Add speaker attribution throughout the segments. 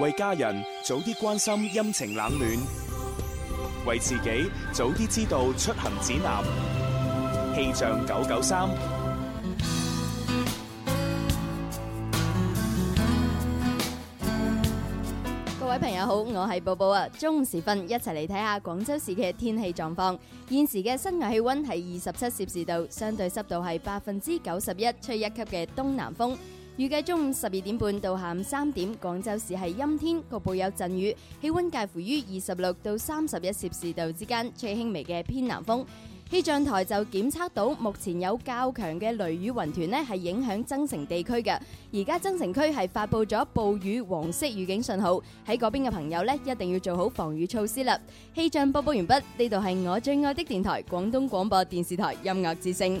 Speaker 1: 為家人早啲關心陰晴冷暖，為自己早啲知道出行指南。氣象九九三，
Speaker 2: 各位朋友好，我係寶寶啊！中午時分，一齊嚟睇下廣州市嘅天氣狀況。現時嘅室外氣溫係二十七攝氏度，相對濕度係百分之九十一，吹一級嘅東南風。預計中午十二點半到下午三點，廣州市係陰天，局部有陣雨，氣溫介乎於二十六到三十一攝氏度之間，吹輕微嘅偏南風。氣象台就檢測到目前有較強嘅雷雨雲團呢係影響增城地區嘅。而家增城區係發布咗暴雨黃色預警信號，喺嗰邊嘅朋友呢，一定要做好防雨措施啦。氣象播報完畢，呢度係我最愛的電台廣東廣播電視台音樂之聲。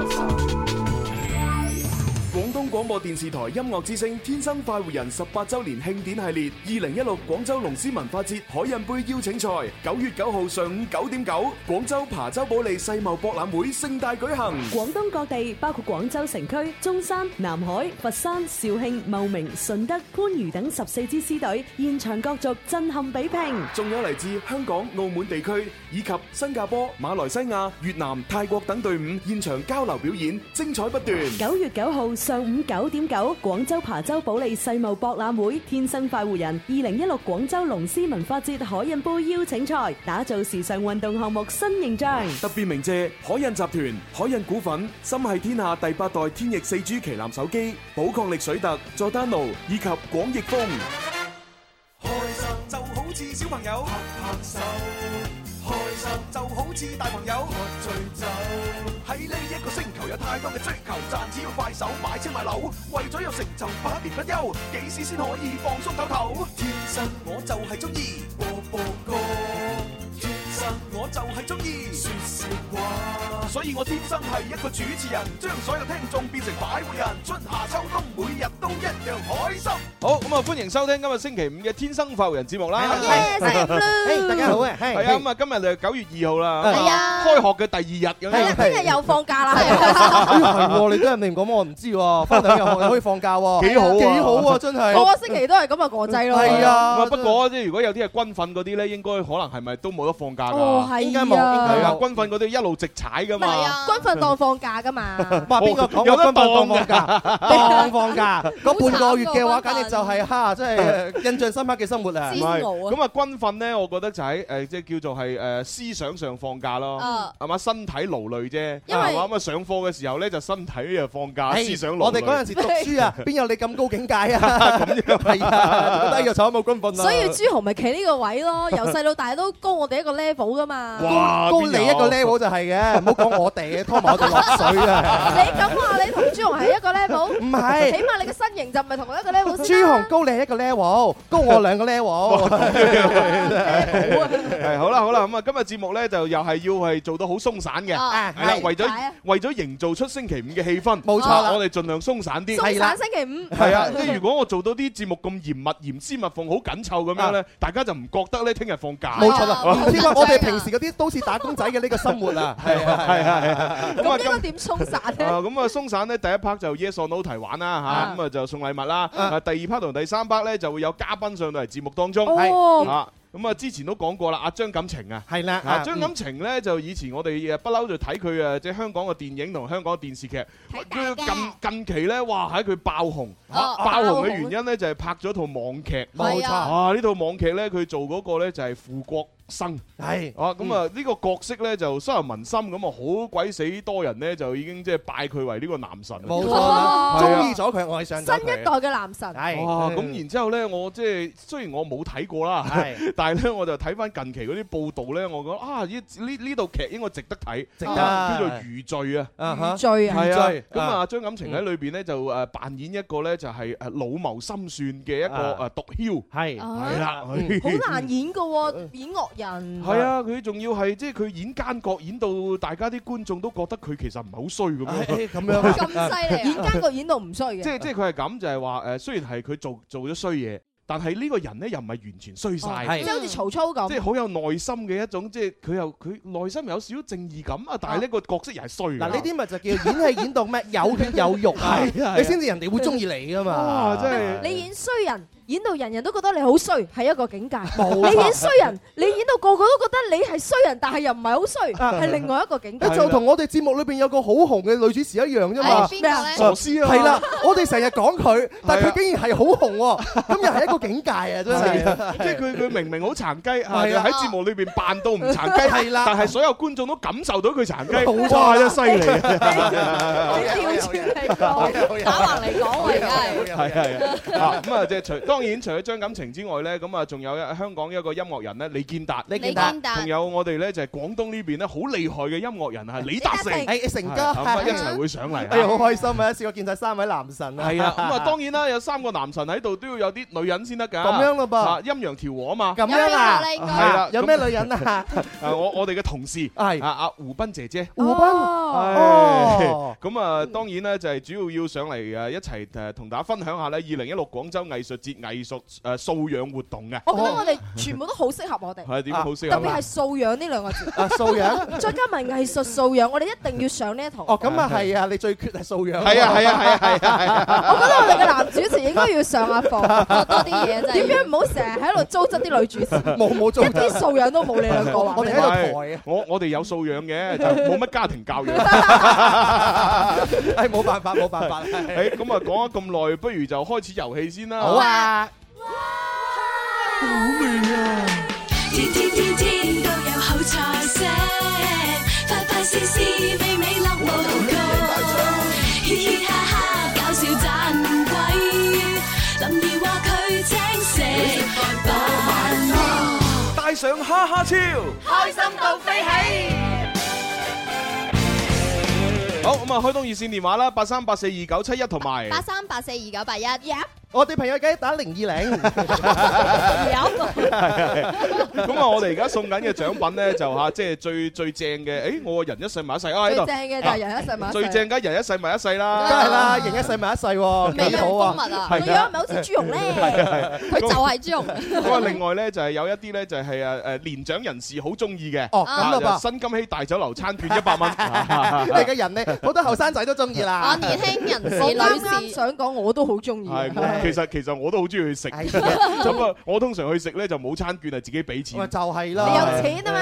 Speaker 3: 廣東廣播電視台音樂之聲《天生快活人》十八周年慶典系列，二零一六廣州龍獅文化節海印杯邀請賽，九月九號上午九點九，廣州琶洲保利世貿博覽會盛大舉行。
Speaker 4: 廣東各地包括廣州城區、中山、南海、佛山、肇慶、茂名、順德、番禺等十四支獅隊現場角逐，震撼比拼。
Speaker 3: 仲有嚟自香港、澳門地區以及新加坡、馬來西亞、越南、泰國等隊伍現場交流表演，精彩不斷。
Speaker 4: 九月九號上午九點九，廣州琶洲保利世貿博覽會天生快活人二零一六廣州龍獅文化節海印杯邀請賽，打造時尚運動項目新形象。
Speaker 3: 特別鳴謝海印集團、海印股份、心系天下第八代天翼四 G 旗艦手機、寶礦力水特、佐丹奴以及廣益豐。
Speaker 5: 開心就好似小朋友拍拍手，開心就好似大朋友喝醉酒。喺呢一個星球有太多嘅追求，賺錢要快手買車買樓，為咗有成就百變不休，幾時先可以放鬆唞唞？天生我就係中意播播歌，天生我就係中意説笑話，所以我天生係一個主持人，將所有聽眾變成快活人，春夏秋冬每日都一樣開心。
Speaker 6: 好咁啊！歡迎收聽今日星期五嘅《天生快活人》節目啦！
Speaker 5: Yeah，星期五啦
Speaker 6: 係
Speaker 5: 大家好啊係
Speaker 6: 係啊！咁啊，今日就九月二號啦，
Speaker 7: 係啊
Speaker 6: 開學嘅第二日咁樣，
Speaker 7: 係
Speaker 2: 又放假啦，
Speaker 7: 哎呀 係喎，你都人哋唔講，我唔知喎。翻兩日學你可以放假喎，
Speaker 6: 幾好啊
Speaker 7: 幾好啊，真係。
Speaker 8: 個個星期都係咁啊過劑咯。
Speaker 7: 係啊
Speaker 6: 不過即係如果有啲係軍訓嗰啲咧，應該可能係咪都冇得放假㗎？
Speaker 8: 哦係啊應該冇應該冇
Speaker 6: 係啊！軍訓嗰啲一路直踩㗎嘛。
Speaker 8: 軍訓當放假 㗎嘛？
Speaker 7: 話邊個講
Speaker 6: 有得
Speaker 7: 軍訓當
Speaker 6: 當
Speaker 7: 放
Speaker 6: 㗎
Speaker 7: 假？ 當放假 嗰半個月嘅話，簡直就係哈，真係印象深刻嘅生活啊！
Speaker 6: 唔係咁啊，軍訓咧，我覺得就喺誒，即係叫做係誒思想上放假咯
Speaker 7: 啊，
Speaker 6: 係嘛？身體勞累啫，
Speaker 7: 因為
Speaker 6: 係嘛？咁啊，上課嘅時候咧就身體又放假，
Speaker 7: 哎
Speaker 6: 思想勞累。
Speaker 7: 我哋嗰陣時讀 書啊，邊有你咁高境界啊？
Speaker 6: 咁樣
Speaker 7: 係啊，低個手冇軍訓啊。
Speaker 8: 所以朱紅咪企呢個位咯，由細到大都高我哋一個 level 㗎嘛。
Speaker 7: 高高你一個 level 就係嘅，唔好講我哋，拖埋我哋落水 啊！
Speaker 8: 你咁話你同朱紅係一個 level？
Speaker 7: 唔係
Speaker 8: 起碼你嘅身形就唔係同我一個 level
Speaker 7: 朱
Speaker 8: 先啦。
Speaker 7: 紅高你一個 level，高我兩個 level。
Speaker 6: 係好啦好啦，咁啊今日節目咧就又係要係做到好鬆散嘅，
Speaker 8: 啊
Speaker 6: 係啦，
Speaker 8: 係
Speaker 6: 為咗
Speaker 8: 點解啊
Speaker 6: 為咗營造出星期五嘅氣氛，
Speaker 7: 冇
Speaker 8: 錯啦
Speaker 6: 我哋盡量鬆散啲，
Speaker 8: 鬆散星期五。
Speaker 6: 係啊，即係如果我做到啲節目咁嚴密、嚴絲密縫、好緊湊咁樣咧，大家就唔覺得咧聽日放假。
Speaker 7: 冇錯啦，呢 個我哋平時嗰啲都市打工仔嘅呢個生活啊，係啊係啊係啊。
Speaker 8: 咁呢個點鬆散
Speaker 6: 啊，
Speaker 8: 咧？
Speaker 6: 咁啊，鬆散咧第一 part 就 Yes or No 提玩啦
Speaker 8: 啊
Speaker 6: 嚇，咁啊就送禮物啦。啊，第二 part 同第三 part 咧就會有嘉賓上到嚟節目當中。
Speaker 8: 哦
Speaker 6: 啊。咁啊，之前都講過啦，阿張感情啊，
Speaker 7: 係啦
Speaker 6: 啊
Speaker 7: 啊
Speaker 6: 張感情咧就以前我哋誒呃不嬲就睇佢呃誒，即係香港嘅電影同香港嘅電視劇。佢近近期咧，哇喺佢爆紅，
Speaker 5: 啊
Speaker 6: 爆紅
Speaker 5: 爆紅
Speaker 6: 嘅原因咧就係拍咗套網劇。
Speaker 5: 冇錯
Speaker 6: 啊呢套網劇咧佢做嗰個咧就係傅國生。
Speaker 7: 係
Speaker 6: 啊，咁啊呢個角色咧就深入民心，咁啊好鬼死多人咧就已經即係拜佢為呢個男神。
Speaker 7: 冇錯
Speaker 6: 係啊
Speaker 7: 啦，中意咗佢，愛上咗
Speaker 8: 新
Speaker 7: 佢
Speaker 8: 一代嘅男神。
Speaker 6: 哇！咁然之後咧，我即係雖然我冇睇過啦
Speaker 7: Ừ. 係，
Speaker 6: 但係咧我就睇翻近期嗰啲報道咧，我覺得啊，呢呢呢套劇應該值得睇，
Speaker 7: 值得
Speaker 6: 啊叫做《餘罪》
Speaker 7: 啊
Speaker 6: 啊，
Speaker 7: 哈餘罪啊
Speaker 6: 係啊
Speaker 7: 餘罪，
Speaker 6: 咁啊
Speaker 7: 啊
Speaker 6: 張錦程喺裏邊咧就誒扮演一個咧就係誒老謀深算嘅一個誒
Speaker 7: 啊
Speaker 6: 毒梟，係係啦，
Speaker 8: 好難演㗎喎，演樂人。
Speaker 6: 係啊，佢仲要係即係佢演奸角，演到大家啲觀眾都覺得佢其實唔係好衰咁樣。
Speaker 7: 咁
Speaker 8: 咁犀利啊，演奸角演到唔衰嘅。
Speaker 6: 即係即係佢係咁，就係話誒，雖然係佢做做咗衰嘢，但係呢個人咧又唔係完全衰晒。
Speaker 7: 哦係
Speaker 8: 即係好似曹操咁
Speaker 6: 即。係好有內心嘅一種，即係佢又佢內心有少少正義感啊，但係呢個角色又係衰㗎。
Speaker 7: 嗱呢啲咪就叫演戲演到咩有血有肉啊，
Speaker 6: 係啊係啊
Speaker 7: 你先至人哋會中意你噶嘛
Speaker 6: 哇！真係
Speaker 8: 你演衰人，演到人人都覺得你好衰，係一個境界。
Speaker 7: 冇
Speaker 8: 你演衰人，你演到個個都覺得你係衰人，但係又唔 係好衰，係另外一個境界
Speaker 7: 你。就同我哋節目裏邊有個好紅嘅女主持一樣啫嘛。
Speaker 9: 係邊個咧？
Speaker 6: 傻師啊！
Speaker 7: 係啦，我哋成日講佢，但
Speaker 6: 係
Speaker 7: 係
Speaker 6: 啊
Speaker 7: 佢竟然係好紅 喎，咁又係一個境界啊！真係，
Speaker 6: 即係佢佢明明好殘雞啊，
Speaker 7: 係啊
Speaker 6: 喺節目裏邊扮到唔殘雞，
Speaker 7: 係啦
Speaker 6: 但係所有觀眾都感受到佢殘
Speaker 7: 冇
Speaker 6: 雞，
Speaker 7: 錯
Speaker 6: 哇！真係犀利啊！
Speaker 8: 你調轉嚟講，打橫嚟講，我而家係。
Speaker 6: 係係係啊！咁啊，即係除當然除咗張錦程之外咧，咁啊，仲有一香港一個音樂人咧，李健達，
Speaker 7: 李健
Speaker 9: 李
Speaker 7: 達
Speaker 9: 健，達
Speaker 6: 仲有我哋咧就係廣東呢邊咧好厲害嘅音樂人啊，李達成，
Speaker 8: 李達
Speaker 7: 誒哎成
Speaker 6: 係啊咁啊一
Speaker 7: 家，
Speaker 6: 齊會上嚟
Speaker 7: 哎呀
Speaker 6: 啊。
Speaker 7: 好開心啊！一次過見晒三位男神啊，
Speaker 6: 係啊，咁啊當然啦，有三個男神喺度都要有啲女人先得㗎。
Speaker 7: 咁樣咯噃
Speaker 6: 啊陰陽調和啊嘛。
Speaker 7: 咁
Speaker 9: 有
Speaker 7: 樣
Speaker 9: 邊
Speaker 7: 啊
Speaker 9: 個，咧？應該
Speaker 6: 係啦
Speaker 7: 有咩女人啊？
Speaker 6: 啊，我我哋嘅同事
Speaker 7: 係
Speaker 6: 啊啊胡斌姐姐。
Speaker 7: 胡斌，
Speaker 8: 哦
Speaker 7: 哦
Speaker 6: 唉 咁啊，當然咧就係主要要上嚟誒一齊誒同大家分享下咧，二零一六廣州藝術節藝術誒素養活動嘅
Speaker 8: 我覺哦得我哋全部都好適合我哋，
Speaker 6: 係點好適
Speaker 8: 特
Speaker 6: 合
Speaker 8: 別
Speaker 6: 啊
Speaker 8: 係素養呢兩個字，
Speaker 7: 啊素養，
Speaker 8: 再加埋藝術素養，我哋一定要上呢一堂。
Speaker 7: 哦咁啊係啊，你最缺係素養，
Speaker 6: 係啊係啊係啊係啊係啊！
Speaker 8: 我覺得我哋嘅男主持應該要上 下課，
Speaker 9: 學多啲嘢真
Speaker 8: 點
Speaker 9: 係。
Speaker 8: 樣唔好成日喺度糟質啲女主持，
Speaker 7: 冇冇做
Speaker 8: 一，啲素養都冇你兩個話。
Speaker 7: 我哋喺
Speaker 6: 唔
Speaker 7: 度
Speaker 6: 係
Speaker 7: 抬啊，
Speaker 6: 我我哋有素養嘅，就冇乜家 庭教育。
Speaker 7: 係冇辦法冇辦法，係
Speaker 6: 誒咁啊講咗咁耐，不如就開始遊戲先啦。
Speaker 7: 好啊。
Speaker 10: 天天天天都有好菜色，快快事事美美樂無窮，嘻嘻哈哈搞笑盞鬼，林兒話佢請食飯喎。
Speaker 5: 帶上哈哈超，
Speaker 6: 好咁啊，開通熱線電話啦，八三八四二九七一同 埋。
Speaker 9: 八三八四二九八一，
Speaker 7: 我哋朋友梗係打零二零，
Speaker 6: 咁啊，我哋而家送緊嘅獎品咧，就嚇即係最最正嘅。誒，我個人一世物一世啊喺
Speaker 8: 最
Speaker 6: 度
Speaker 8: 正。嘅就係人一世物一世
Speaker 6: 最正梗係人一世咪一世啦，
Speaker 7: 梗係啦，贏一世咪一世喎，
Speaker 9: 美
Speaker 7: 幾
Speaker 9: 容
Speaker 7: 好
Speaker 9: 蜂
Speaker 7: 啊！
Speaker 9: 蜜啊，
Speaker 8: 個樣係咪好似朱紅咧？
Speaker 9: 佢就係朱紅。
Speaker 6: 咁啊，另外咧就係有一啲咧就係誒誒年長人士好中意嘅，
Speaker 7: 哦，咁
Speaker 6: 啊
Speaker 7: 啦
Speaker 6: 新金禧大酒樓餐券一百 蚊，
Speaker 7: 噃，你嘅人咧，好多後生仔都中意
Speaker 9: 我
Speaker 7: 啦。
Speaker 9: 年輕人士、
Speaker 8: 我啱
Speaker 9: 女
Speaker 8: 啱
Speaker 9: 士，
Speaker 8: 想講我都好中意。
Speaker 6: 係我其實其實我都好中意去食，
Speaker 7: 哎
Speaker 6: 咁啊我通常去食咧就冇餐券係啊自己俾
Speaker 7: 咪
Speaker 6: 錢，
Speaker 7: 啊就係啦，
Speaker 8: 你有錢啊嘛，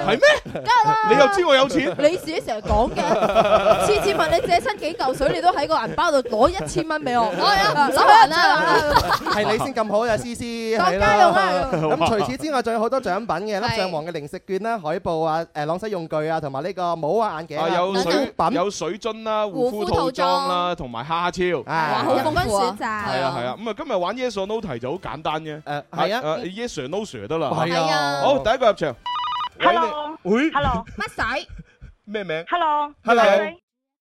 Speaker 6: 係咩？
Speaker 8: 梗係啦。
Speaker 6: 你又知我有錢？
Speaker 8: 你自己成日講嘅，次次問你借親幾嚿水，你都喺個銀包度攞一千蚊俾我，攞
Speaker 9: 啊唔使
Speaker 8: 攞
Speaker 9: 還
Speaker 8: 一
Speaker 11: à.
Speaker 8: 啦，
Speaker 7: 係你先咁好啊，思思係
Speaker 8: 當家用啦
Speaker 7: 啦。。咁除此之外，仲有好多獎品嘅，粒上皇嘅零食券啦、海報啊、誒朗西用具啊，同埋呢個帽啊、眼鏡
Speaker 6: 啊
Speaker 7: 啊、
Speaker 6: 有
Speaker 7: 護
Speaker 6: 水
Speaker 7: 膚品
Speaker 6: 有水樽啦、護
Speaker 9: 護膚
Speaker 6: 膚套
Speaker 9: 套
Speaker 6: 裝
Speaker 9: 裝
Speaker 6: 啦，同埋蝦超，係
Speaker 9: 哇，
Speaker 7: 啊
Speaker 9: 好
Speaker 8: 有
Speaker 9: 豐富啊
Speaker 8: 分選擇
Speaker 6: 啊係啊，咁啊今日玩 Yes or No 題就好簡單啫，
Speaker 7: 誒係啊，
Speaker 6: 誒 Yes or No sir 得啦，
Speaker 7: 係
Speaker 9: 係
Speaker 7: 啊，
Speaker 9: 啊
Speaker 6: 好第一個入場
Speaker 11: ，Hello，Hello，
Speaker 6: 喂你，喂咩名？
Speaker 7: Hello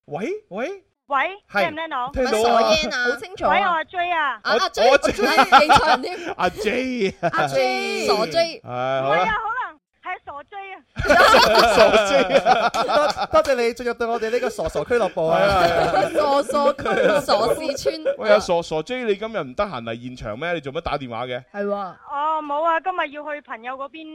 Speaker 6: 喂喂，
Speaker 11: 喂，
Speaker 7: 係
Speaker 11: 聽唔聽到？
Speaker 6: 聽
Speaker 9: 乜
Speaker 6: 到啊
Speaker 9: 傻煙啊？
Speaker 8: 好清楚
Speaker 11: 喂，我
Speaker 8: 啊，
Speaker 11: 係 J 啊，
Speaker 9: 啊阿
Speaker 6: 我
Speaker 9: J，
Speaker 6: 我
Speaker 9: 我
Speaker 6: 知
Speaker 9: 認錯人添，
Speaker 6: 阿 J 啊，
Speaker 8: 阿 J
Speaker 9: 傻 J，
Speaker 6: 唉
Speaker 11: 唔
Speaker 6: 好
Speaker 11: 係
Speaker 6: 啦
Speaker 11: 啊，，可能係傻 J 啊，
Speaker 6: 傻 J 啊。
Speaker 7: 多多謝你進入到我哋呢個傻傻俱樂部
Speaker 6: 係
Speaker 7: 啊！
Speaker 8: 傻
Speaker 6: 啊！Ờ,
Speaker 8: 傻區
Speaker 9: 傻事村，
Speaker 6: 喂，阿傻傻 J，你今日唔得閒嚟現場咩？你做乜打電話嘅？
Speaker 8: 係喎，
Speaker 11: 哦，冇啊，今日要去朋友嗰邊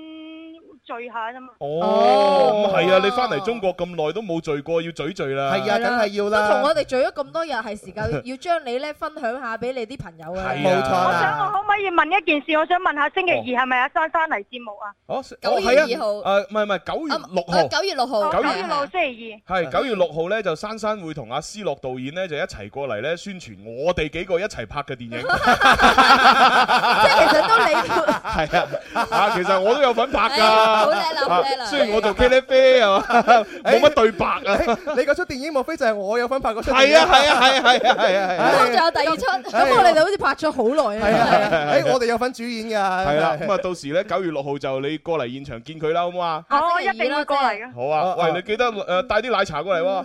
Speaker 11: 聚下啫嘛，
Speaker 6: 哦，咁係啊！
Speaker 8: 哦
Speaker 6: 你翻嚟中國咁耐都冇聚過，要聚聚啦。
Speaker 7: 係啊，梗係要
Speaker 8: 都同
Speaker 7: 啦，
Speaker 8: 我哋聚咗咁多日，係時間 要將你咧分享下俾你啲朋友啊。
Speaker 6: 係
Speaker 7: 冇錯
Speaker 11: 我想我
Speaker 7: 啦。
Speaker 11: 可唔可以問一件事？我想問下星期二係咪阿珊珊嚟節目啊？
Speaker 6: 哦，
Speaker 9: 九
Speaker 6: 哦
Speaker 9: 月
Speaker 6: 係啊
Speaker 9: 二號
Speaker 6: 誒，唔係唔係，九月
Speaker 9: 啊
Speaker 6: 六
Speaker 9: 啊
Speaker 6: 號。
Speaker 9: 九月六號，
Speaker 11: 哦
Speaker 6: 九
Speaker 11: 九
Speaker 6: 月
Speaker 11: 月六星期
Speaker 7: 啊
Speaker 6: 係九月六號咧，就珊珊會同阿思樂導演咧就一齊過嚟咧宣傳我哋幾個一齊拍嘅 電影。
Speaker 8: 即係其實都你
Speaker 6: 係啊， 啊，其實我都有份拍㗎。
Speaker 9: 哎好叻啦好叻啦
Speaker 6: 啊雖然我做茄喱 啡啊，冇乜對白啊。
Speaker 7: 誒你嗰出電影莫非就係我有份拍嗰出？
Speaker 6: 係啊，係啊，係啊，係啊，係啊，係啊。
Speaker 9: 咁我仲有第二 出，
Speaker 8: 咁，我哋就好似拍咗好耐
Speaker 7: 係啊
Speaker 8: 啊。
Speaker 7: 係啊，誒我哋有份主演㗎，
Speaker 6: 係
Speaker 7: 係
Speaker 6: 啦，咁啊，到時咧九月六號就你過嚟現場見佢啦，好唔好啊？
Speaker 11: 二，我
Speaker 9: 下星期二
Speaker 11: 一定
Speaker 9: 咯
Speaker 11: 會過嚟嘅。
Speaker 6: 好啊，
Speaker 7: 啊嗯
Speaker 6: 喂，你記得誒帶啲奶茶過嚟喎，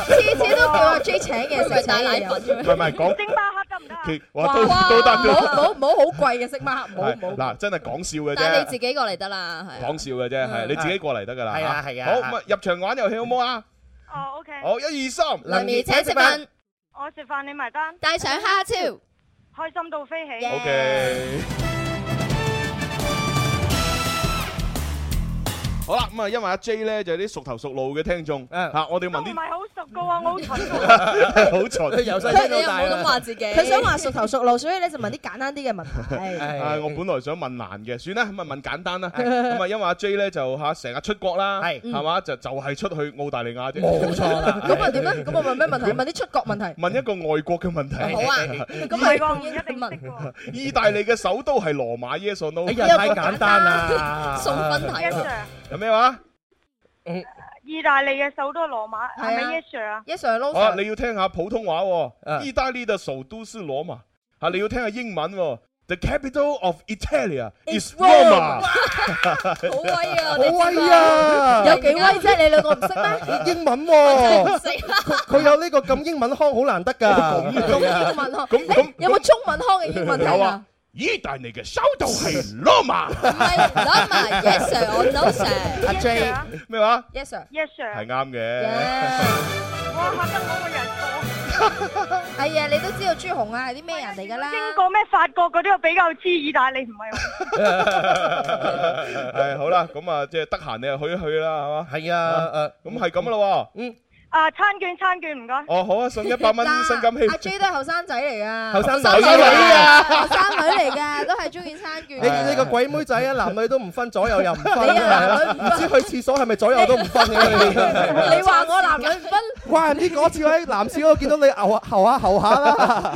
Speaker 6: 唔
Speaker 8: 次次都叫阿 J 請 嘢食，
Speaker 9: 大奶粉啫咩？
Speaker 6: 係唔係講
Speaker 11: 星巴克得唔得啊？
Speaker 6: 其
Speaker 8: 哇
Speaker 6: 哇都都得
Speaker 8: 唔好唔
Speaker 6: 都
Speaker 8: 好唔好好貴嘅色馬，唔好唔
Speaker 6: 係
Speaker 8: 好。
Speaker 6: 嗱，真係講笑嘅
Speaker 9: 但係你
Speaker 6: 啫，
Speaker 9: 自己過嚟得啦，係啊
Speaker 6: 講。笑嘅啫，係你自己過嚟得㗎啦，
Speaker 7: 係啊
Speaker 6: 嚇
Speaker 7: 係啊
Speaker 6: 好咁啊，入場玩遊戲好唔好啊？
Speaker 12: Ờ,
Speaker 11: 哦，OK，
Speaker 6: 好，一二三，
Speaker 7: 林
Speaker 9: 林
Speaker 7: 兒
Speaker 9: 兒
Speaker 7: 請
Speaker 9: 請
Speaker 7: 食
Speaker 9: 食
Speaker 7: 飯
Speaker 9: 飯，
Speaker 11: 我食飯你埋單。
Speaker 9: 帶上蝦超，
Speaker 11: 好開心到飛
Speaker 8: Dạ.
Speaker 11: 起。
Speaker 6: OK。好啦，咁啊，因為阿 J 咧就係啲熟頭熟路嘅聽眾，嚇我哋問
Speaker 11: 唔
Speaker 6: 啲
Speaker 11: 係好熟噶喎，我好蠢㗎喎。
Speaker 6: 好蠢，
Speaker 7: 由細
Speaker 6: 聽
Speaker 7: 聽到大啦
Speaker 8: 佢想話熟頭熟路，所以咧就問啲簡單啲嘅問題。
Speaker 6: 啊！我本來想問難嘅，算啦，咁啊問簡單啦。咁啊，因為阿 J 咧就嚇成日出國啦，係嘛，就就係出去澳大利亞啫。冇錯啦。
Speaker 8: 咁啊點咧？咁我問咩問題？問啲出國問題。
Speaker 6: 問一個外國嘅問題。
Speaker 8: 好啊，咁咪唔一定問。
Speaker 6: 意大利嘅首都係羅馬，yes or no？
Speaker 8: 哎呀太簡單啦
Speaker 11: 送分題啊 Yes, sir
Speaker 6: 有咩話？
Speaker 11: 意大利嘅首都係羅馬，係咪 Yes Sir à. 啊
Speaker 8: à. ？Yes Sir
Speaker 6: 好啊，你要聽下普通話喎。意大利嘅首都是羅馬。嚇，你要聽下英文喎。The capital of Italia is Roma。好
Speaker 10: 威啊
Speaker 5: Ờ,
Speaker 7: 好威啊！
Speaker 8: 有幾威啫你兩個唔識咩
Speaker 7: 英文
Speaker 8: 真係唔
Speaker 7: 喎，
Speaker 8: 識
Speaker 7: 佢佢有呢個咁英文腔，好難得㗎。
Speaker 8: 咁
Speaker 7: Dạ.
Speaker 8: 英文腔，咁有冇中文腔嘅英文聽
Speaker 6: 有
Speaker 8: 啊
Speaker 6: 啊？意大利嘅首都係羅馬。
Speaker 8: Yes sir，我 no sir。
Speaker 6: 阿 J 咩話？
Speaker 8: Yes sir。
Speaker 11: Yes sir。
Speaker 6: 係啱嘅。
Speaker 11: 哇，嚇得我個人
Speaker 8: 哎呀，你都知道朱紅啊係啲咩人嚟㗎啦？
Speaker 11: 英國咩法國嗰啲我比較知，意大利唔係好。
Speaker 6: 係好啦，咁啊，即係得閒你就去一去啦，係嘛？係啊，誒，咁係咁啦喎。嗯。
Speaker 11: 啊，餐券餐券唔該。
Speaker 6: 哦，好啊，送一 百蚊薪金
Speaker 8: 阿
Speaker 6: 希
Speaker 8: J 都係後生仔嚟㗎，
Speaker 6: 後生仔
Speaker 8: 後生女
Speaker 6: 啊
Speaker 8: 後生女嚟㗎，都係中意餐券
Speaker 7: 你
Speaker 8: 㗎。
Speaker 7: 你個鬼妹仔啊，男女都唔分，左右又唔分，
Speaker 8: 你啊
Speaker 7: 係
Speaker 8: 男
Speaker 7: 唔知去廁所係咪左右都唔分嘅？
Speaker 8: 你話我男女唔分？
Speaker 7: 怪唔知嗰次喺男廁嗰度見到你牛後下後下啦，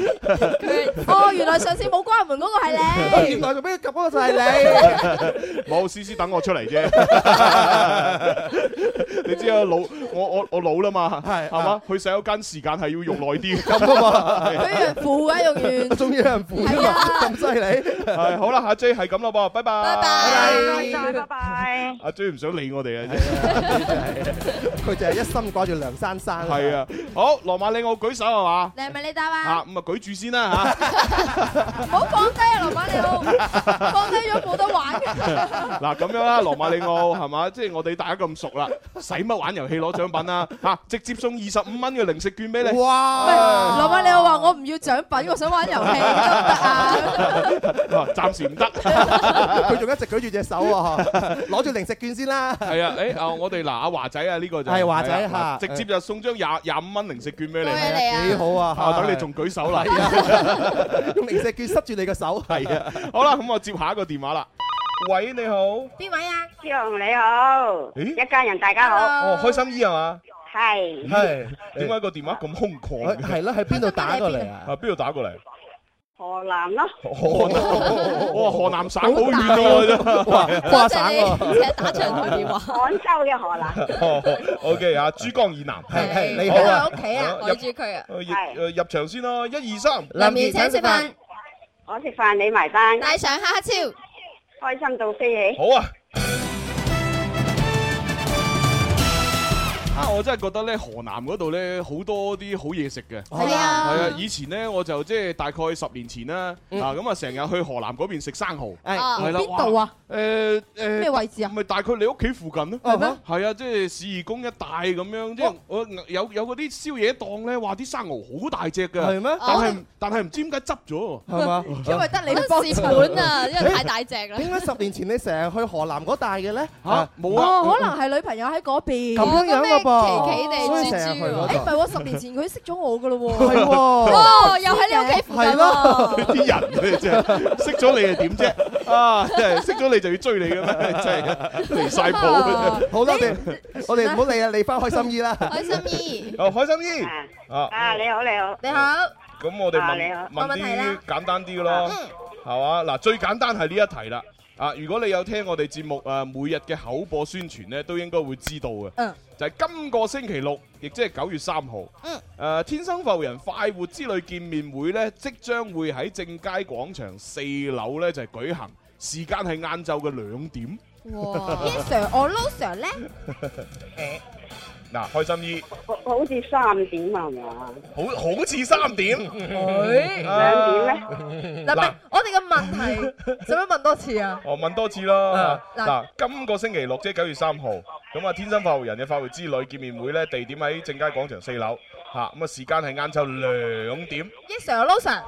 Speaker 8: 哦，原來上次冇關門嗰個係你。
Speaker 7: 原來做咩及嗰個就係你。
Speaker 6: 冇思思等我出嚟啫。 你知啊，老我我我老啦嘛，係
Speaker 7: 啊
Speaker 6: 嘛？去洗手間時間係要用耐啲咁啊嘛。
Speaker 8: 俾人扶㗎，用完。
Speaker 7: 終於有人扶
Speaker 8: 係啊，
Speaker 7: 咁犀利。
Speaker 6: 係好啦，阿 J 係咁啦噃，拜拜。
Speaker 12: Ờ,
Speaker 6: 拜
Speaker 11: 拜拜拜拜。
Speaker 6: 阿 J 唔想理我哋啊，
Speaker 7: 佢就係一心掛住梁珊珊。
Speaker 6: 係啊，好，羅馬里奧舉手係嘛？
Speaker 8: 你係咪你答啊？
Speaker 6: 啊，咁啊舉住先啦嚇。
Speaker 8: 唔好放低啊，羅馬里奧，放低咗冇得玩嘅。
Speaker 6: 嗱咁樣啦，羅馬里奧係嘛？即係我哋大家咁熟啦，使乜玩遊戲攞獎品啊？嚇，直接送二十五蚊嘅零食券俾你。
Speaker 7: 哇！
Speaker 8: 羅馬里奧話：我唔要獎品，我想玩遊戲，得唔得啊？
Speaker 6: 哇暫時唔得。
Speaker 7: 佢仲一直舉住隻手啊喎，攞住零食券先啦。
Speaker 6: 係啊，誒啊，我哋嗱阿華仔啊，呢個就
Speaker 7: 係華仔
Speaker 6: 係啊
Speaker 7: 嚇
Speaker 6: 直接就送張廿廿五蚊零食券俾你。
Speaker 7: 幾好啊！
Speaker 6: 啊，等你仲舉手啦。
Speaker 7: 用零食券塞住你個手。
Speaker 6: 係啊，好啦，咁我接下一個電話啦。喂，你好。
Speaker 8: 邊位啊？
Speaker 12: 朱紅你好，一家人大家好，
Speaker 6: 哦，開心姨係嘛？
Speaker 12: 係
Speaker 6: 係。點解個電話咁空曠？係
Speaker 7: 啦，喺邊度打過嚟啊？
Speaker 6: 啊，邊度打過嚟？
Speaker 12: 河南咯，
Speaker 6: 河南，哇，河南省好遠 喎，
Speaker 7: 跨省喎。
Speaker 12: 打長途電話，廣州嘅河南，
Speaker 6: 哦，OK 啊，珠江以南，係
Speaker 7: 係
Speaker 8: 你喺佢屋企啊，
Speaker 6: 入
Speaker 8: 圍住佢啊。
Speaker 6: 呃入呃入場先咯，一二三，
Speaker 8: 林怡請食飯，
Speaker 12: 我食飯你埋單，
Speaker 8: 帶上哈哈超，
Speaker 12: 開心到飛起，
Speaker 6: 好啊！啊！我真係覺得咧，河南嗰度咧好多啲好嘢食嘅。
Speaker 10: 係啊
Speaker 6: 係啊！以前咧我就即係大概十年前啦，啊咁啊成日去河南嗰邊食生蠔。
Speaker 8: 係
Speaker 6: 哎係啦，
Speaker 8: 邊度啊？
Speaker 6: 誒誒
Speaker 8: 咩位置啊？
Speaker 6: 咪大概你屋企附近咯。
Speaker 8: 係咩？哦
Speaker 6: 係啊，即係市義宮一帶咁樣，即係我有有嗰啲宵夜檔咧，話啲生蠔好大隻㗎。
Speaker 7: 係咩
Speaker 6: 但
Speaker 8: 哦
Speaker 6: 係但係唔知點解執咗。
Speaker 7: 係嘛？
Speaker 8: 因為得你幫襯
Speaker 7: 點解十年前你成日去河南嗰帶嘅咧？
Speaker 6: 嚇冇啊！
Speaker 8: 哦，可能係女朋友喺嗰邊。
Speaker 7: 咁樣樣
Speaker 8: 咩
Speaker 7: 嘅噃
Speaker 8: 奇奇地
Speaker 7: 所以
Speaker 8: 豬
Speaker 7: 成日去嗰
Speaker 8: 豬喎。
Speaker 7: 度
Speaker 8: 誒唔係喎，十年前佢識咗我噶咯喎。
Speaker 7: 係喎
Speaker 8: 哦，又喺你屋企附近
Speaker 7: 係咯
Speaker 8: 喎。
Speaker 6: 啲人你真係識咗你係點啫？啊，真係識咗你就要追你嘅咩？真係離晒譜嘅啫。
Speaker 7: 好啦，我哋我哋唔好理啊，理翻開心姨啦。
Speaker 8: 開心姨，
Speaker 6: 哦，開心姨啊，
Speaker 12: 啊你好你好，
Speaker 8: 你 好，
Speaker 6: 咁我哋
Speaker 12: 啊你好
Speaker 6: 問
Speaker 8: 冇
Speaker 6: 問
Speaker 8: 問題
Speaker 6: 啲
Speaker 8: 啦嗯
Speaker 6: 簡單啲嘅咯，係嘛？嗱，最簡單係呢一題啦。啊，如果你有聽我哋節目誒每日嘅口播宣傳咧，都應該會知道嘅。
Speaker 8: 嗯，
Speaker 6: 就係今個星期六，亦即係九月三號。
Speaker 8: 嗯。
Speaker 6: 誒，天生浮人快活之旅見面會咧，即將會喺正佳廣場四樓咧就係舉行，時間係晏晝嘅兩點。
Speaker 8: 哇，Yes sir，我 No sir 咧，
Speaker 6: 嗱，開心姨，
Speaker 12: 好好似三點啊係嘛，
Speaker 6: 好好似三點，啊
Speaker 12: 兩點咧，
Speaker 8: 嗱，唔係我哋嘅 問題，使唔使問多次啊？
Speaker 6: 我哦問多次啦。啊
Speaker 8: 嗱
Speaker 6: 嗱，今個星期六即係九月三號，咁啊天生發育人嘅發育之旅見面會咧，地點喺正佳廣場四樓，嚇咁啊時間係晏晝兩點。
Speaker 8: Yes sir，No sir，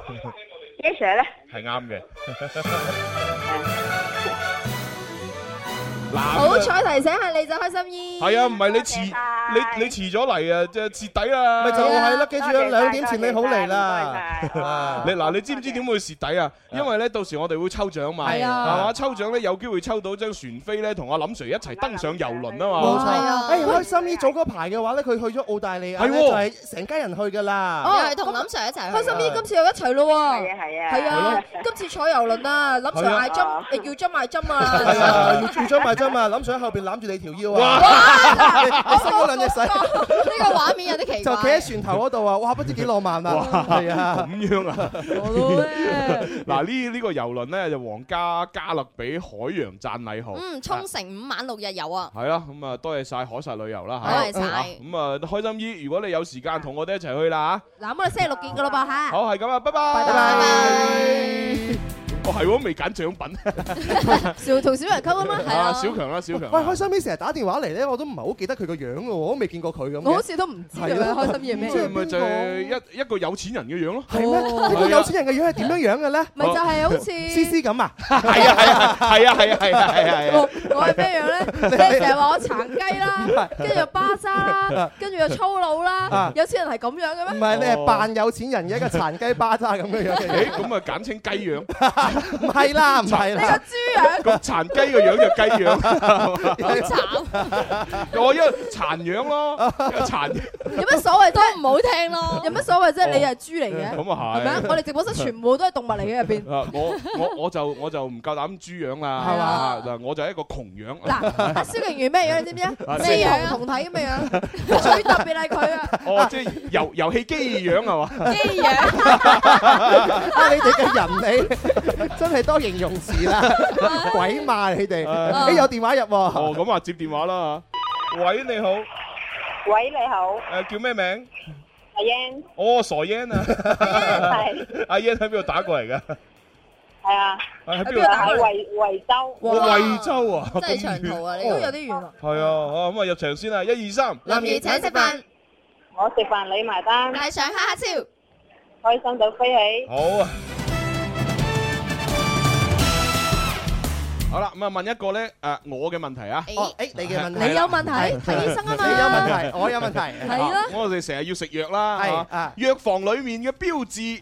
Speaker 12: Yes sir 咧，
Speaker 6: 係啱嘅。 嗱
Speaker 8: 好彩提醒下你就開心姨。
Speaker 6: 系啊，唔係你遲你你遲咗嚟啊，即係蝕底啦。
Speaker 7: 咪就係咯記住啊多謝晒兩點前你好嚟啦
Speaker 6: 啊。 你嗱，你知唔知點會蝕底啊？因為咧，到時我哋會抽獎嘛，
Speaker 7: 係
Speaker 6: 係
Speaker 7: 啊
Speaker 6: 嘛？抽獎咧有機會抽到張船飛咧，同阿林 Sir 一齊登上遊輪啊嘛。
Speaker 7: 冇錯，哎誒開心姨早嗰排嘅話咧，佢去咗澳大利亞咧，
Speaker 6: 係喎
Speaker 7: 就係成家人去㗎啦。
Speaker 8: 哦，
Speaker 9: 同林 Sir 一齊去
Speaker 8: 開心姨今次又一齊咯喎。係啊
Speaker 12: 係啊
Speaker 8: 係啊，今次坐遊輪啊，林 Sir 嗌針，
Speaker 7: 係
Speaker 8: 誒要針嗌針啊。
Speaker 7: 係啊，要要張埋張嘛， 諗想喺後邊攬住你條腰啊！
Speaker 8: 哇
Speaker 7: 你你伸嗰兩 隻手，
Speaker 9: 呢個畫面有啲奇怪
Speaker 7: 就企喺船頭嗰度啊！哇，不知幾浪漫啊！係啊，
Speaker 6: 咁樣啊！ 嗱呢呢個遊輪咧就皇家加勒比海洋讚禮號，啊
Speaker 9: 嗯，沖繩五晚六日遊啊！
Speaker 6: 係啦，咁啊多謝晒海實旅遊啦嚇，
Speaker 9: 多謝晒
Speaker 6: 啊咁啊開心姨，如果你有時間同我哋一齊去啦
Speaker 8: 嗱，咁我哋星期六見噶啦噃
Speaker 6: 嚇，
Speaker 8: 嚇。
Speaker 6: 好係咁啊，拜拜，拜拜。哦係喎，未揀獎品，
Speaker 8: 小 同小人溝 通啦，係
Speaker 6: 啊
Speaker 8: 啊。
Speaker 6: 小強啦，小強
Speaker 7: 喂，
Speaker 6: 啦。
Speaker 7: 開心啲成日打電話嚟咧，我都唔係好記得佢個樣嘅喎，我都未啊見過佢咁嘅。
Speaker 8: 我好似都唔知道啊
Speaker 7: 係咯
Speaker 8: 開心嘢咩
Speaker 7: 即係
Speaker 6: 咪哦
Speaker 7: 邊
Speaker 6: 就
Speaker 7: 個？
Speaker 6: 係一一個有錢人嘅樣咯，
Speaker 7: 係咩？
Speaker 6: 啊
Speaker 7: 呢個有錢人嘅樣係點樣樣嘅咧？
Speaker 8: 咪就係 好似
Speaker 7: C C 咁啊！
Speaker 6: 係啊係啊係啊係啊係啊係啊係啊！
Speaker 8: 我係咩樣咧？即係成日話我殘雞 啦，跟住又巴渣啦，跟住又粗魯啦
Speaker 7: 啊，
Speaker 8: 有錢人係咁樣嘅
Speaker 7: 唔
Speaker 8: 咩？
Speaker 7: 係你係扮有錢人嘅一個殘雞巴渣咁樣樣嘅
Speaker 6: 哦 誒咁啊簡稱雞樣，
Speaker 7: 樣，唔係 啦，唔係啦，
Speaker 6: 咁殘雞個樣就雞樣，
Speaker 9: 好
Speaker 6: 我因為殘樣咯，殘。
Speaker 8: 有乜所謂啫？唔
Speaker 9: 好聽咯，
Speaker 8: 有乜所謂啫？
Speaker 6: 哦
Speaker 8: 你係豬嚟嘅，
Speaker 6: 咁啊係
Speaker 8: 係咪啊？我哋直播室全部都係動物嚟嘅入邊。
Speaker 6: 啊！我我我就我就唔夠膽豬樣啦，
Speaker 8: 係嘛
Speaker 6: 啊嗱我就係一個窮樣。
Speaker 8: 阿蕭敬元咩樣你知唔知
Speaker 6: 啊
Speaker 8: 啊？咩樣同體咁嘅樣，最特別係佢啊！
Speaker 6: 哦，即係遊遊戲機樣係嘛？
Speaker 8: 機樣。
Speaker 7: 啊！你哋嘅人 你真係多形容詞啦，鬼罵你哋！
Speaker 6: 啊
Speaker 7: 誒有電話入
Speaker 6: 哦，
Speaker 7: 喎，
Speaker 6: 咁啊接電話啦嚇喂，你好，
Speaker 12: 喂你好，
Speaker 6: 誒叫咩名？
Speaker 12: 阿 Yan
Speaker 6: 哦，傻 Yan 啊，
Speaker 12: 係
Speaker 6: 阿 Yan 喺邊度打過嚟㗎？啊
Speaker 12: 係啊，
Speaker 6: 喺邊度打過
Speaker 12: 喺
Speaker 6: 嚟？
Speaker 12: 惠惠州，
Speaker 6: 我惠州啊，
Speaker 9: 真係
Speaker 6: 咁
Speaker 9: 長途
Speaker 5: à?
Speaker 9: 啊！
Speaker 6: 遠
Speaker 9: 你都有
Speaker 8: 啲
Speaker 12: Ờ.
Speaker 8: 遠啊！
Speaker 6: 係啊，好咁啊入場先啊，一二三，
Speaker 9: 林怡請食飯，
Speaker 12: 我食飯你埋單，
Speaker 9: 帶上哈哈超，
Speaker 12: 開心到飛起，
Speaker 6: 好啊。好啦，咁啊問一個咧誒我嘅問題啊。
Speaker 7: 哦，誒你嘅問題，
Speaker 8: 你有問題睇醫生啊嘛
Speaker 7: 你有問題，我有問題，
Speaker 8: 係啦
Speaker 6: 啊我哋成日要食藥啦，
Speaker 7: 係
Speaker 6: 係嘛
Speaker 7: 啊
Speaker 6: 藥房裡面嘅標誌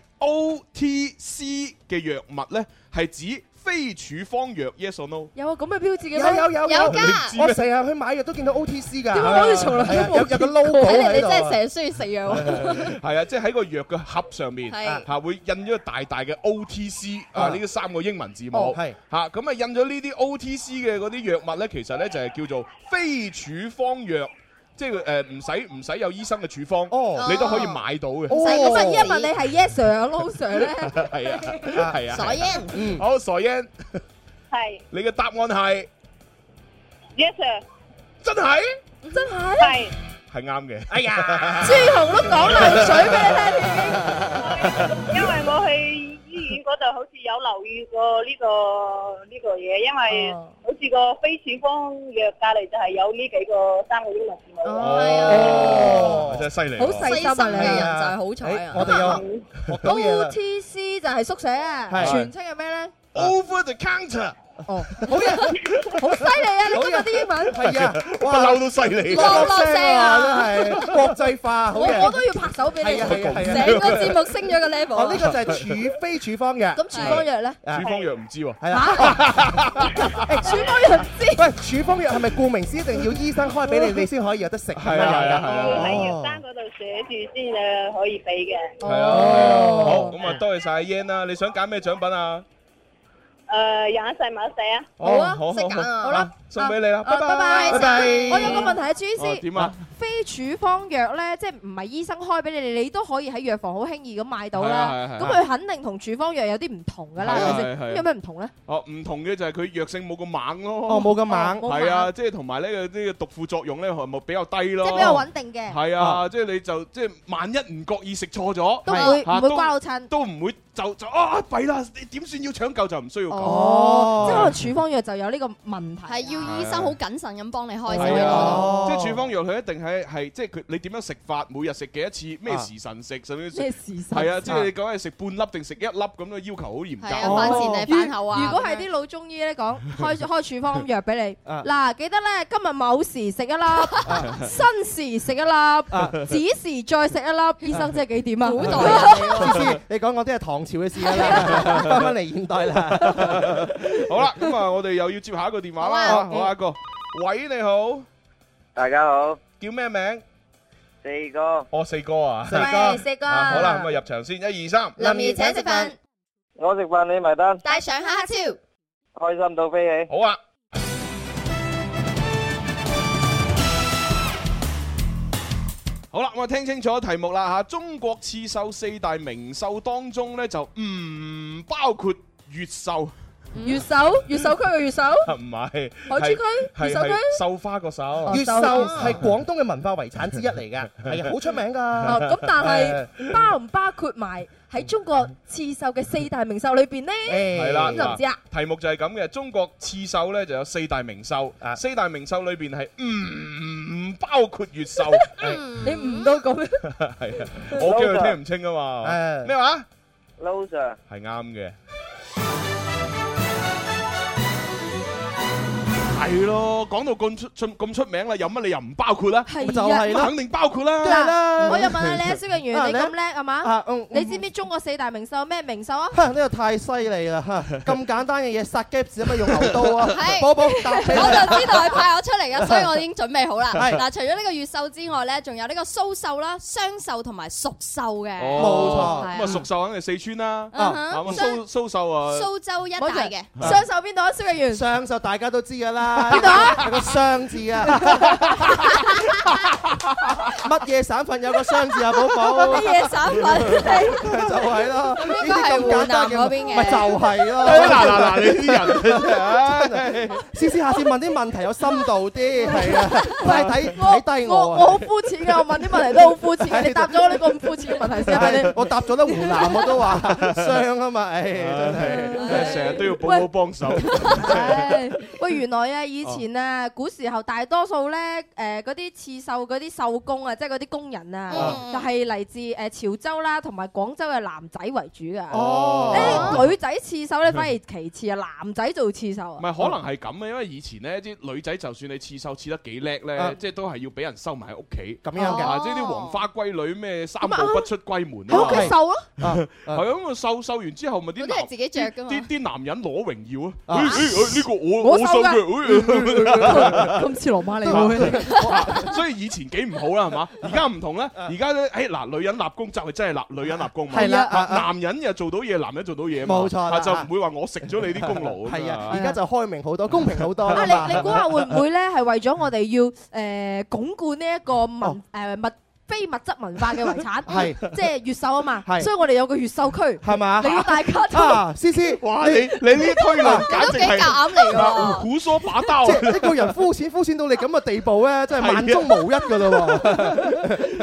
Speaker 6: OTC 嘅藥物咧，係指非處方藥，yes or no？
Speaker 8: 有啊，咁嘅標誌嘅咩
Speaker 7: 有有有有
Speaker 6: 㗎
Speaker 7: 我成日去買藥都見到 O T C
Speaker 8: 點
Speaker 7: 㗎，
Speaker 8: 解我好似從來都冇
Speaker 7: 係啊啊有有個 logo
Speaker 9: 睇嚟你真
Speaker 7: 喺度
Speaker 9: 係
Speaker 7: 啊。
Speaker 9: 成日需要食藥喎。
Speaker 6: 係啊，即係喺個藥嘅盒上面
Speaker 9: 係
Speaker 6: 嚇會印咗個大大嘅 OTC 啊
Speaker 7: 啊
Speaker 6: 呢三個英文字母
Speaker 7: 哦係
Speaker 6: 嚇，咁啊印咗呢啲 OTC 嘅嗰啲藥物咧，其實咧就係叫做非處方藥。即係誒唔使唔使有醫生嘅處方，
Speaker 7: 哦
Speaker 6: 你都可以買到嘅。
Speaker 7: 哦
Speaker 8: 咁啊，依家問你係 yes sir、no sir 咧？
Speaker 6: 係啊，係啊。
Speaker 9: 傻
Speaker 6: 係啊
Speaker 9: Yan，
Speaker 7: 嗯，
Speaker 6: 好，傻欣，
Speaker 12: 係
Speaker 6: 你嘅答案係
Speaker 12: yes sir，
Speaker 6: 真係
Speaker 8: 真係
Speaker 12: 係
Speaker 6: 係啱嘅。
Speaker 7: 哎呀，
Speaker 8: 朱紅都講漏水俾你聽添。
Speaker 12: 因為我去醫院嗰度好似有留意過呢、個呢、個嘢，因為
Speaker 8: 哦
Speaker 12: 好似個非處方藥隔離就係有呢幾個三個英文字母。
Speaker 6: 哦，真係犀利喎。哎
Speaker 8: 好細啊
Speaker 9: 細心嘅人就係好彩
Speaker 7: 誒
Speaker 9: 啊！
Speaker 7: 我哋有學到嘢
Speaker 6: 啊
Speaker 7: 啦。
Speaker 8: OTC 就係縮寫啊，
Speaker 7: 係
Speaker 8: 全稱係咩咧？
Speaker 6: Over the counter，
Speaker 8: 哦，好嘢，好犀利啊！你今日啲英文，
Speaker 7: 係啊，
Speaker 6: 不
Speaker 7: 哇！
Speaker 6: 嬲都犀利。
Speaker 9: 落落聲啊！
Speaker 7: 真係國際化，好
Speaker 8: 我我
Speaker 7: 嘅。
Speaker 8: 都要拍手俾你
Speaker 7: 係啊，係啊係啊
Speaker 9: 成個節目升咗個 level
Speaker 7: 哦，
Speaker 9: 啊
Speaker 7: 呢。個就係處非處方藥。
Speaker 8: 咁處方藥咧？
Speaker 6: 啊處方藥唔知喎。
Speaker 7: 係啦。
Speaker 8: 處方藥唔知
Speaker 7: 喂，處方藥係咪顧名思一定要醫生開俾你，你先可以有得食？
Speaker 6: 係啊係
Speaker 12: 要
Speaker 6: 啊係啊。
Speaker 7: 哦
Speaker 12: 喺藥單嗰度寫住先啊，可以俾嘅。
Speaker 6: 係啊，
Speaker 8: 哦
Speaker 6: 好咁啊，多謝晒 Yan 啦！你想揀咩獎品啊？
Speaker 12: 誒，廿一世買死啊！
Speaker 8: 好啊
Speaker 6: 哦好
Speaker 9: 識揀啊
Speaker 8: 好啦，
Speaker 6: 送俾你啦，
Speaker 8: 啊
Speaker 6: 拜
Speaker 8: 拜拜
Speaker 6: 拜拜。
Speaker 8: 我有個問題啊，朱醫
Speaker 6: 哦
Speaker 8: 師，
Speaker 6: 點啊？
Speaker 8: 非處方藥咧，即係唔係醫生開俾你，你都可以喺藥房好輕易咁買到
Speaker 6: 係啊係啊
Speaker 8: 啦。
Speaker 6: 係
Speaker 8: 咁
Speaker 6: 啊
Speaker 8: 佢肯定同處方藥有啲唔同㗎啦，
Speaker 6: 係啊
Speaker 8: 係咪先？
Speaker 6: 係啊係啊
Speaker 8: 咁有咩唔同咧？
Speaker 6: 哦，唔同嘅就係佢藥性冇咁猛咯。
Speaker 7: 哦，冇咁猛。
Speaker 8: 冇
Speaker 6: 係啊，即係同埋呢個呢個毒副作用咧，係咪比較低咯？
Speaker 8: 即係比較穩定嘅，
Speaker 6: 係啊，即係你就即係萬一唔覺意食錯咗，
Speaker 8: 都會
Speaker 6: 係啊
Speaker 8: 唔會瓜老襯。
Speaker 6: 都唔會就就啊弊啦！你點算要搶救就唔需要咁。
Speaker 8: 哦，即係可能處方藥就有呢個問題，
Speaker 9: 係要醫生好謹慎咁幫你開先可以
Speaker 6: 係
Speaker 9: 攞到。
Speaker 6: 啊，
Speaker 7: 哦
Speaker 6: 即係處方藥佢一定係咧係即係佢你點樣食法，每日食幾多次，咩
Speaker 13: 啊
Speaker 6: 時辰食， 甚至
Speaker 8: 咩時辰
Speaker 6: 係啊，
Speaker 8: 食
Speaker 6: 即係你講係食半粒定食一粒咁樣要求好嚴格。
Speaker 9: 係啊飯前定係飯後啊
Speaker 8: 哦如果係啲老中醫咧講，開 開處方咁藥俾你，
Speaker 6: 啊
Speaker 8: 嗱記得咧今日某時食一粒，新時食一
Speaker 6: 啊
Speaker 8: 粒，子時再食一粒，醫生即係幾點啊？古代
Speaker 7: 思思，你講嗰啲係唐朝嘅 事啦，翻返嚟現代啦。
Speaker 6: 好啦，咁啊，我哋又要接下一個電話啦，
Speaker 7: 好啊
Speaker 6: 好下一個，喂，你好，
Speaker 14: 大家好，
Speaker 6: 叫咩名？
Speaker 14: 四哥，
Speaker 6: 哦，四哥啊，
Speaker 14: 四哥喂四哥
Speaker 6: 啊好啦，咁啊入場先，一二三，
Speaker 14: 怡請食飯，我食飯你埋單，
Speaker 9: 帶上哈哈超，
Speaker 14: 開心到飛起。
Speaker 6: 好啊。好啦，咁啊聽清楚題目啦吓，中國刺繡四大名繡當中咧就唔包括越繡。
Speaker 8: 越秀越秀區嘅越秀，
Speaker 6: 唔係
Speaker 8: 海珠區
Speaker 6: 係
Speaker 8: 越秀區
Speaker 6: 係繡花個手，
Speaker 7: 越秀係廣東嘅文化遺產之一嚟 㗎，係啊，好出名㗎。
Speaker 8: 哦咁但係包唔包括埋喺中國刺繡嘅四大名繡裏邊呢？
Speaker 6: 係啦，
Speaker 8: 咁就唔知啦。
Speaker 6: 題目就係咁嘅，中國刺繡咧就有四大名繡，四大名繡裏邊係唔包括 越繡，
Speaker 8: 嗯你唔到咁，
Speaker 6: 係啊，我驚佢聽唔清啊嘛。咩話
Speaker 14: ？Loser，
Speaker 6: 係啱嘅。係咯，講到咁出咁出名啦，有乜理由唔包括啦？
Speaker 8: 係啊就係啦
Speaker 6: 肯定包括啦。
Speaker 8: 嗱，我又問下你啊，蕭敬
Speaker 7: 啊
Speaker 8: 元，你
Speaker 7: 你
Speaker 8: 咁叻係嘛
Speaker 7: 啊嗯？
Speaker 8: 你知唔知中國四大名繡有咩名繡啊？
Speaker 7: 嚇呢個太犀利啦！嚇咁簡單嘅嘢，殺雞只可以用牛刀啊！寶寶答
Speaker 9: 我
Speaker 7: 你
Speaker 9: 就知道佢派我出嚟嘅，所以我已經準備好啦。
Speaker 7: 係
Speaker 9: 嗱，除咗呢個越秀之外咧，仲有呢個蘇秀啦、雙秀同埋蜀秀嘅，
Speaker 6: 哦
Speaker 9: 係啊
Speaker 6: 咁啊，蜀秀肯定係四川啦，
Speaker 9: 嗯
Speaker 6: 咁
Speaker 9: 哼
Speaker 6: 啊蘇蘇秀
Speaker 13: Ờ,
Speaker 6: 啊，
Speaker 9: 蘇州一帶嘅。
Speaker 6: 係
Speaker 8: 雙手邊度啊，蕭敬元？
Speaker 7: 雙手大家都知㗎啦，
Speaker 8: 邊度啊
Speaker 7: 有個雙字 啊！乜嘢省份有個雙字啊，寶寶？
Speaker 10: 乜嘢省份
Speaker 7: 就係咯，呢
Speaker 10: 應
Speaker 7: 啲
Speaker 10: 該係
Speaker 7: 咁簡單
Speaker 10: 湖南嗰邊嘅
Speaker 7: 咪就係 咯。
Speaker 10: 哎
Speaker 6: 嗱嗱嗱你啲人真係 唉
Speaker 7: 真係思思下次問啲問題有深度啲，係啊，快睇睇低我
Speaker 8: 我
Speaker 7: 啊！
Speaker 8: 我好膚淺嘅，我問啲問題都好膚淺嘅，你答咗我呢個咁膚淺嘅問
Speaker 7: Dạ.
Speaker 8: 題先係咪你？
Speaker 7: 我答咗得湖南我都話 傷啊嘛，唉，真係
Speaker 6: 真係成日都要寶寶幫手。
Speaker 8: 唉喂，原來啊，以前
Speaker 10: 哦
Speaker 8: 啊，古時候大多數咧，誒嗰啲刺繡嗰啲繡工啊，即係嗰啲工人啊，
Speaker 10: 嗯
Speaker 8: 就係嚟自誒潮州啦，同埋廣州嘅男仔為主噶。
Speaker 6: 哦
Speaker 8: 誒女仔刺
Speaker 10: 嗯
Speaker 8: 繡咧反而其次啊，男仔做刺繡啊。
Speaker 6: 唔係可能係咁嘅，因為以前咧啲女仔就算你刺繡刺得幾叻
Speaker 7: 啊
Speaker 6: 咧，即係都係要俾人收埋喺屋企。
Speaker 7: 咁樣嘅
Speaker 6: 啊即係啲黃花閨女咩三步不出閨門啊嘛。
Speaker 8: 佢瘦 咯，
Speaker 6: 係咁啊，瘦瘦完之後咪啲
Speaker 8: 嗰啲係
Speaker 6: 男
Speaker 8: 自己著㗎嘛
Speaker 6: 啲啲男人攞榮耀
Speaker 7: 啊
Speaker 6: 啊！誒誒呢個我
Speaker 8: 我
Speaker 6: 我
Speaker 8: 瘦
Speaker 6: 收
Speaker 8: 㗎
Speaker 6: 嘅，
Speaker 8: 咁似羅馬尼
Speaker 6: 哎所以以前幾唔好啦，係嘛？而家唔同咧，而家咧，誒嗱，女人立功就係真係立女人立功嘛，
Speaker 7: 係啦啊
Speaker 6: 啊
Speaker 7: 啊
Speaker 6: 男人又做到嘢，男人做到嘢嘛，
Speaker 7: 冇錯啦
Speaker 6: 啊就唔會話我食咗你啲功 勞咁樣。
Speaker 7: 係啊，而家就開明好多，公平好多
Speaker 8: 啊！
Speaker 7: 啊 嘛
Speaker 8: 你你估下會唔會咧係為咗我哋要誒鞏固呢一個文誒物非物質文化嘅遺產，
Speaker 7: 係
Speaker 8: 即係越秀啊嘛，
Speaker 7: 係
Speaker 8: 所以我哋有個越秀區，
Speaker 7: 係嘛？
Speaker 8: 你要大家都
Speaker 7: 啊，思思，
Speaker 6: 哇！你你呢推論簡直係
Speaker 7: 啊
Speaker 6: 胡說八道
Speaker 7: 即。係一個人膚淺膚淺到你咁嘅地步咧，真係萬中無一噶 啦
Speaker 6: 啊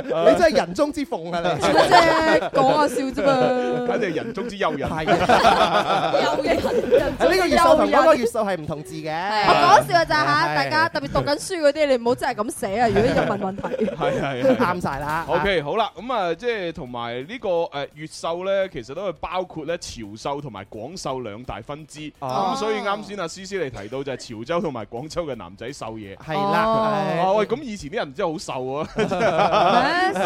Speaker 7: 喎！你真係人中之鳳 啊！你
Speaker 8: 即係講下笑啫嘛，
Speaker 6: 簡直係人中之幽人。
Speaker 7: 啊 呢個越秀同嗰個越秀係唔同字嘅。
Speaker 8: 我講笑㗎咋嚇，
Speaker 7: 係
Speaker 8: 大家特別讀緊書嗰啲，你唔好真係咁寫啊！如果有問問題，
Speaker 6: 係係係
Speaker 7: 啱晒啦啊
Speaker 6: OK，好啦，咁啊，即係同埋呢個誒越秀咧，其實都係包括咧潮繡同埋廣繡兩大分支。
Speaker 7: 哦
Speaker 6: 咁所以啱先阿啊思思你提到就係潮州同埋廣州嘅男仔繡嘢。
Speaker 7: 係啦哦
Speaker 6: 哦喂，咁以前啲人真係好瘦 啊！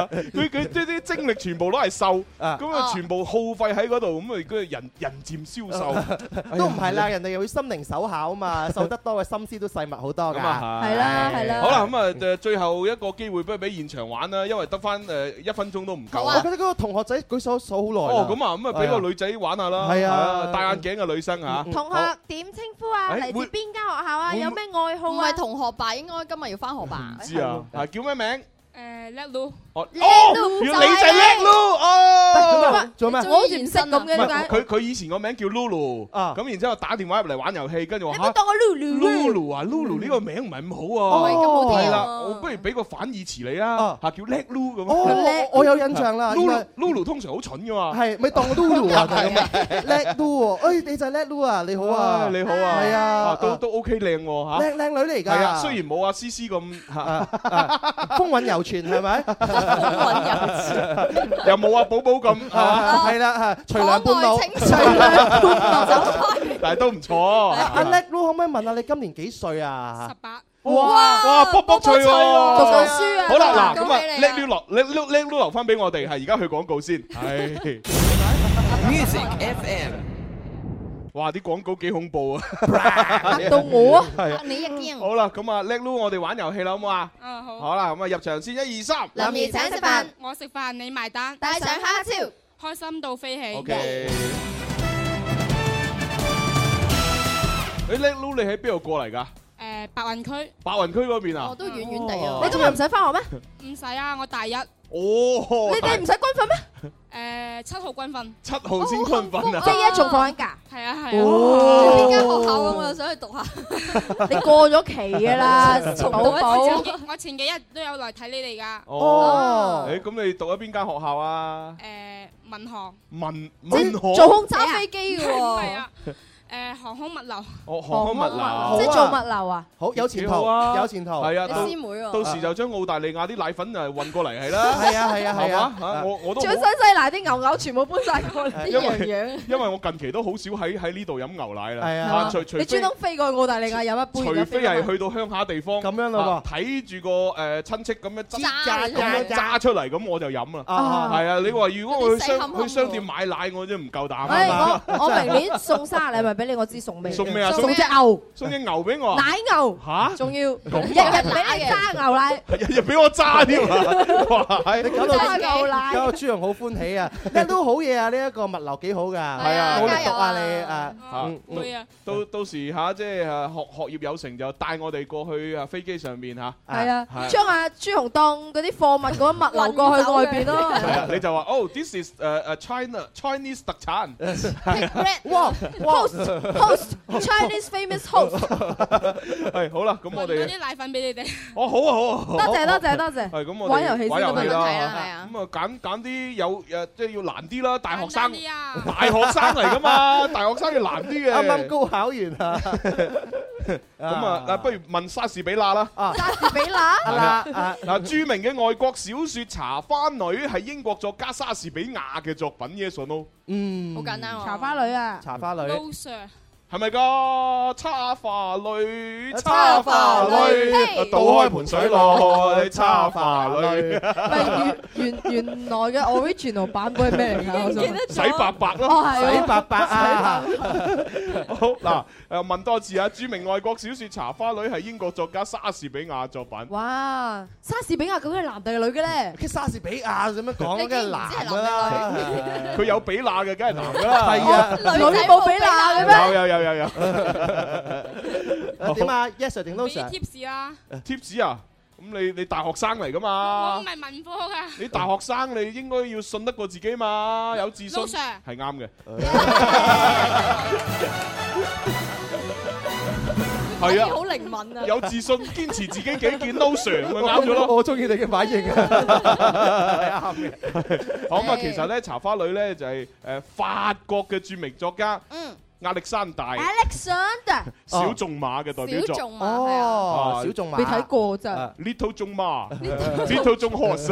Speaker 6: 佢佢即係啲精力全部攞嚟瘦，咁啊全部耗費喺嗰度，咁啊佢人人漸消 瘦。
Speaker 7: 都唔係啦，人哋又要心靈手巧啊嘛， 受得多嘅心思都細密好多㗎。
Speaker 6: 咁啊係好啦，咁啊，誒最後一個機會不如俾現場玩啦，因為得翻誒一分鐘都唔夠
Speaker 7: 我
Speaker 6: 啊
Speaker 7: 覺。得嗰個同學仔舉手數好耐啦。
Speaker 6: 哦，咁啊，咁啊，俾個女仔玩下啦。
Speaker 7: 係啊嗯
Speaker 6: 戴眼鏡嘅女生啊。
Speaker 8: 同學點稱呼啊？
Speaker 6: 誒
Speaker 8: 嚟
Speaker 6: 會
Speaker 8: 自邊間學校啊？
Speaker 6: 會
Speaker 8: 有咩愛好
Speaker 9: 唔
Speaker 8: 啊
Speaker 9: 係？同學吧，應該今日要翻學吧
Speaker 6: 唔？知啊，啊叫咩名？
Speaker 13: 誒
Speaker 15: 誒，
Speaker 13: 叻佬，
Speaker 6: 哦，
Speaker 13: 叻
Speaker 6: 哦原來你就係叻佬哦。
Speaker 7: 做
Speaker 13: 啊咩我好似唔識咁嘅，
Speaker 6: 唔
Speaker 13: 點
Speaker 6: 係
Speaker 13: 解？
Speaker 6: 佢佢以前個名叫 Lulu，咁
Speaker 7: 啊
Speaker 6: 然之後打電話入嚟玩遊戲，跟住話嚇
Speaker 13: 當我 Lulu 哦啊
Speaker 6: Lulu 啊
Speaker 7: 嗯
Speaker 6: Lulu 呢個名唔係咁好
Speaker 7: 唔
Speaker 6: 啊，
Speaker 7: 係咁好聽啊
Speaker 6: 係啦，我不如俾個反義詞你啊，嚇叫叻 Lulu 咁。
Speaker 7: 哦叻我有印象啦原來
Speaker 6: Lulu Lulu 通常好蠢噶嘛，
Speaker 7: 係咪當我 Lulu 啊？
Speaker 6: 係
Speaker 7: 咁啊叻 Lulu 喎，哎你就係叻 Lulu 啊！你好啊，
Speaker 6: 唉你好啊，
Speaker 7: 係啊，
Speaker 6: 都都 OK 靚喎嚇，
Speaker 7: 靚靚女嚟㗎啊
Speaker 6: 係啊，雖然冇阿思思咁嚇。
Speaker 7: 風韻猶存係咪？
Speaker 6: 又冇阿寶寶咁，
Speaker 7: 啊係啦，係徐良半路，
Speaker 6: 但係都唔錯。
Speaker 7: 阿叻 Lulu 可唔可以問下你今年幾歲啊？十八。
Speaker 6: 哇哇，卜卜脆喎，
Speaker 7: 讀緊書啊
Speaker 6: 好啦，嗱
Speaker 7: 恭喜
Speaker 6: 咁啊，
Speaker 7: 你
Speaker 6: 叻溜落，叻溜叻溜留翻俾我哋，係而家去廣告先。係
Speaker 15: Music FM，
Speaker 6: 哇，啲廣告幾恐怖啊！
Speaker 8: 嚇到我啊
Speaker 6: 係
Speaker 8: 嚇你一驚
Speaker 6: 好啦，咁啊，叻溜，我哋玩遊戲啦，好唔好啊？
Speaker 13: 啊好
Speaker 6: 好啦，咁啊，入場先，一二三。
Speaker 13: 林怡請食飯，我食飯你埋單，帶上蝦超，開心到飛起。
Speaker 6: O K。誒，叻溜，你喺邊度過嚟㗎？
Speaker 13: 誒白雲區，
Speaker 6: 白雲區嗰邊啊？
Speaker 13: 我都遠遠地啊
Speaker 6: 哦。
Speaker 8: 你中日唔使翻學咩？
Speaker 13: 唔使啊，我大一。
Speaker 6: 哦，
Speaker 8: 你哋唔使軍訓咩？
Speaker 13: 誒七號軍訓，
Speaker 6: 七號先軍訓啊！
Speaker 8: 即係而家仲放緊假。
Speaker 13: 係啊係啊。
Speaker 8: 哦
Speaker 13: 間學校啊，我就想去讀下。
Speaker 8: 你過咗期㗎啦，寶寶
Speaker 13: 我。前幾我前幾日都有嚟睇你哋㗎。
Speaker 6: 哦，誒，咁你讀咗邊間學校啊？
Speaker 13: 誒民航。
Speaker 6: 文文學
Speaker 8: 仔啊
Speaker 13: 揸飛機嘅
Speaker 8: 唔
Speaker 13: 喎
Speaker 8: 係啊。
Speaker 13: 誒航空物流。
Speaker 6: 哦，航空物流，
Speaker 8: 即係做物流啊？
Speaker 7: 好有前
Speaker 6: 幾好
Speaker 7: 途
Speaker 6: 啊，
Speaker 7: 有前途。
Speaker 6: 係啊，
Speaker 13: 你
Speaker 6: 到
Speaker 13: 師妹喎
Speaker 6: 到時就將澳大利亞啲奶粉誒運過嚟係啦。
Speaker 7: 係啊係啊係啊
Speaker 6: 係嘛啊我我都
Speaker 8: 將
Speaker 6: 好
Speaker 8: 新西蘭啲牛牛全部搬晒過嚟，
Speaker 6: 因
Speaker 8: 啲羊
Speaker 6: 為
Speaker 8: 羊。
Speaker 6: 因為我近期都好少喺喺呢度飲牛奶啦。
Speaker 7: 係啊
Speaker 6: 除除
Speaker 8: 你
Speaker 6: 非
Speaker 8: 專登飛過去澳大利亞飲一杯，
Speaker 6: 除
Speaker 8: 然後
Speaker 6: 非
Speaker 8: 過去
Speaker 6: 係去到鄉下地方咁樣
Speaker 7: 咯喎
Speaker 6: 睇住個誒親戚咁樣
Speaker 8: 揸
Speaker 6: 咁樣
Speaker 8: 揸
Speaker 6: 揸出嚟，咁我就飲啦。
Speaker 8: 啊
Speaker 6: 係啊，你話如果我去
Speaker 8: 嗰啲細冚
Speaker 6: 商
Speaker 8: 冚
Speaker 6: 去商店買奶，我真係唔夠膽。
Speaker 8: 唉， 我我明年送生日禮物俾你，我知送咩？
Speaker 6: 送咩啊
Speaker 8: 送
Speaker 6: 送
Speaker 8: 只牛，
Speaker 6: 送隻牛俾我啊。
Speaker 8: 奶牛。
Speaker 6: 嚇！
Speaker 8: 仲要日日俾
Speaker 6: 咁
Speaker 8: 你
Speaker 6: 啊
Speaker 8: 揸牛奶，
Speaker 6: 日日俾我揸添 啊！哇！
Speaker 7: 你搞到
Speaker 8: 揸牛奶
Speaker 7: 搞到朱容好歡喜啊！你都好嘢啊！呢一個物流幾好㗎，係
Speaker 6: 啊
Speaker 7: 我
Speaker 6: 加
Speaker 7: 哋
Speaker 6: 油
Speaker 7: 讀
Speaker 6: 啊
Speaker 7: 下你啊，
Speaker 6: 啊
Speaker 7: 嗯嗯
Speaker 13: 會啊
Speaker 6: 到到時嚇，即係誒學學業有成就帶我哋過去啊飛機上面嚇。
Speaker 8: 係啊，
Speaker 6: 係
Speaker 8: 將阿朱紅當嗰啲貨物嗰啲物流過去外 邊咯。
Speaker 6: 係啊，你就話哦，this is 誒誒 China Chinese 特產。
Speaker 8: 哇，host host Chinese famous host，
Speaker 6: 係好啦，咁我
Speaker 13: 嗰
Speaker 6: 哋
Speaker 13: 啲奶粉俾你哋。
Speaker 6: 哦好啊好啊好啊，
Speaker 8: 多謝多謝多謝
Speaker 6: 係咁我哋
Speaker 8: 玩遊戲先
Speaker 6: 玩遊
Speaker 8: 都冇問
Speaker 6: 戲
Speaker 8: 題
Speaker 13: 啦係
Speaker 6: 啦
Speaker 13: 啊，
Speaker 6: 咁啊揀揀啲有誒即係要難啲啦，大學生
Speaker 13: 簡單啲啊
Speaker 6: 大學生嚟噶嘛，大學生要難啲嘅。
Speaker 7: 啱啱高考完啊，
Speaker 6: 咁 啊，嗱不如問莎士比亞啦。
Speaker 8: 莎士比
Speaker 6: 係
Speaker 8: 亞，
Speaker 6: 啦，嗱，著名嘅外國小説《茶花女》係英國作家莎士比亞嘅作品，yes or no？
Speaker 7: 嗯，
Speaker 13: 好簡單喎。
Speaker 8: 茶花女啊，
Speaker 7: 茶花女，
Speaker 13: No sir。
Speaker 6: 係咪噶？叉花女，
Speaker 7: 叉
Speaker 8: 花女嘿
Speaker 6: 倒開盆水落去，叉花女，
Speaker 8: 原原來嘅 original 版本係 咩嚟㗎？我想問
Speaker 6: 洗白白
Speaker 8: 哦
Speaker 6: 咯，
Speaker 8: 係喎洗白
Speaker 7: 白 啊！
Speaker 6: 好嗱，誒問多次啊，著名外國小説《茶花女》係英國作家莎士比亞作品。
Speaker 8: 哇，莎士比亞究竟係男定係女嘅咧？
Speaker 7: 佢莎士比亞咁樣講，梗係男㗎啦，
Speaker 6: 佢有比那嘅，梗係男噶啦。
Speaker 7: 係
Speaker 5: 哦
Speaker 7: 啊
Speaker 8: 女冇比乸嘅咩？
Speaker 6: 有有有有有。
Speaker 7: 啊 點啊？Yes sir 定 No
Speaker 13: 俾
Speaker 7: sir？
Speaker 13: 啲 tips 啦。
Speaker 6: tips 啊？咁你你大學生嚟噶
Speaker 13: 我
Speaker 6: 嘛
Speaker 13: 唔？係文科㗎。
Speaker 6: 你大學生你應該要信得過自己嘛，有自信
Speaker 13: No, sir
Speaker 6: 係 啱嘅。係
Speaker 13: 好
Speaker 6: 啊，
Speaker 13: 靈敏啊！
Speaker 6: 有自信，堅持自己己見 no sir 咪啱咗
Speaker 7: 我
Speaker 6: 咯。
Speaker 7: 我中意你嘅反應啊，係啱嘅。
Speaker 6: 好咁啊，其實咧《茶花女》咧就係誒法國嘅著名作家
Speaker 8: 嗯
Speaker 6: 亞歷山大
Speaker 8: ，Alexander，
Speaker 6: 小仲馬嘅代表
Speaker 13: 小
Speaker 6: 作。
Speaker 13: 眾啊，係啊。
Speaker 7: 哦，小仲馬，
Speaker 8: 未睇過咋？
Speaker 6: 啊 Little 仲馬，Little 仲 horse，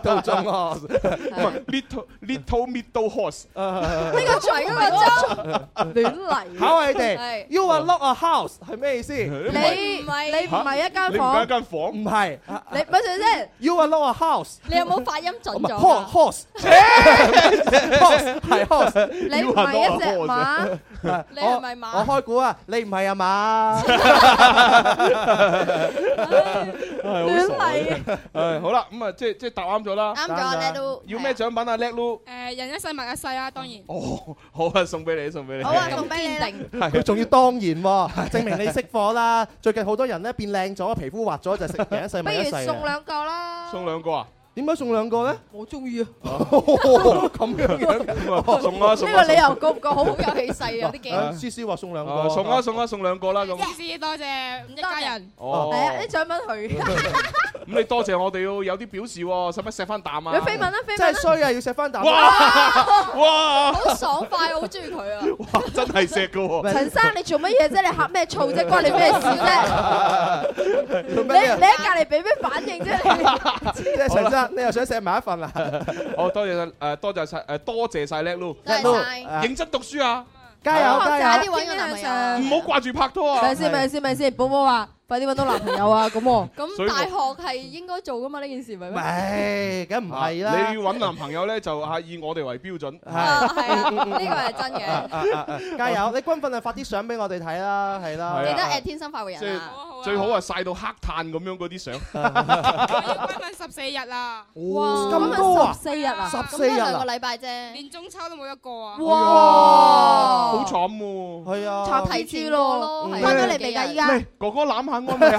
Speaker 7: 到中哦，
Speaker 6: 唔係 Little Little Middle horse。
Speaker 7: 啊
Speaker 8: 呢個 嘴嗰個鐘亂
Speaker 7: 考
Speaker 8: 嚟。
Speaker 7: 下你哋
Speaker 8: 係
Speaker 7: ，You are not a house 係咩意思？
Speaker 8: 你你唔係一間
Speaker 6: 你唔係
Speaker 8: 房
Speaker 6: 一，間房，
Speaker 7: 唔係啊
Speaker 8: 你咪住先。
Speaker 7: ，You are not a house。
Speaker 9: 你有冇發音準
Speaker 7: 唔係
Speaker 9: 咗啊？
Speaker 7: horse，horse 係 horse， Ờ,
Speaker 8: 你唔係一隻馬，你係咪馬？
Speaker 7: 我開估啊，你唔係啊嘛？
Speaker 6: 亂嚟。誒啊好啦，咁啊，即係即係答啱咗啦。
Speaker 13: 啱咗啊叻佬
Speaker 6: 要咩獎品啊，叻佬？
Speaker 13: 誒人一世物一世啊，當然。
Speaker 6: 哦，好啊，送俾你，送俾你。
Speaker 13: 咁堅定。
Speaker 7: 佢仲要當然喎，證明你識貨啦。最近好多人咧變靚咗，皮膚滑咗就食人一世
Speaker 8: 不
Speaker 7: 咪
Speaker 8: 如
Speaker 7: 一世啊。
Speaker 8: 送兩個啦。
Speaker 6: 送兩個啊？
Speaker 7: 點解送兩個咧？
Speaker 8: 我中意啊！
Speaker 7: 咁樣
Speaker 6: 樣，送啊送啊。
Speaker 8: 呢個理由覺唔覺好有氣勢啊？啲
Speaker 7: 啊
Speaker 8: 鏡。
Speaker 7: 思思話送兩
Speaker 6: 啊
Speaker 7: 個，
Speaker 6: 送啊送啊送兩個啦 咁。
Speaker 13: 思思多謝一家人。
Speaker 6: 哦
Speaker 8: 係啊，啲獎品佢。
Speaker 6: 咁你多謝我哋要有啲表示喎，使唔使錫翻啖啊？
Speaker 8: 你飛吻啦，飛吻啦。
Speaker 7: 真係衰啊！要錫翻啖。
Speaker 6: 哇哇！
Speaker 8: 好爽快，我好中意佢啊！
Speaker 6: 哇， 真係錫噶 喎。
Speaker 8: 陳生，你做乜嘢啫？你呷咩醋啫？關你咩事啫？你 你喺隔離俾咩反應啫？
Speaker 7: 即係陳生，你又想錫埋一份啊？
Speaker 6: 好多謝晒誒，多謝晒誒，多謝晒叻佬，
Speaker 7: 叻佬多謝晒
Speaker 6: 認真讀書啊！
Speaker 7: 加油加油
Speaker 8: 快啲揾個男朋
Speaker 6: 唔
Speaker 8: 友。啊
Speaker 6: 好掛住拍拖啊！
Speaker 8: 咪先咪先咪先，寶寶話：快啲揾到男朋友啊！咁喎。
Speaker 6: 所
Speaker 9: 咁
Speaker 6: 以我
Speaker 9: 大學係應該做噶嘛？呢件事咪咩？
Speaker 7: 唉，梗唔係啦。
Speaker 6: 你要揾男朋友咧，就係以我哋為標準。
Speaker 7: 係
Speaker 9: 係啊，呢個係真嘅。
Speaker 6: À,
Speaker 7: 加油！你軍訓啊，發啲相俾我哋睇啦，係啦。
Speaker 6: 係
Speaker 9: 記得
Speaker 6: 啊
Speaker 9: at 天生快活人啊！
Speaker 6: 最好啊，曬到黑炭咁樣嗰啲相。
Speaker 13: 今晚十四日啦，
Speaker 9: 哇，
Speaker 7: 咁高啊
Speaker 9: 十四日啊，
Speaker 7: 14日啊
Speaker 9: 咁都兩個禮拜啫。
Speaker 13: 連中秋都冇得過啊！
Speaker 6: 哇！好慘喎。
Speaker 7: 係啊。
Speaker 8: 查提知咯，翻咗嚟未㗎？依家
Speaker 6: 嚟哥哥攬下安慰下。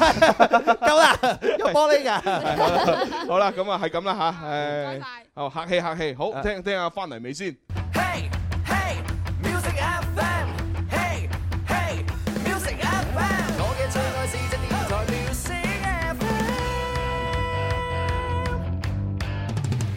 Speaker 7: 夠啦，有玻璃 㗎。
Speaker 6: 好啦，咁啊係咁啦吓，誒，哦客氣客氣，好聽聽下翻嚟未先。
Speaker 5: Music FM，Hey Hey Music FM，我嘅最愛是只電台 Music FM。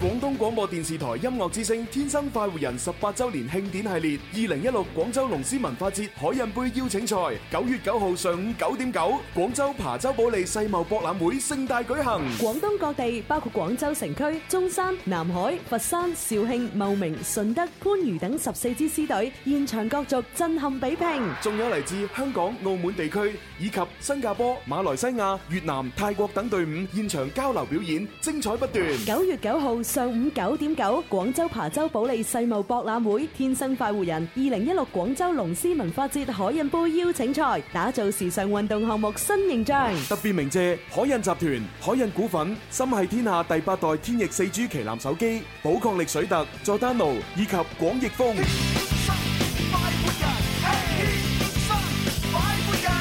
Speaker 3: 廣東廣播電視台音樂之聲《天生快活人》十八週年慶典系列，二零一六廣州龍獅文化節海印杯邀請賽，九月九號上午九點九，廣州琶洲保利世貿博覽會盛大舉行。
Speaker 4: 廣東各地包括廣州城區、中山、南海、佛山、肇慶、茂名、順德、番禺等十四支獅隊，現場角逐，震撼比拼。
Speaker 3: 仲有嚟自香港、澳門地區以及新加坡、馬來西亞、越南、泰國等隊伍現場交流表演，精彩不斷。
Speaker 4: 九月九號上午九點九，廣州琶洲保利世貿博覽會天生快活人二零一六廣州龍獅文化節海印杯邀請賽，打造時尚運動項目新形象。
Speaker 3: 特別鳴謝海印集團、海印股份、心係天下第八代天翼四 G 旗艦手機、寶礦力水特、佐丹奴以及廣益豐。
Speaker 5: 揸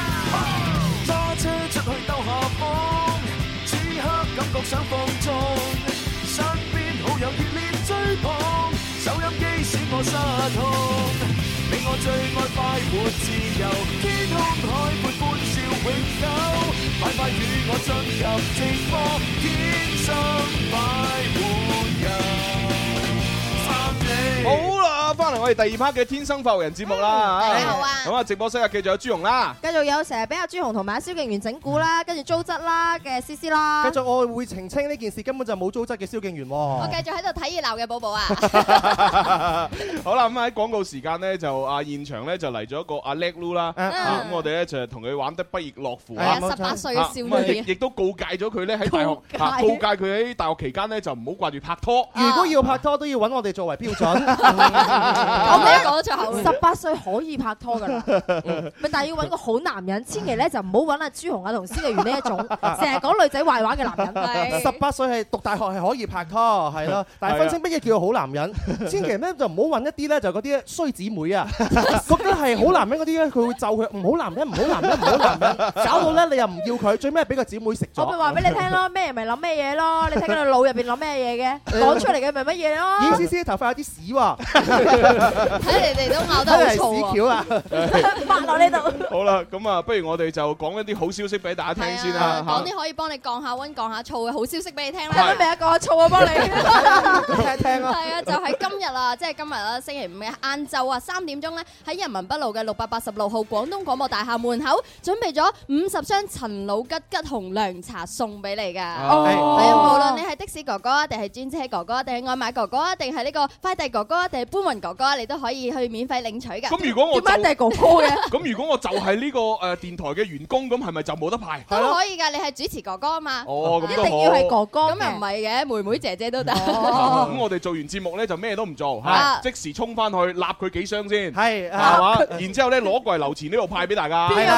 Speaker 5: 車出去兜下風，此刻感覺想放縱，身邊好友熱烈追捧，收音機使我失控。你我最愛快活自由，天空海闊歡笑永久，快快與我進入直播，天生快活人。翻你
Speaker 6: 好啦，翻嚟我哋第二 part 嘅天生發福人節目啦，
Speaker 8: 嗯大家好啊
Speaker 6: 咁啊，直播室啊，繼續有朱容啦。
Speaker 8: 繼續有成日俾阿朱紅同埋阿蕭敬元整蠱啦，跟住糟質啦嘅思思啦。
Speaker 7: 繼續，我會澄清呢件事根本就冇組織嘅蕭敬元
Speaker 9: 我
Speaker 7: 喎。
Speaker 9: 繼續喺度睇熱鬧嘅寶寶啊！
Speaker 6: 好啦，咁喺廣告時間咧，就啊現場咧就嚟咗一個阿叻 Lu 啦，啊咁我哋咧就同佢玩得不亦樂乎啊
Speaker 9: 係啊18歲嘅少女啊
Speaker 6: 啊咁啊亦亦都告誡咗佢咧喺大學
Speaker 9: 告誡
Speaker 6: 啊告誡佢喺大學期間咧就唔好掛住拍拖。
Speaker 7: 如果要拍拖，都要揾我哋作為標準。
Speaker 8: 我
Speaker 9: 哋都講得出口
Speaker 8: 十八歲可以拍拖㗎 啦，咪但係要揾個好男人，千祈咧就唔好揾阿朱紅啊同蕭敬元呢一種成日講女仔壞話嘅男人。
Speaker 7: 十八歲係讀大學係可以拍拖，係
Speaker 8: 啊
Speaker 7: 咯，但係分清乜嘢叫好 男人，千祈咧就唔好揾一啲咧就嗰啲衰姊妹啊，覺得係好男人嗰啲咧，佢會咒佢唔好男人，唔好男人，唔好男人， 搞到咧你又唔要佢，最尾係俾個姊妹食咗。
Speaker 8: 我咪話俾你
Speaker 7: ờ.
Speaker 8: 聽。 咯，咩咪諗咩嘢咯，你睇緊佢腦入邊諗咩嘢嘅，
Speaker 7: 誒
Speaker 8: 講出嚟嘅咪乜嘢咯。
Speaker 7: 咦，思思 E 頭髮有啲屎 喎，
Speaker 9: 睇你哋都咬得
Speaker 7: 真係
Speaker 9: 好
Speaker 7: 屎
Speaker 9: 燥
Speaker 7: 橋
Speaker 9: 啊！
Speaker 7: 啊！
Speaker 8: 抹落呢度。
Speaker 6: 好啦，咁啊，不如我哋就講一啲好消息俾大家聽先啦。嚇
Speaker 9: 啊講啲可以幫你降下温、降下燥嘅好消息俾你聽啦。
Speaker 8: 係咪啊？講醋啊，幫你。
Speaker 7: 聽聽啊！
Speaker 9: 係啊，就係今日啊，即係今日啦，星期五嘅晏晝啊，三點鐘咧，喺人民北路嘅六百八十六號廣東廣播大廈門口，準備咗五十箱陳老吉吉紅涼茶送俾你㗎。
Speaker 8: 哦
Speaker 9: 係啊，無論你係的士哥哥啊，定係專車哥哥啊，定係外賣哥哥啊，定係呢個快遞哥哥啊，定係搬運哥哥話，你都可以去免費領取㗎。
Speaker 6: 咁如果我
Speaker 9: 點解一定係哥哥嘅？
Speaker 6: 咁如果我就係呢個誒電台嘅員工，咁係咪就冇得派？
Speaker 9: 都可以㗎，你係主持哥哥啊嘛。
Speaker 6: 哦咁都好
Speaker 9: 一定要係哥哥。咁又唔係嘅，哦妹妹姐姐都得。
Speaker 6: 啊咁我哋做完節目咧就咩都唔做，嚇
Speaker 9: 啊
Speaker 6: 即時衝翻去立佢幾箱先，
Speaker 7: 係
Speaker 6: 係嘛？然之後咧攞過嚟留錢呢度派俾大家。
Speaker 7: 邊有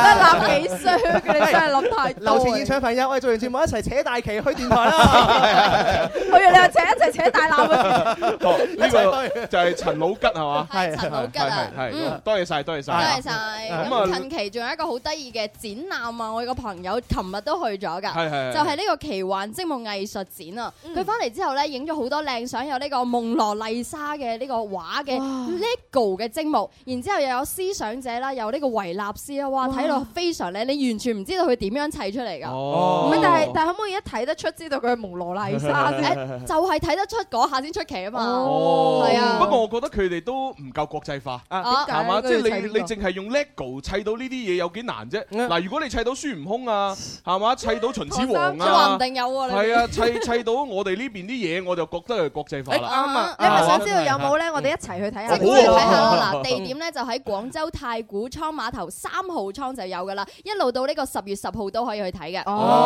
Speaker 8: 得立幾箱嘅你 真係
Speaker 7: 啊
Speaker 8: 諗太多
Speaker 7: 留前現場朋友，我哋做完節目一齊扯大旗去電台啦！
Speaker 8: 我以為你話扯一齊扯大攬啊！
Speaker 6: 哦呢個就係陳老吉係嘛？
Speaker 9: 係陳老吉啊
Speaker 6: 係係係
Speaker 9: 嗯
Speaker 6: 多謝晒，多謝晒，
Speaker 9: 多謝晒。
Speaker 6: 咁啊
Speaker 9: 咁近期仲有一個好得意嘅展覽啊，我有個朋友琴日都去咗㗎，
Speaker 6: 係係係嗯
Speaker 9: 就係呢個奇幻積木藝術展啊。佢翻嚟之後咧，影咗好多靚相，有呢個蒙羅麗莎嘅呢個畫嘅 LEGO 嘅積木，然之後又有思想者啦，有呢個維納斯啦，哇！
Speaker 8: 哇
Speaker 9: 睇落非常靚，你完全唔知道佢點樣砌出嚟㗎。
Speaker 6: 哦
Speaker 9: 啊
Speaker 8: 唔係，但係但係可唔可以一睇得出知道佢係蒙羅麗莎
Speaker 9: 誒就係睇得出嗰下先出奇啊嘛。
Speaker 6: 哦，
Speaker 9: 係啊。
Speaker 6: 不過我覺得佢哋都唔夠國際化，
Speaker 9: 啊點解
Speaker 6: 係嘛？即
Speaker 9: 佢哋
Speaker 6: 係
Speaker 9: 砌邊
Speaker 6: 你
Speaker 9: 個嗯
Speaker 6: 你淨係用 LEGO 砌到呢啲嘢有幾難啫？嗱，如果你砌到孫悟空啊，係嘛？砌到秦 始
Speaker 9: 真
Speaker 6: 皇
Speaker 9: 話
Speaker 6: 啊
Speaker 9: 唔，定有喎。你
Speaker 6: 係啊，砌砌到我哋呢邊啲嘢，我就覺得係國際化啦。
Speaker 8: 你係咪啊想知道有冇咧？
Speaker 6: 嗯
Speaker 8: 我哋一齊去睇下。
Speaker 6: 即係不如睇下
Speaker 9: 係
Speaker 6: 啦
Speaker 9: 啦，嗱，地點咧就喺廣州太古倉碼頭三號倉就有噶啦，一路到呢個十月十號都可以去睇嘅。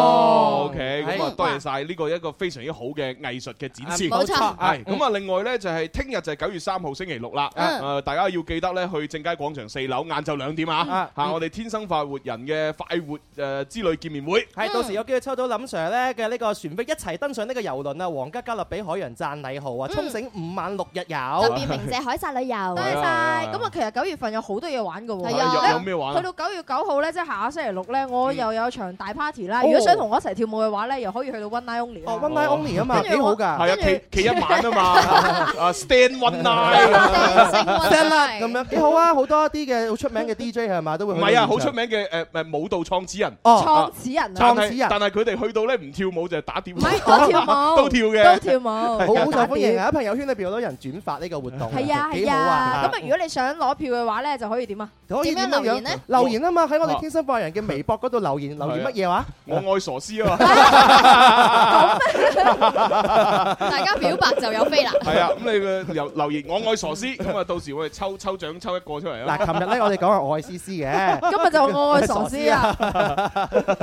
Speaker 6: 哦，OK，咁啊
Speaker 9: 係，
Speaker 6: 多謝晒呢個一個非常之好嘅藝術嘅展示。
Speaker 9: 冇錯
Speaker 6: 係咁啊，另外咧就係聽日就係九月三號星期六啦。
Speaker 9: 嗯
Speaker 6: 誒，大家要記得咧去正佳廣場四樓晏晝兩點啊
Speaker 7: 嗯，
Speaker 6: 嚇我哋天生快活人嘅快活誒之旅見面會。
Speaker 7: 係，到時有機會抽到林 Sir 咧嘅呢個船飛一齊登上呢個遊輪啊，皇家加勒比海洋讚禮號啊，沖繩五晚六日遊，
Speaker 9: 特別鳴謝海殺旅遊，多
Speaker 8: 多謝
Speaker 7: Dạ.
Speaker 8: 晒！咁
Speaker 7: 啊，
Speaker 8: 啊，其實九月份有好多嘢玩嘅喎。
Speaker 7: 係啊有有咩玩啊
Speaker 8: 去到九月九號咧，即係下個星期六咧，我
Speaker 7: Ừ.
Speaker 8: 又有場大 party 啦。
Speaker 7: 哦
Speaker 8: 如果想同我一齊跳舞嘅話咧，又可以去到 One Night Only à? 啦。
Speaker 7: 哦，One Night Only 啊嘛，
Speaker 8: 跟
Speaker 7: 幾
Speaker 8: 住
Speaker 7: 好
Speaker 8: 我
Speaker 7: 㗎，
Speaker 6: 係啊，企企一晚啊嘛，啊 stand one night
Speaker 7: 正啦，咁樣幾好啊，好多啲嘅好出名嘅 DJ 係嘛，都會
Speaker 6: 唔
Speaker 7: 去
Speaker 6: 係啊，
Speaker 7: 到
Speaker 6: 好
Speaker 7: 現
Speaker 6: 出
Speaker 7: 場
Speaker 6: 名嘅誒誒舞蹈創始人。
Speaker 7: 哦
Speaker 8: 創始人啊
Speaker 6: 但係
Speaker 8: 創始人
Speaker 6: 但係佢哋去到咧唔跳舞就係打碟。唔
Speaker 8: 係都跳舞
Speaker 6: 都跳嘅，
Speaker 8: 都跳舞
Speaker 7: 好好受歡迎啊！喺朋友圈裏邊好多人轉發呢個活動，
Speaker 8: 係啊
Speaker 7: 幾
Speaker 8: 係
Speaker 7: 好
Speaker 8: 啊。
Speaker 7: 啊！
Speaker 8: 咁啊，如果你想攞票嘅話咧，就可以點啊？
Speaker 7: 可以點樣樣留言啊嘛，喺我哋天生快人嘅微博嗰度留言，留言乜嘢話？
Speaker 6: 我愛傻師啊嘛。
Speaker 9: 大家表白就有飛啦。
Speaker 6: 係啊，咁你嘅留留言我愛傻師，咁啊到時我哋抽抽獎抽一個出嚟啊 啦。
Speaker 7: 嗱，琴日咧我哋講係我愛思思 嘅，
Speaker 8: 今日就我愛傻師啊！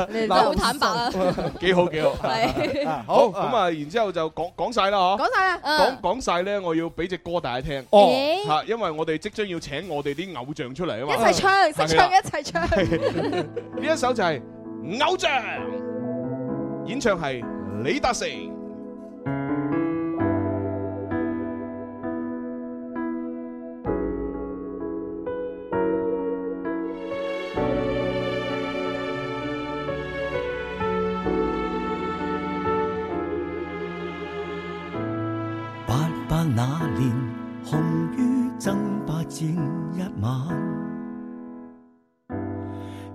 Speaker 8: 你哋真係好
Speaker 9: 坦白啊！
Speaker 6: 幾好幾好。
Speaker 8: 係
Speaker 6: 啊好咁啊，然之後就講講晒啦嗬。
Speaker 8: 講晒啦
Speaker 6: 講講晒咧，我要俾只歌大家聽。
Speaker 8: 哦咦
Speaker 6: 嚇因為我哋即將要請我哋啲偶像出嚟啊嘛。
Speaker 8: 一齊
Speaker 7: Ờ.
Speaker 8: 唱，識唱嘅
Speaker 6: 係啦
Speaker 8: 一齊唱。
Speaker 6: 呢一首就係《偶像》，演唱係李達成。
Speaker 16: 八八那年，紅於爭霸戰一晚，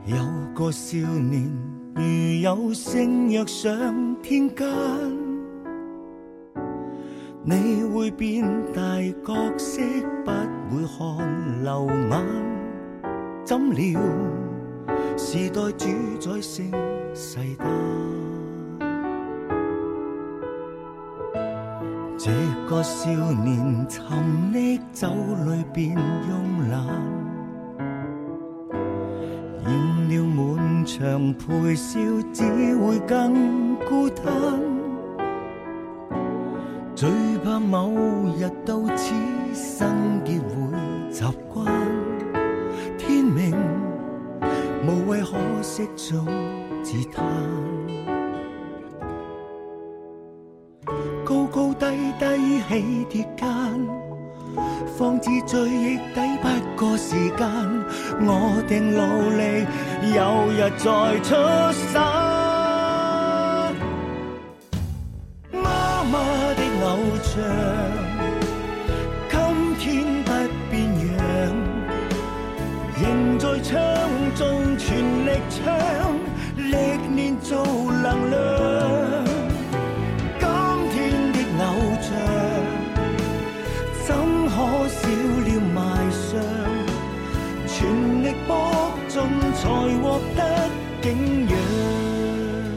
Speaker 16: 有個少年如有星躍上天間，你會變大角色，不會看流眼。怎料時代主宰盛世單。這個少年沉溺酒裏變慵懶，染了滿場陪笑，只會更孤單。最怕某日到此生結會習慣，天明無謂可惜早自嘆。高高低低起跌間，方知追憶抵不過時間。我定努力，有日再出手。媽媽的偶像，今天不變樣，仍在唱，盡全力唱，歷練做能量。今天的偶像，怎可少了賣相？全力搏盡才獲得景仰。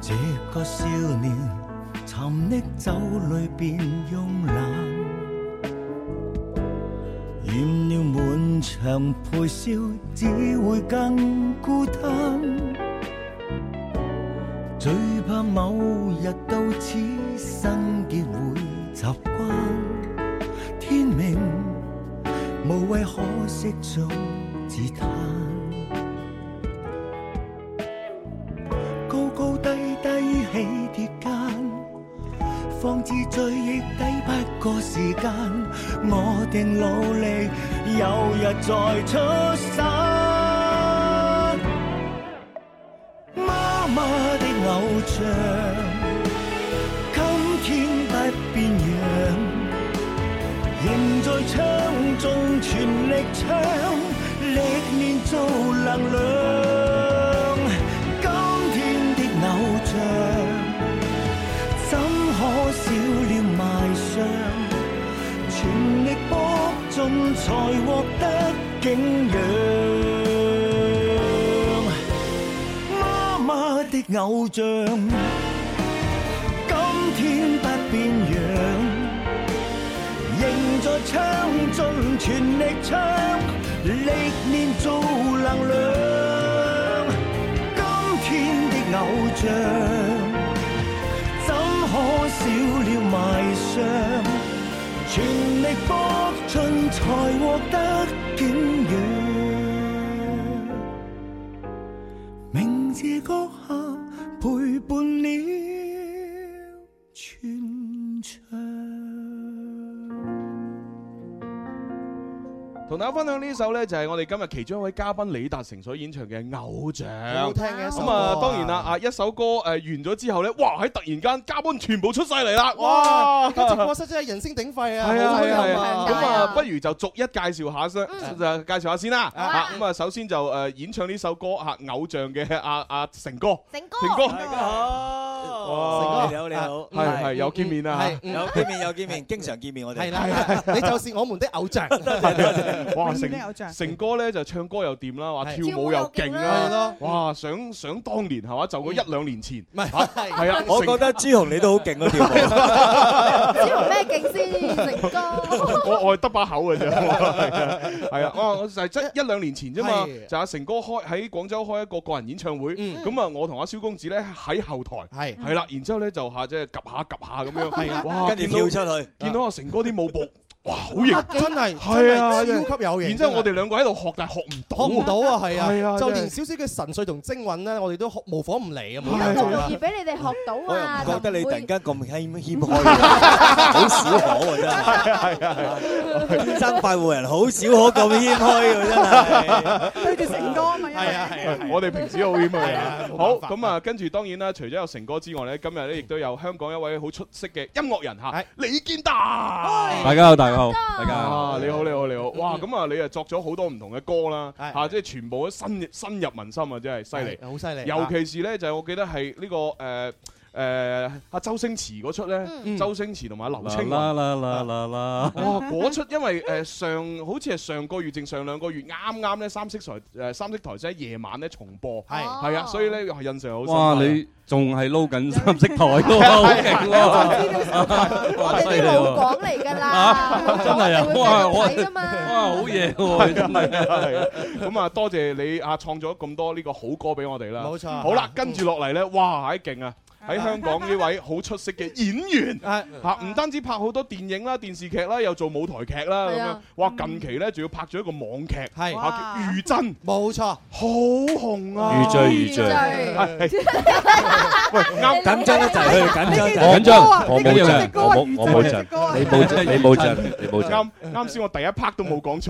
Speaker 16: 这个少年沉溺酒里便慵懒。染了滿場陪笑，只會更孤單。最怕某日到此生結會習慣，天明無謂可惜中自嘆。高高低低起跌間。放置醉亦抵不過時間，我定努力，有日再出山。媽媽的偶像，今天不變樣，仍在唱盡全力唱，歷練做能量。今天的偶像。怎可少了賣相？全力搏盡才獲得景仰。媽媽的偶像，今天不變樣，仍在唱盡全力唱，歷練做能量。今天的偶像。怎可少了賣相？全力搏盡才獲得景仰。明夜嗰刻陪伴了全場。
Speaker 6: 同大家分享呢首呢，就係我哋今日其中一位嘉賓李達成所演唱嘅《偶像》，
Speaker 7: 好聽嘅一首
Speaker 6: 咁啊，
Speaker 7: 歌啊
Speaker 6: 當然啦，啊一首歌誒完咗之後呢，哇！喺突然間嘉賓全部出晒嚟啦，
Speaker 7: 哇！
Speaker 6: 哇！
Speaker 7: 而家直播室真係人聲鼎沸啊！
Speaker 6: 係啊
Speaker 7: 好
Speaker 6: 係啊
Speaker 7: 有
Speaker 6: 係啊，
Speaker 7: 咁
Speaker 6: 咁啊，不如就逐一介紹下先，
Speaker 7: 嗯
Speaker 6: 就介紹下先啦。啊，咁啊，首先就誒演唱呢首歌嚇偶像嘅阿阿成哥，
Speaker 1: 成
Speaker 6: 哥，成哥，
Speaker 1: 成哥
Speaker 6: 哇
Speaker 7: Ờ.
Speaker 1: 你好你好
Speaker 7: À,
Speaker 6: 係係有見面啦，
Speaker 1: 係有見面有見面，經常見面我哋。
Speaker 7: 係啦 係啦，你就是我們的偶像。
Speaker 6: 哇！
Speaker 7: 明星偶像
Speaker 6: 成成哥咧就唱歌又掂啦，話
Speaker 7: 係
Speaker 6: 跳舞又
Speaker 7: 係
Speaker 6: 勁啦
Speaker 7: 咯，
Speaker 6: 哇！想想當年係嘛，就嗰一兩年前，唔係係啊，
Speaker 1: 我覺得朱紅你都好勁嗰條舞，
Speaker 7: Ờ.
Speaker 8: 咩勁先？成哥，
Speaker 6: 我我係得把口嘅啫， 係啊，我我就係即一兩年前啫嘛，
Speaker 7: 係嗯
Speaker 6: 就阿成哥開喺廣州開一個個人演唱會，咁啊我同阿蕭公子咧喺後台，
Speaker 7: 係
Speaker 6: 係啦，然之後咧就嚇即係及下及下咁 樣，
Speaker 7: 係啊
Speaker 6: 哇！
Speaker 1: 跟住
Speaker 6: 見
Speaker 1: 跳
Speaker 6: 到
Speaker 1: 出去，
Speaker 6: 見到阿成哥啲舞步。哇，好型！
Speaker 7: 真係
Speaker 6: 係啊，
Speaker 7: 真係超級有型
Speaker 6: 然之後
Speaker 7: 真係
Speaker 6: 我哋兩個喺度學，但係學唔到
Speaker 7: 學
Speaker 6: 啊，
Speaker 7: 唔到啊，係
Speaker 6: 係
Speaker 7: 啊，
Speaker 6: 啊，
Speaker 7: 就
Speaker 6: 真係
Speaker 7: 連少少嘅神髓同精韻咧，我哋都學模仿唔嚟啊，冇
Speaker 8: 咁
Speaker 7: 辦
Speaker 8: 就
Speaker 7: 法
Speaker 8: 容易
Speaker 7: 啊。
Speaker 8: 俾你哋學到
Speaker 1: 我又唔
Speaker 8: 啊！
Speaker 1: 覺得你突
Speaker 8: 就唔會
Speaker 1: 然間咁謙謙開嘅，好少可喎真係。係啊係天生快活人好少可咁謙虛嘅真係。
Speaker 6: 對住成哥咪係啊係啊，我哋平時好謙虛啊。好咁啊，跟住當然啦，除咗有成哥之外咧，今日咧亦都有香港一位好出色嘅音樂人嚇，李健達。
Speaker 17: 大家好，大家好，大家
Speaker 6: 啊
Speaker 17: 好，！
Speaker 6: 你好，你好，你好！哇，咁啊，你啊作咗好多唔同嘅歌啦，
Speaker 17: 係
Speaker 6: 嚇，即係全部都深入深入民心啊，真係犀利，
Speaker 7: 係好犀利
Speaker 6: 尤其是咧，就係我記得係呢個誒誒阿周星馳嗰出咧，
Speaker 17: 嗯
Speaker 6: 周星馳同埋阿劉青雲
Speaker 17: 啦啦啦啦 啦，
Speaker 6: 哇！哦嗰出因為誒上好似係上個月定上兩個月啱啱咧三色台誒三色台即係夜晚咧重播，係係啊，所以咧印象好深刻。啊
Speaker 17: 哇！你仲係撈緊三 色台喎，好勁喎！哇，犀利
Speaker 8: 講
Speaker 17: 喎！
Speaker 8: 嚟㗎
Speaker 17: 啊
Speaker 8: 啦，
Speaker 17: 真係啊，哇！我
Speaker 8: 睇㗎嘛。
Speaker 17: 哇，好嘢喎！真係
Speaker 6: 係啊咁啊，多謝你啊，創咗咁多呢個好歌俾我哋啦。
Speaker 7: 冇錯
Speaker 6: 好啦，跟住落嚟咧，哇，係勁啊！喺香港呢位好出色嘅演 員嚇，唔單止拍好多電影啦、電視劇啦，又做舞台劇啦咁
Speaker 7: 係
Speaker 6: 樣
Speaker 7: 啊。
Speaker 6: 哇！近期咧仲要拍咗一個網劇，
Speaker 7: 係
Speaker 6: 啊叫餘真，
Speaker 7: 冇錯，
Speaker 6: 好紅啊！
Speaker 17: 餘罪餘罪
Speaker 6: 係係
Speaker 17: 喂，
Speaker 6: 啱
Speaker 17: 緊張得滯緊張
Speaker 6: 我
Speaker 17: 緊張我冇
Speaker 6: 陣
Speaker 17: 震，我冇我冇震，你冇震，你冇震，你冇震。
Speaker 6: 啱啱先，我第一 part 都冇講錯，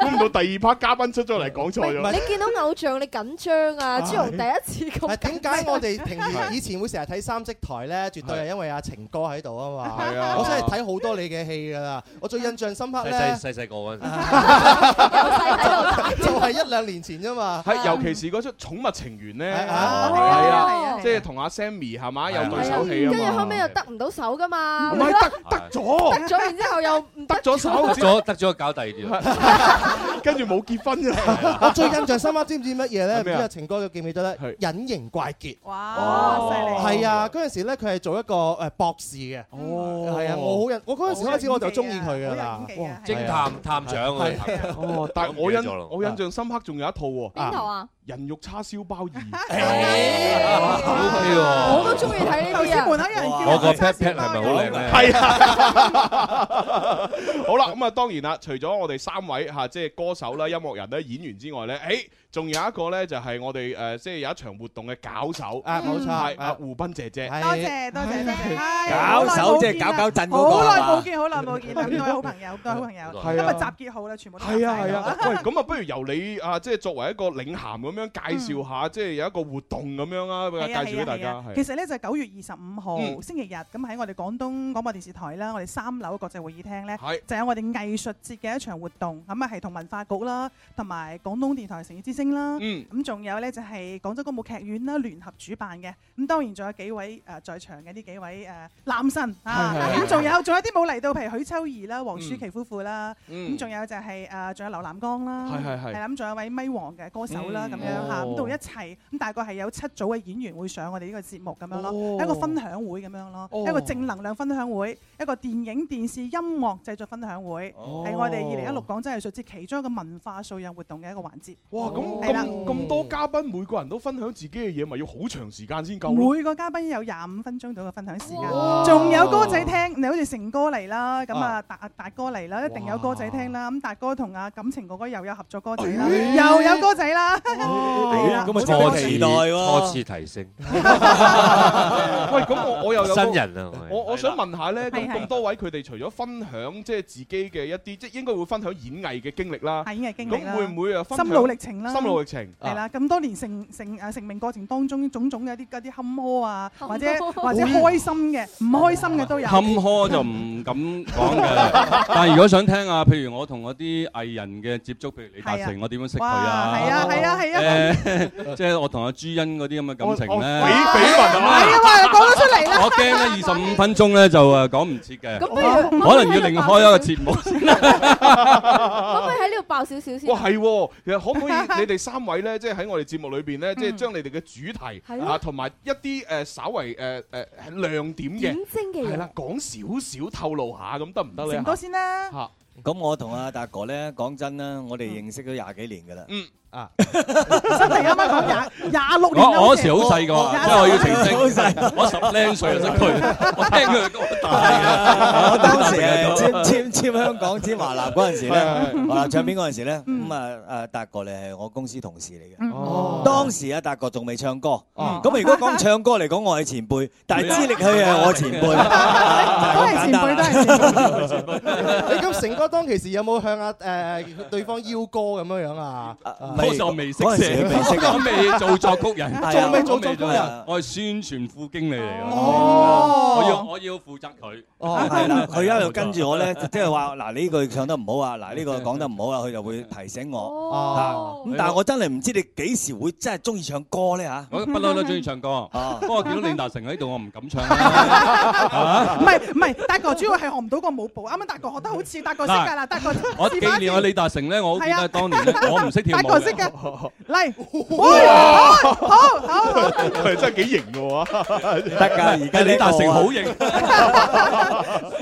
Speaker 6: 估唔到第二 part 嘉賓出咗嚟講錯咗。
Speaker 8: 你見到偶像你緊張啊！朱紅第一次咁
Speaker 7: 係點解哎我哋平 時以前會成日睇三色台咧？絕對係因為阿情哥喺度啊嘛。
Speaker 17: 係啊
Speaker 7: 我真係睇好多你嘅戲㗎啦。我最印象深刻咧，
Speaker 17: 細細細細個嗰陣時。
Speaker 7: 啊就係一兩年前啫嘛。
Speaker 6: 啊係，尤其是嗰出《寵物情緣》咧，係
Speaker 7: 啊
Speaker 6: 啊，即係同阿 Sammy 係嘛，有對
Speaker 8: 係啊
Speaker 6: 手戲
Speaker 8: 跟
Speaker 6: 啊
Speaker 8: 住後
Speaker 6: 嘛。
Speaker 8: 尾又得唔到手噶嘛，
Speaker 6: 唔係得得咗
Speaker 8: 得咗，然之後又唔得
Speaker 6: 咗手
Speaker 17: 得咗得咗，搞第二段。
Speaker 6: 跟住冇結婚啊！
Speaker 7: 我最印象深刻，知唔知乜嘢咧？唔知
Speaker 6: 咩啊
Speaker 7: 阿情哥記唔記得咧？隱形怪傑。
Speaker 8: 哇！
Speaker 6: 哦
Speaker 7: 犀利！係啊，嗰陣時咧，佢係做一個誒博士嘅。哦，係啊，我好印，我嗰陣時開始我就中意佢㗎啦。
Speaker 17: 偵探探長啊
Speaker 6: 係啊哦，但係我
Speaker 17: 唔記得咗啦
Speaker 6: 印我印象深刻，仲有一套喎。
Speaker 8: 邊套啊？
Speaker 6: 人肉叉燒包
Speaker 17: ，O K 喎。
Speaker 8: 我都中意睇呢
Speaker 18: 頭
Speaker 8: 啲
Speaker 18: 先
Speaker 8: 啊！
Speaker 18: 啊門口有人叫
Speaker 17: 我個 pat pat 係咪
Speaker 6: Ờ,
Speaker 17: 好靚咧？
Speaker 6: 係 啊，好啦，咁啊，當然啦，除咗我哋三位嚇，即係歌手啦、音樂人啦、演員之外咧，誒，仲有一個咧就係我哋誒，即係有一場活動嘅搞手
Speaker 7: 啊冇錯
Speaker 6: 係啊，胡斌姐姐，
Speaker 18: 多謝多謝多謝，
Speaker 6: 搞手即係搞搞震嗰個
Speaker 18: 好耐
Speaker 6: 啊嘛
Speaker 18: 冇見，好耐冇見啦，咁多位好朋友，咁多位好朋友，今
Speaker 6: 係
Speaker 18: 日
Speaker 6: 啊
Speaker 18: 集結好啦，全部都
Speaker 6: 係啊係啊，喂，咁啊，不如由你啊，即係作為一個領銜咁樣介紹下，即係有一個活動咁樣啊，
Speaker 18: 係啊
Speaker 6: 介紹俾大
Speaker 18: 係
Speaker 6: 家
Speaker 18: 啊係啊其
Speaker 6: 係。
Speaker 18: 實咧就九月二十五號
Speaker 6: 嗯
Speaker 18: 星期日，咁喺我哋廣東廣播電視台啦，我哋三樓國際會議廳咧
Speaker 6: 係，
Speaker 18: 就有我哋藝術節嘅一場活動，咁啊係同文化局啦，同埋廣東電台城市之星啦，
Speaker 6: 嗯
Speaker 18: 咁仲有咧就係廣州歌舞劇院啦聯合主辦嘅，咁當然仲有幾位誒在場嘅呢幾位誒男神啊
Speaker 10: 係係，係
Speaker 18: 咁仲有仲有啲冇嚟到，譬如許秋怡啦、黃舒琪夫婦啦，
Speaker 10: 嗯
Speaker 18: 咁仲有就係誒仲有劉南光啦，
Speaker 10: 係係係
Speaker 18: 係啦，咁仲有位咪王嘅歌手啦，
Speaker 10: 嗯
Speaker 18: 咁樣嚇，咁
Speaker 10: 哦
Speaker 18: 到一齊咁大概係有七組嘅演員會上我哋呢個節目咁樣
Speaker 10: 哦
Speaker 18: 咯，一個分享會咁樣咯，
Speaker 10: 哦
Speaker 18: 一個正能量分享會，一個電影、電視、音樂製作分享會，
Speaker 6: 哦
Speaker 18: 係我哋二零一六廣州藝術節其中一個文化素養活動嘅一個環節。
Speaker 6: 哇，咁
Speaker 18: 係啦
Speaker 6: 咁咁多嘉賓，每個人都分享自己嘅嘢，咪要好長時間先夠咯。
Speaker 18: 每個嘉賓有廿五分鐘到嘅分享時間
Speaker 6: 哇，
Speaker 18: 仲有歌仔聽。你好似成哥嚟啦，咁
Speaker 6: 啊
Speaker 18: 啊達達哥嚟啦，一定有歌仔聽啦。咁達哥同阿感情哥哥又有合作歌仔啦，
Speaker 10: 哎
Speaker 18: 又有歌仔啦。係
Speaker 17: 咁啊，
Speaker 18: 啦好多
Speaker 17: 初
Speaker 18: 歌
Speaker 17: 次
Speaker 18: 仔
Speaker 17: 初次提升。
Speaker 6: 喂，咁我我又有個
Speaker 17: 新人啊
Speaker 6: 我我想問下咧，咁
Speaker 18: 係係
Speaker 6: 咁多位佢哋除咗分享即係自己嘅一啲，即係應該會分享演藝嘅經歷啦。
Speaker 18: 係嘅經歷啦，
Speaker 6: 咁會唔會啊分享
Speaker 18: 心路歷程啦，
Speaker 6: 心路歷程啊
Speaker 18: 係啦，咁多年成成誒成名過程當中，種種嘅一啲一啲坎坷啊，
Speaker 10: 坎坷
Speaker 18: 或者或者開心嘅、唔開心嘅都有。
Speaker 17: 坎坷就唔敢講嘅，但係如果想聽啊，譬如我同嗰啲藝人嘅接觸，譬如李達成，我點樣識佢啊？
Speaker 18: 係啊係啊係啊！
Speaker 17: 誒，即係我同阿朱茵嗰啲咁嘅感情咧，
Speaker 10: 我我緋緋聞啊
Speaker 17: 係
Speaker 18: 啊，話講得出嚟
Speaker 17: 我驚咧，二十五分鐘咧就誒講唔切嘅，
Speaker 8: 咁不如
Speaker 17: 可能要另開一個節目先啦。
Speaker 8: 可唔可以喺呢度爆少少先？
Speaker 6: 哇，係喎，其實 可唔可以你哋三位咧，即係喺我哋節目裏邊咧，即
Speaker 18: 嗯
Speaker 6: 係將你哋嘅主
Speaker 8: 係
Speaker 6: 題
Speaker 8: 咯
Speaker 6: 啊，同埋一啲誒稍為誒誒亮點嘅
Speaker 8: 點睛嘅嘢
Speaker 6: 係啦，講少少透露下咁得唔得咧？
Speaker 18: 成哥先啦，
Speaker 6: 嚇
Speaker 1: 咁我同阿達哥咧，講真啦，我哋認識咗廿幾年噶啦。
Speaker 6: 嗯
Speaker 1: 啊，
Speaker 18: 真係啱啱講 廿廿六
Speaker 17: 我我
Speaker 18: 年啦好
Speaker 17: 嗰
Speaker 18: 似
Speaker 17: 時好 細個，
Speaker 18: 廿
Speaker 17: 即係我要澄清，我十零歲就識佢，我聽 佢歌大啊！
Speaker 1: 我當時係簽簽簽香港簽華納嗰陣時咧，
Speaker 17: 係係
Speaker 1: 華納唱片嗰陣時咧，咁啊啊達哥咧係我公司同事嚟
Speaker 18: 嘅。
Speaker 1: 哦，當時啊達哥仲未唱歌，
Speaker 17: 哦
Speaker 1: 咁如果講唱歌嚟講，我係前 輩，但係資歷佢係我前輩，
Speaker 18: 都係前輩，都係前輩。
Speaker 7: 你咁成哥當其時有冇向阿誒對方邀歌咁樣樣啊？
Speaker 17: 嗰時我未識
Speaker 1: 嗰陣時
Speaker 17: 寫，
Speaker 1: 佢未識啊
Speaker 17: 我未做作曲人，
Speaker 1: 係啊仲未做
Speaker 17: 我
Speaker 1: 作曲人
Speaker 17: 做我係宣傳副經理嚟嘅。
Speaker 1: 哦
Speaker 17: 我要我要負責佢。
Speaker 1: 哦，係 啦，佢一路跟住我咧，即係話嗱呢句唱得唔好啊，嗱呢個講得唔好啊，佢就會提醒我。啊咁但係我真係唔知你幾時會真係中意唱歌咧嚇。
Speaker 17: 我不嬲都中意唱歌，不過見到李達成喺度，我唔敢唱啦。
Speaker 18: 唔係唔係，達哥主要係學唔到個舞步，啱啱達哥學得好似達哥識㗎啦，達哥
Speaker 17: 我
Speaker 18: 示
Speaker 17: 紀
Speaker 18: 範
Speaker 17: 念
Speaker 18: 一次
Speaker 17: 我李達成咧，我好記得當年咧，我唔識跳舞
Speaker 18: 達哥識
Speaker 17: 嘅。
Speaker 18: 㗎，嚟，
Speaker 6: 哇
Speaker 18: 好好好。
Speaker 6: 佢真係幾型嘅喎，
Speaker 1: 得㗎 而家呢個
Speaker 6: 李達成
Speaker 17: 好型，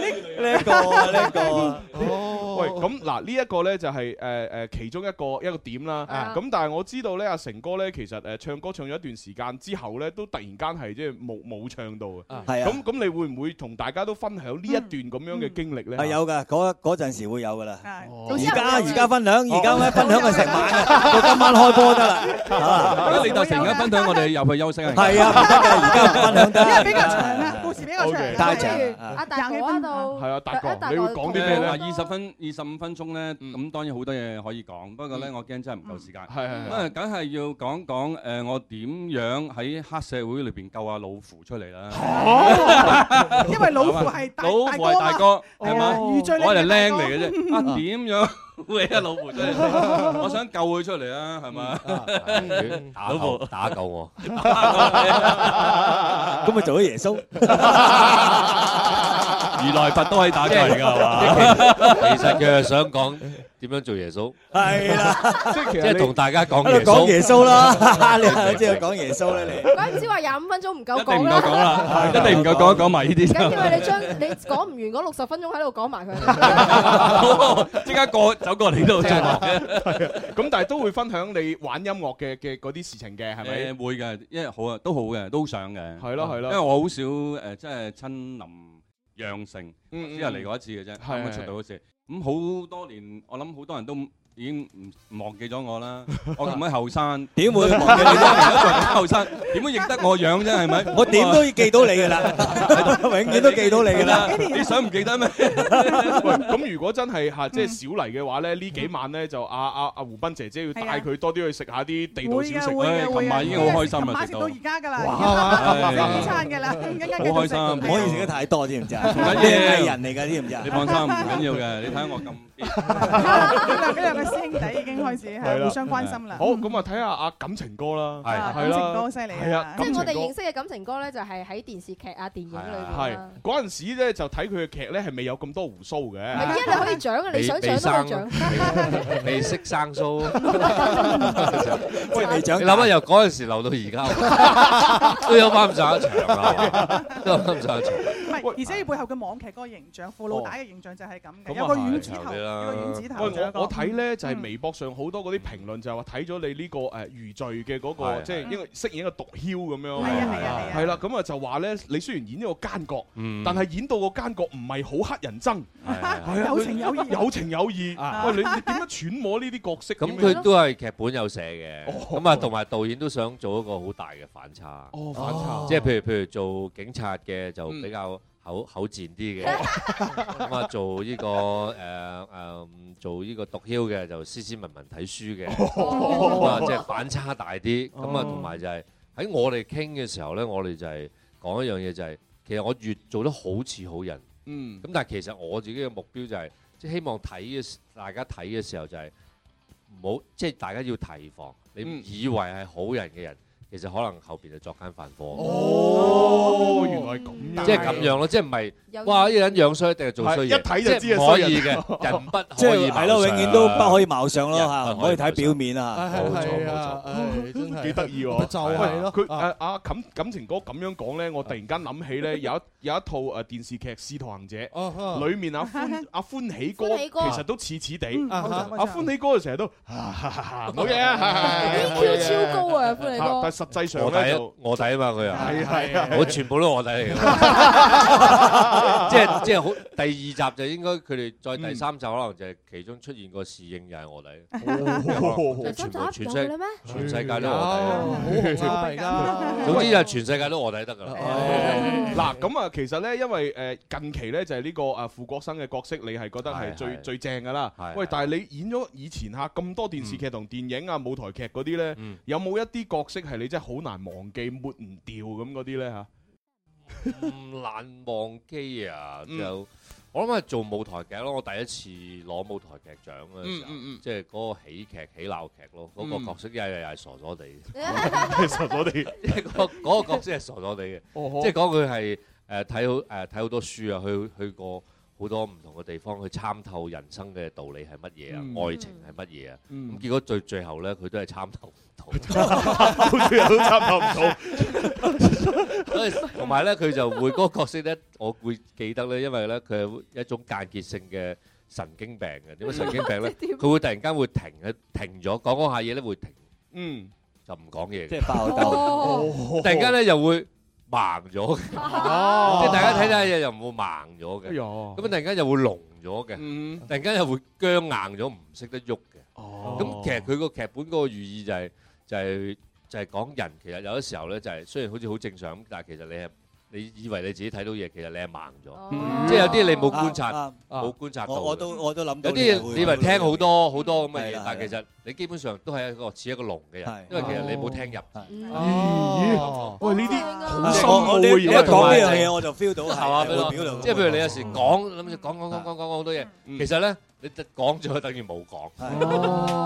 Speaker 6: 呢
Speaker 1: 一個啊 呢一個啊
Speaker 6: 哦， 喂，咁嗱呢一個咧就係誒誒其中一個一個點啦
Speaker 1: 啊。
Speaker 6: 咁但係我知道咧，阿成哥咧其實誒唱歌唱咗一段時間之後咧，都突然間係即係冇冇唱到嘅。
Speaker 1: 係啊
Speaker 6: 咁咁你會唔會同大家都分享呢一段咁樣嘅經歷咧？
Speaker 1: 係 À, 有㗎，嗰嗰陣時會有㗎啦。
Speaker 6: 到
Speaker 1: 而
Speaker 6: 時
Speaker 1: 家
Speaker 6: 有
Speaker 1: 而家分享，而家咧分享佢成晚啊， 到今晚開波得 啦。
Speaker 17: 咁李達成而家分享我哋入去休息啊。
Speaker 1: 係啊，唔得㗎，而家唔分享得。
Speaker 18: 因為比較長啊，故事比較長啊。
Speaker 1: 太
Speaker 18: 譬
Speaker 1: 長
Speaker 18: 如阿達哥喺度，
Speaker 17: 係啊，
Speaker 18: 達哥
Speaker 17: 達
Speaker 18: 達
Speaker 17: 哥
Speaker 18: 哥
Speaker 17: 你
Speaker 18: 你
Speaker 17: 會
Speaker 18: 會
Speaker 17: 講啲
Speaker 18: 講啲
Speaker 17: 咩
Speaker 18: 咩
Speaker 17: 咧？
Speaker 18: 咧
Speaker 17: 二十分、二十五五分鐘咧，咁當然好多嘢可以講，不過咧
Speaker 6: 嗯
Speaker 17: 我驚真係唔夠時間。
Speaker 6: 係係係
Speaker 17: 咁啊，梗係要講講誒，我點樣喺黑社會裏邊救阿老虎出 嚟啦？
Speaker 18: 因為老虎係大
Speaker 17: 老虎係大哥，係嘛？
Speaker 18: 遇最靚嘅
Speaker 17: 我係靚
Speaker 18: 大哥
Speaker 17: 嚟 嘅啫。啊，點樣你啊老虎真係？我想救佢出嚟啊，係咪？
Speaker 19: 打救打救我，
Speaker 1: 咁咪做咗耶穌。
Speaker 17: 如來佛都可以打救人㗎係嘛
Speaker 19: 其實佢係想講點樣做耶穌，
Speaker 1: 係 啦，
Speaker 19: 即
Speaker 1: 係其實
Speaker 19: 即係
Speaker 1: 你
Speaker 19: 同大家講
Speaker 1: 喺
Speaker 19: 耶
Speaker 1: 度
Speaker 19: 穌，
Speaker 1: 講耶穌 啦你
Speaker 19: 明唔明
Speaker 1: 即係講耶穌咧，你
Speaker 8: 怪唔知話廿五分鐘唔夠
Speaker 17: 一定
Speaker 8: 講
Speaker 17: 唔夠講
Speaker 8: 啦。
Speaker 17: 啦，一定唔夠講講埋呢啲。
Speaker 8: 緊要係你將你講唔完嗰六十分鐘喺度講埋佢。
Speaker 17: 即刻過走過嚟呢度做
Speaker 6: 咁但係都會分享你玩音樂嘅嘅嗰啲事情嘅，係咪？
Speaker 17: 誒會嘅，因為好啊，都好嘅，都想嘅。
Speaker 6: 係咯係咯
Speaker 17: 因為我好少誒，即係親臨陽城，
Speaker 6: 嗯嗯
Speaker 17: 只係嚟過一次嘅啫，
Speaker 6: 係
Speaker 17: 啱啱出
Speaker 6: 係
Speaker 17: 道嗰次。咁好多年，我諗好多人都已經唔唔忘記咗我啦。 我咁鬼後生，
Speaker 1: 點會忘記你
Speaker 17: 啫？後生點會認得我樣啫？係 咪？
Speaker 1: 我點都要記到你㗎啦，永遠都記到你㗎啦。
Speaker 17: 你想唔記得咩？
Speaker 6: 喂咁如果真 係嚇即係少嚟嘅話咧，呢幾晚咧就阿阿阿胡斌姐姐要
Speaker 18: 嗯係啊
Speaker 6: 帶佢多啲去食下啲地道小食。
Speaker 18: 會啊嘅會嘅會嘅
Speaker 17: 已經好開心
Speaker 18: 琴
Speaker 17: 啊
Speaker 18: 晚
Speaker 17: 食
Speaker 18: 食
Speaker 17: 到
Speaker 18: 到而家㗎啦，
Speaker 17: 哇
Speaker 18: 已經食呢餐㗎啦，一陣間繼
Speaker 17: 好開
Speaker 18: 續食。
Speaker 17: 心，
Speaker 1: 唔可 以食得太多，知唔知啊？
Speaker 17: 唔緊要
Speaker 1: 藝人嚟㗎，知唔知啊？
Speaker 17: 你放心，唔緊要嘅。你睇下我咁。
Speaker 18: 呢兩呢兩個師兄弟已經開始係互相關心啦。
Speaker 6: 好，咁啊睇下阿感情歌啦，
Speaker 18: 係啊
Speaker 6: 係
Speaker 18: 感
Speaker 6: 啦
Speaker 18: 情歌好犀利啊
Speaker 6: 係啊，
Speaker 8: 即係我哋
Speaker 6: 感情歌
Speaker 8: 認識嘅感情歌咧，就係喺電視劇啊、電影裏邊
Speaker 6: 係
Speaker 8: 啦。
Speaker 6: 嗰陣時咧，就睇佢嘅劇咧係未有咁多胡鬚嘅。
Speaker 8: 係啊，你可以獎啊，你想獎都可以獎。
Speaker 19: 未識生鬚，
Speaker 1: 喂你長
Speaker 19: 你諗下由嗰陣時留到而家，都有翻咁上下 長啦，都有翻咁上下長。
Speaker 18: 唔係，而且你背後嘅網劇嗰個形象、父老大嘅形象就係咁嘅，
Speaker 6: 咁
Speaker 18: 有
Speaker 6: 啊
Speaker 18: 個
Speaker 6: 係
Speaker 18: 丸子頭，
Speaker 6: 喂，
Speaker 18: 有個丸子頭，仲有一個
Speaker 6: 我我睇咧就係
Speaker 18: 嗯
Speaker 6: 微博上好多嗰啲評論就係話睇咗你呢個誒餘罪嘅嗰個，
Speaker 19: 係啊
Speaker 6: 即係因為飾演一個毒枭咁樣。
Speaker 19: 係啊係啊係啊
Speaker 6: 係啦，咁啊就話咧，你雖然演咗個奸角，但係演到個奸角唔係好乞人憎，
Speaker 19: 嗯係啊
Speaker 6: 係啊
Speaker 19: 有情有義
Speaker 6: 有情有義。
Speaker 19: 啊
Speaker 6: 喂，你你點樣揣摩呢啲角色？
Speaker 19: 咁佢都係劇本有寫嘅，咁啊同埋導演都想做一個好大嘅反差。
Speaker 6: 哦反差
Speaker 19: 即係譬如譬如做警察嘅就
Speaker 6: 嗯哦
Speaker 19: 比較口口賤啲嘅，咁啊做呢個誒誒做呢個毒枭嘅就斯斯文文睇書嘅，
Speaker 6: 哦
Speaker 19: 咁啊即係反差大啲。咁啊同埋就係喺我哋傾嘅時候咧，我哋就係講一樣嘢就係，其實我越做得好似好人。
Speaker 6: 嗯
Speaker 19: 咁但係其實我自己嘅目標就係、即係希望睇嘅時大家睇嘅時候就係唔好，即係大家要提防，你
Speaker 6: 嗯
Speaker 19: 以為係好人嘅人，其實可能後邊就作奸犯科。
Speaker 6: 哦，原來咁樣，
Speaker 19: 即係咁樣咯，即係唔係
Speaker 6: 有
Speaker 19: 哇？呢個人樣衰定係做衰嘢？
Speaker 6: 係一睇就知係
Speaker 19: 即係唔
Speaker 6: 衰
Speaker 19: 可
Speaker 6: 人
Speaker 19: 以嘅，人不
Speaker 1: 即
Speaker 19: 可以
Speaker 1: 係
Speaker 19: 貌
Speaker 1: 係咯，永
Speaker 19: 相
Speaker 1: 遠都不可以貌相咯
Speaker 19: 人
Speaker 1: 嚇，唔
Speaker 19: 不
Speaker 1: 可
Speaker 19: 可
Speaker 1: 以
Speaker 19: 以
Speaker 1: 睇表面啊。
Speaker 19: 係係係
Speaker 7: 啊唉真係
Speaker 6: 幾得意
Speaker 7: 咪
Speaker 6: 喎！
Speaker 7: 就係咯
Speaker 6: 喂佢啊誒阿感感情哥咁樣講咧，我突然間諗起咧有一有一套誒電視劇《使徒行者
Speaker 7: 哦哦》，
Speaker 6: 裏面阿 歡阿啊歡喜哥
Speaker 7: 歡
Speaker 6: 其
Speaker 7: 喜哥
Speaker 6: 實都似似地，啊
Speaker 7: 嗯冇錯冇錯
Speaker 6: 阿歡喜哥成日都 冇嘢啊
Speaker 8: EQ E 超高啊歡喜哥
Speaker 6: 但係實際上
Speaker 19: 我
Speaker 6: 咧
Speaker 19: 睇
Speaker 6: 就
Speaker 19: 我睇啊嘛，佢啊，
Speaker 6: 係係係
Speaker 19: 我全部都我睇嚟嘅， 即係即係好第二集就應該佢哋再
Speaker 6: 嗯
Speaker 19: 第三集可能就係其中出現個侍應又係我
Speaker 6: 哦
Speaker 19: 睇，全部全世全世界都我
Speaker 6: 哦
Speaker 19: 睇，啊總之就係全世界都我睇得㗎啦。
Speaker 6: 嗱咁啊，其實咧，因為誒近期咧就係呢個誒傅國生嘅角色，你係覺得係最最正㗎啦。
Speaker 19: 啊
Speaker 6: 喂，但係你演咗以前嚇咁多電視劇同電影啊、舞台劇嗰啲咧，
Speaker 19: 嗯
Speaker 6: 有冇一啲角色係你真係好難忘記、抹唔掉咁嗰啲咧嚇？
Speaker 19: 唔難忘記啊！就我諗係做舞台劇咯，我第一次攞舞台劇獎嘅時候，即係嗰個喜劇喜鬧劇咯，嗰個角色又係又係傻傻地，
Speaker 6: 傻傻地，
Speaker 19: 嗰個角色係傻傻地嘅，即係講佢係誒睇好誒睇好多書啊，去去過好多唔同嘅地方去參透人生嘅道理係乜嘢啊，愛情係乜嘢啊，咁結果最最後咧佢都係參透唔到，
Speaker 6: 最後都參透唔到。
Speaker 19: 同埋咧，佢就會嗰個角色咧，我會記得咧，因為咧佢係一種間歇性嘅神經病嘅。點解神經病咧
Speaker 6: 即係點？
Speaker 19: 佢會突然間會停嘅，停咗講講下嘢咧會停，
Speaker 6: 嗯，
Speaker 19: 就唔講嘢嘅。
Speaker 1: 即係爆
Speaker 6: 痘哦
Speaker 19: 突然間咧又會盲咗嘅，
Speaker 6: 哦
Speaker 19: 即係大家睇睇下嘢又唔會盲咗嘅。
Speaker 6: 哎呀
Speaker 19: 咁啊突然間又會聾咗嘅，
Speaker 6: 突
Speaker 19: 然間又會僵硬咗，唔識得喐嘅。
Speaker 6: 哦
Speaker 19: 咁其實佢個劇本嗰個寓意就係就係就係講人其實有啲時候咧就係雖然好似好正常，但係其實你係。你以為你自己睇到嘢，其實你係盲
Speaker 1: 嗯
Speaker 19: 咗，即係有啲你冇觀察
Speaker 1: 啊，啊
Speaker 19: 冇觀察到嘅。
Speaker 1: 我我都我都諗到呢
Speaker 19: 有啲
Speaker 1: 個
Speaker 19: 嘢
Speaker 1: 會
Speaker 19: 你以為聽好多好多咁嘅
Speaker 1: 係
Speaker 19: 嘢
Speaker 1: 啦，
Speaker 19: 但係
Speaker 1: 係
Speaker 19: 其實你基本上都係一個似一個聾嘅人，因為其實你冇聽入耳。
Speaker 1: 哦
Speaker 6: 喂，呢
Speaker 1: 啲
Speaker 19: 好深
Speaker 1: 我我
Speaker 19: 奧
Speaker 1: 你
Speaker 19: 嘅
Speaker 1: 你一
Speaker 19: 嘢
Speaker 1: 講呢樣嘢我就 feel 到
Speaker 19: 係嘛？
Speaker 1: 係會表露
Speaker 19: 即係譬如你有時講諗住講講講講講講好多嘢，其實咧你講咗等於冇講，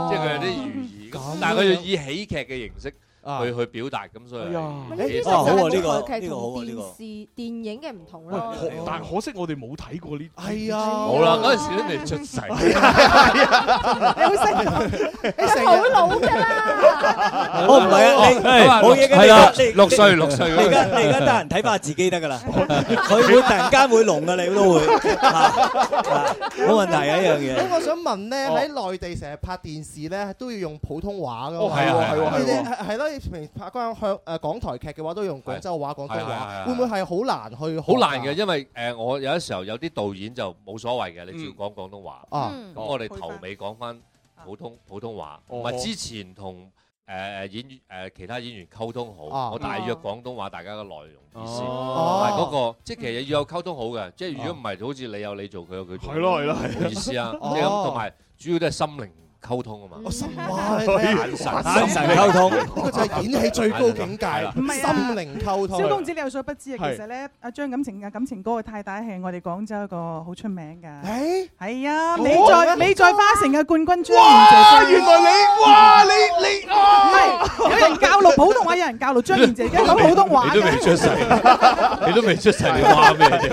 Speaker 19: 即係佢有啲寓意
Speaker 1: 咁樣，
Speaker 19: 但係佢要以喜劇嘅形式
Speaker 1: 啊
Speaker 19: 去去表達，咁所以
Speaker 1: 哎呀
Speaker 19: 係
Speaker 1: 呢啲
Speaker 19: 喜
Speaker 1: 實哦好啊
Speaker 8: 呢
Speaker 1: 呢個
Speaker 8: 個劇
Speaker 1: 呢個好
Speaker 8: 同
Speaker 1: 啊呢個
Speaker 8: 電視電影嘅唔同
Speaker 6: 喂
Speaker 8: 咯。
Speaker 6: 可但可惜我哋冇睇過呢。
Speaker 7: 係啊
Speaker 19: 好啦，嗰陣時都未出世，
Speaker 8: 好老㗎啦。
Speaker 1: 我唔係啊，你
Speaker 19: 係
Speaker 1: 冇嘢嘅，
Speaker 19: 係啦
Speaker 1: 你而家
Speaker 19: 六歲六歲
Speaker 1: 你而家你而家得閒睇翻自己得㗎啦，佢會突然間會聾㗎，你都會嚇嚇冇問題嘅一樣嘢。
Speaker 7: 咁我想問咧，
Speaker 1: 哦
Speaker 7: 喺內地成日拍電視咧，都要用普通話噶嘛？
Speaker 1: 哦係啊係啊係啊
Speaker 7: 你哋係係咯，你平時拍嗰向誒港台劇嘅話，都用廣州話、廣東
Speaker 19: 係啊係
Speaker 7: 話，
Speaker 19: 啊
Speaker 7: 會唔會係好難去？
Speaker 19: 好難嘅，。因為誒我有啲時候有啲導演就冇所謂嘅，你照講廣東話。
Speaker 7: 啊
Speaker 19: 咁我哋頭尾講翻普通普通話，
Speaker 1: 哦
Speaker 19: 同埋之前同誒演員誒其他演員溝通
Speaker 1: 啊
Speaker 19: 好，我大約廣東話大家嘅內容意思，同埋
Speaker 1: 哦
Speaker 19: 嗰個即係其實要有溝通好嘅，即係如果唔係好似你有你做，佢有佢做，
Speaker 6: 係咯係咯係
Speaker 19: 冇意思啊！
Speaker 6: 哦
Speaker 19: 即係咁，同埋主要都係心靈溝通啊嘛，心
Speaker 7: 哇你睇下
Speaker 19: 眼神
Speaker 7: 溝
Speaker 19: 通，
Speaker 7: 呢個就係演戲最高境界，
Speaker 19: 係啦
Speaker 7: 心靈溝通。
Speaker 18: 蕭公子你有所不知啊，
Speaker 7: 係
Speaker 18: 其實咧，阿張感情嘅感情歌嘅太太係我哋廣州一個好出名㗎。
Speaker 7: 誒，
Speaker 18: 係啊，
Speaker 7: 哦
Speaker 18: 美在美在花城嘅冠軍張
Speaker 6: 哇！
Speaker 18: 賢姐姐。
Speaker 6: 原來你，哇！你你
Speaker 18: 唔係有人教落普通話，有人教落張賢姐姐講普通話
Speaker 19: 你都未
Speaker 18: 嘅。
Speaker 19: 出世， 你都未出世，你話咩啫？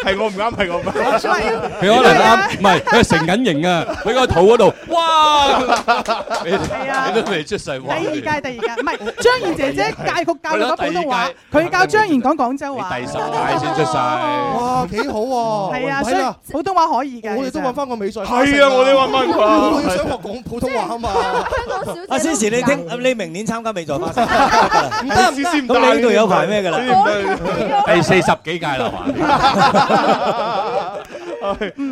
Speaker 6: 係我唔啱，係我唔啱。
Speaker 17: 佢可能啱，唔係佢係成緊型啊！佢個肚嗰度，哇！
Speaker 19: 你你都未出
Speaker 18: 第
Speaker 19: 世，哇
Speaker 18: 二屆，第二屆，唔係張賢姐姐教佢教落咗普通話，
Speaker 19: 係啦
Speaker 18: 佢教張賢講廣州話。
Speaker 19: 第十屆先出世。
Speaker 7: 哇，幾好喎！
Speaker 18: 係啊，
Speaker 7: 唔
Speaker 18: 所
Speaker 7: 啦
Speaker 18: 以普通話可以嘅。
Speaker 7: 我哦哋都揾翻個美在花城。
Speaker 6: 係啊，我哋揾翻
Speaker 7: 我
Speaker 6: 佢
Speaker 7: 要想
Speaker 6: 啊。
Speaker 7: 學講普通話啊嘛。
Speaker 1: 阿 c i 你聽，你明年參加美在 花城
Speaker 7: 唔得唔得
Speaker 1: 咁你呢度有排咩㗎啦？
Speaker 19: 第哎四十幾 屆啦嘛，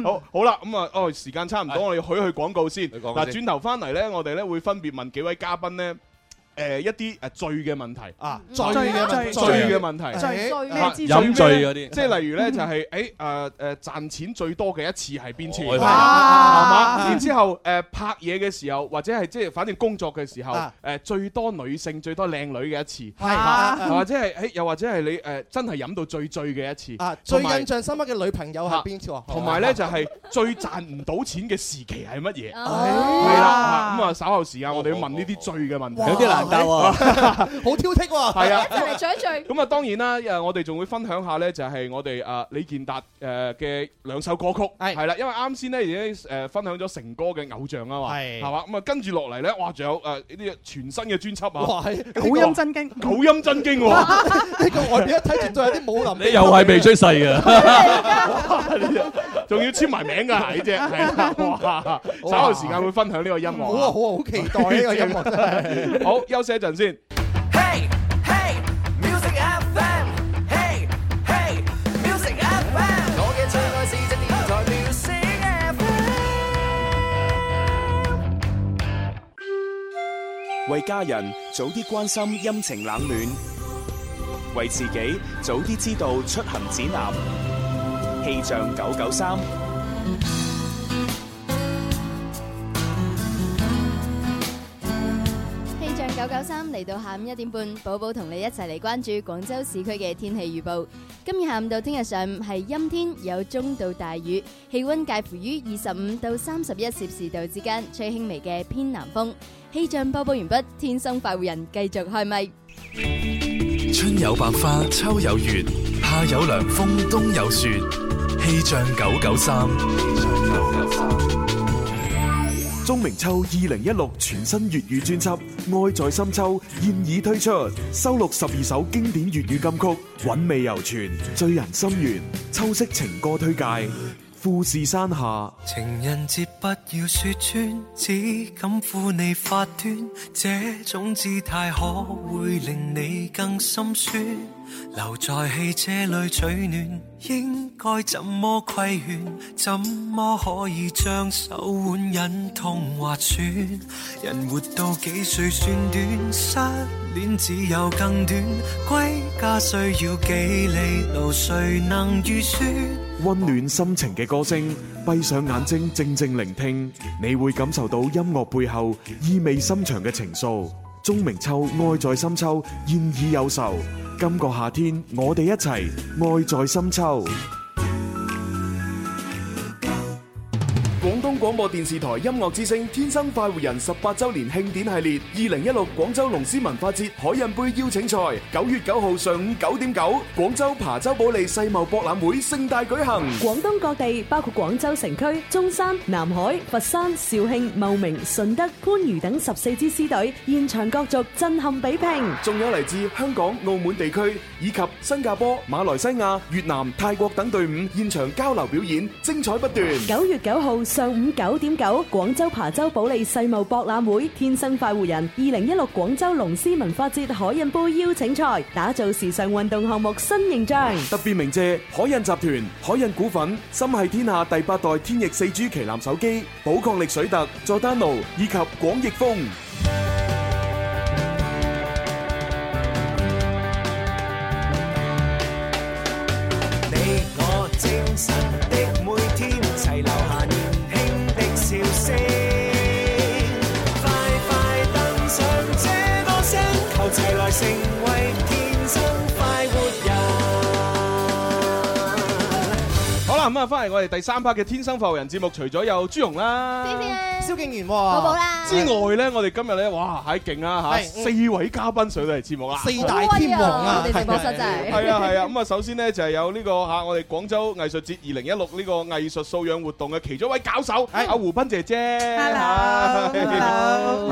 Speaker 6: 好好啦，咁啊，哦，時間差唔多，我哋去一去廣告先。
Speaker 19: 告
Speaker 6: 嗱，
Speaker 19: 先
Speaker 6: 轉頭翻嚟咧，我哋咧會分別問幾位嘉賓咧。誒一啲誒醉嘅問題
Speaker 7: 啊
Speaker 6: 醉
Speaker 7: 醉嘅問題
Speaker 6: 醉嘅問題，
Speaker 7: 醉醉
Speaker 6: 啊
Speaker 7: 咩之
Speaker 17: 醉飲醉嗰啲
Speaker 6: 即係例如咧就係誒誒誒賺錢最多嘅一次係邊次？係
Speaker 17: 哦
Speaker 6: 嘛？然之後誒拍嘢嘅時候，或者係即係反正工作嘅時候
Speaker 7: 啊，
Speaker 6: 誒最多女性最多靚女嘅一次，
Speaker 7: 係
Speaker 6: 啊
Speaker 7: 啊
Speaker 6: 或者係誒又或者係你誒真係飲到最醉嘅一 次
Speaker 7: 啊，最
Speaker 6: 同埋
Speaker 7: 印象深刻嘅女朋友係邊條啊？
Speaker 6: 同埋咧就係最賺唔到錢嘅時期係乜嘢？
Speaker 7: 哦
Speaker 6: 係啦，咁啊稍後時間我哋要問呢啲最嘅問題，
Speaker 7: 哇有啲難答喎 好挑剔喎。
Speaker 6: 係啊
Speaker 8: 一齊嚟聚一聚。
Speaker 6: 咁啊當然啦，誒我哋仲會分享下咧，就係我哋誒李健達誒嘅兩首歌曲，係啦，因為啱先咧已經誒分享咗成哥嘅偶像啊嘛，
Speaker 7: 係
Speaker 6: 係嘛，咁啊跟住落嚟咧，哇仲有誒呢啲全新嘅專輯
Speaker 7: 哇
Speaker 6: 啊，
Speaker 7: 係
Speaker 18: 九陰真經。
Speaker 6: 九陰真經喎，
Speaker 7: 呢個外表一睇絕對有啲武林秘笈。
Speaker 17: 你又係未出世嘅，
Speaker 6: 仲要簽埋名 㗎，係呢隻，係啦，哇，稍後時間會分享呢個音樂啊。
Speaker 7: 好啊好啊，好期待呢個音樂真係。
Speaker 6: 好，休息一陣先。
Speaker 5: Music FM，Hey Hey Music FM，我嘅最愛是只電台 Music FM。
Speaker 20: 为家人早啲关心阴晴冷暖，为自己早啲知道出行指南。气象九九三，
Speaker 9: 氣象九九三嚟到下午一點半，寶寶同你一齊嚟關注廣州市區嘅天氣預報。今日下午到聽日上午係陰天，有中到大雨，氣温介乎於二十五到三十一攝氏度之間，吹輕微嘅偏南風。氣象播報完畢，天生快活人繼續開咪。
Speaker 21: 春有百花，秋有月，夏有涼風，冬有雪。氣象九九三，
Speaker 3: 钟明秋二零一六全新粵語專輯《愛在深秋》現已推出，收錄十二首經典粵語金曲，韻味猶存，醉人心弦。秋色情歌推介，富士山下。
Speaker 22: 情人節不要說穿，只敢負你發端，這種姿態可會令你更心酸。留在汽車裏取暖，應該怎麼規勸？怎麼可以將手腕忍痛劃損？人活到幾歲算短？失戀只有更短，歸家需要幾里路，誰能預算？
Speaker 3: 温暖心情嘅歌聲，閉上眼睛靜靜聆聽，你會感受到音樂背後意味深長嘅情愫。鐘明秋愛在深秋，現已有愁。今個夏天，我哋一齊愛在深秋。廣東廣播電視台音樂之聲《天生快活人》十八周年慶典系列，二零一六廣州龍獅文化節海印杯邀請賽，九月九號上午九點九，廣州琶洲保利世貿博覽會盛大舉行。
Speaker 4: 廣東各地包括廣州城區、中山、南海、佛山、肇慶、茂名、順德、番禺等十四支獅隊現場角逐，震撼比拼。
Speaker 3: 仲有嚟自香港、澳門地區以及新加坡、馬來西亞、越南、泰國等隊伍現場交流表演，精彩不斷。
Speaker 4: 九月九號上午九點九，廣州琶洲保利世貿博覽會天生快活人二零一六廣州龍獅文化節海印杯邀請賽，打造時尚運動項目新形象。
Speaker 3: 特別鳴謝海印集團、海印股份、心系天下第八代天翼四 G 旗艦手機、寶礦力水特、佐丹奴以及廣益豐。
Speaker 11: 你我精神的每天，齊留下年輕的笑聲。快快登上這歌聲，求齊來成為天生快活人。
Speaker 6: 好啦，咁啊，翻嚟我哋第三 part 嘅《天生浮人》節目，除咗有朱容啦、
Speaker 7: 蕭敬元喎，
Speaker 6: 之外咧，我哋今日咧，哇，係勁啊嚇！
Speaker 7: 哦係嗯
Speaker 6: 四位嘉賓上到嚟節目啦，
Speaker 7: 四大天王啊好威啊我哋直播室真係
Speaker 6: 係啊係啊！咁啊，首先咧就係有呢個嚇我哋廣州藝術節二零一六呢個藝術素養活動嘅其中一位搞手，阿胡斌姐姐。Hello，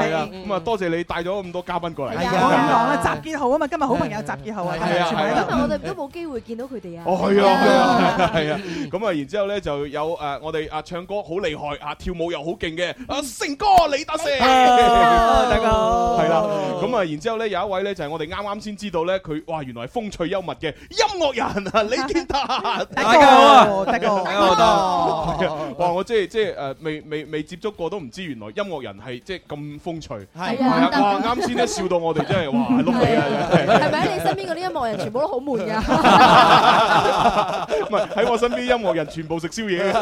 Speaker 6: 係啊，咁啊，多謝你帶咗咁多嘉賓過嚟。
Speaker 18: 我咁講啦，集結號啊嘛，今日好朋友集結號啊，
Speaker 6: 係啊
Speaker 18: 全部喺度
Speaker 6: 係啊
Speaker 18: 嗯
Speaker 6: 因為
Speaker 23: 我哋都冇機會見到佢哋啊。
Speaker 6: 哦，係啊，係啊，係啊，咁啊，然之後咧就有誒，我哋啊唱歌好厲害啊，跳舞又好勁嘅
Speaker 5: Ờ,
Speaker 6: 啊，成哥李德成，Ờ.
Speaker 11: Hello，大家好
Speaker 6: 係啦，咁啊，然之後咧有一位咧就係我哋啱啱先知道咧，佢哇原來係風趣幽默嘅音樂人
Speaker 5: à,
Speaker 6: 啊，李健達，
Speaker 11: 大家好
Speaker 5: 哦
Speaker 11: 啊
Speaker 6: 大
Speaker 11: 大
Speaker 6: 家
Speaker 11: 家
Speaker 6: 好
Speaker 11: 好
Speaker 6: 啊， 哇！我即係即係誒，未未未接觸過都唔知原來音樂人係即係咁風趣，
Speaker 23: 係啊
Speaker 6: 啊，
Speaker 23: 得
Speaker 6: 哇！啱先咧笑到我哋真係哇碌地啊！
Speaker 23: 係
Speaker 6: 真係
Speaker 23: 咪啊？你身邊嗰啲音樂人全部都好悶 㗎。
Speaker 6: 唔係喺我身邊音樂人全部食宵夜，就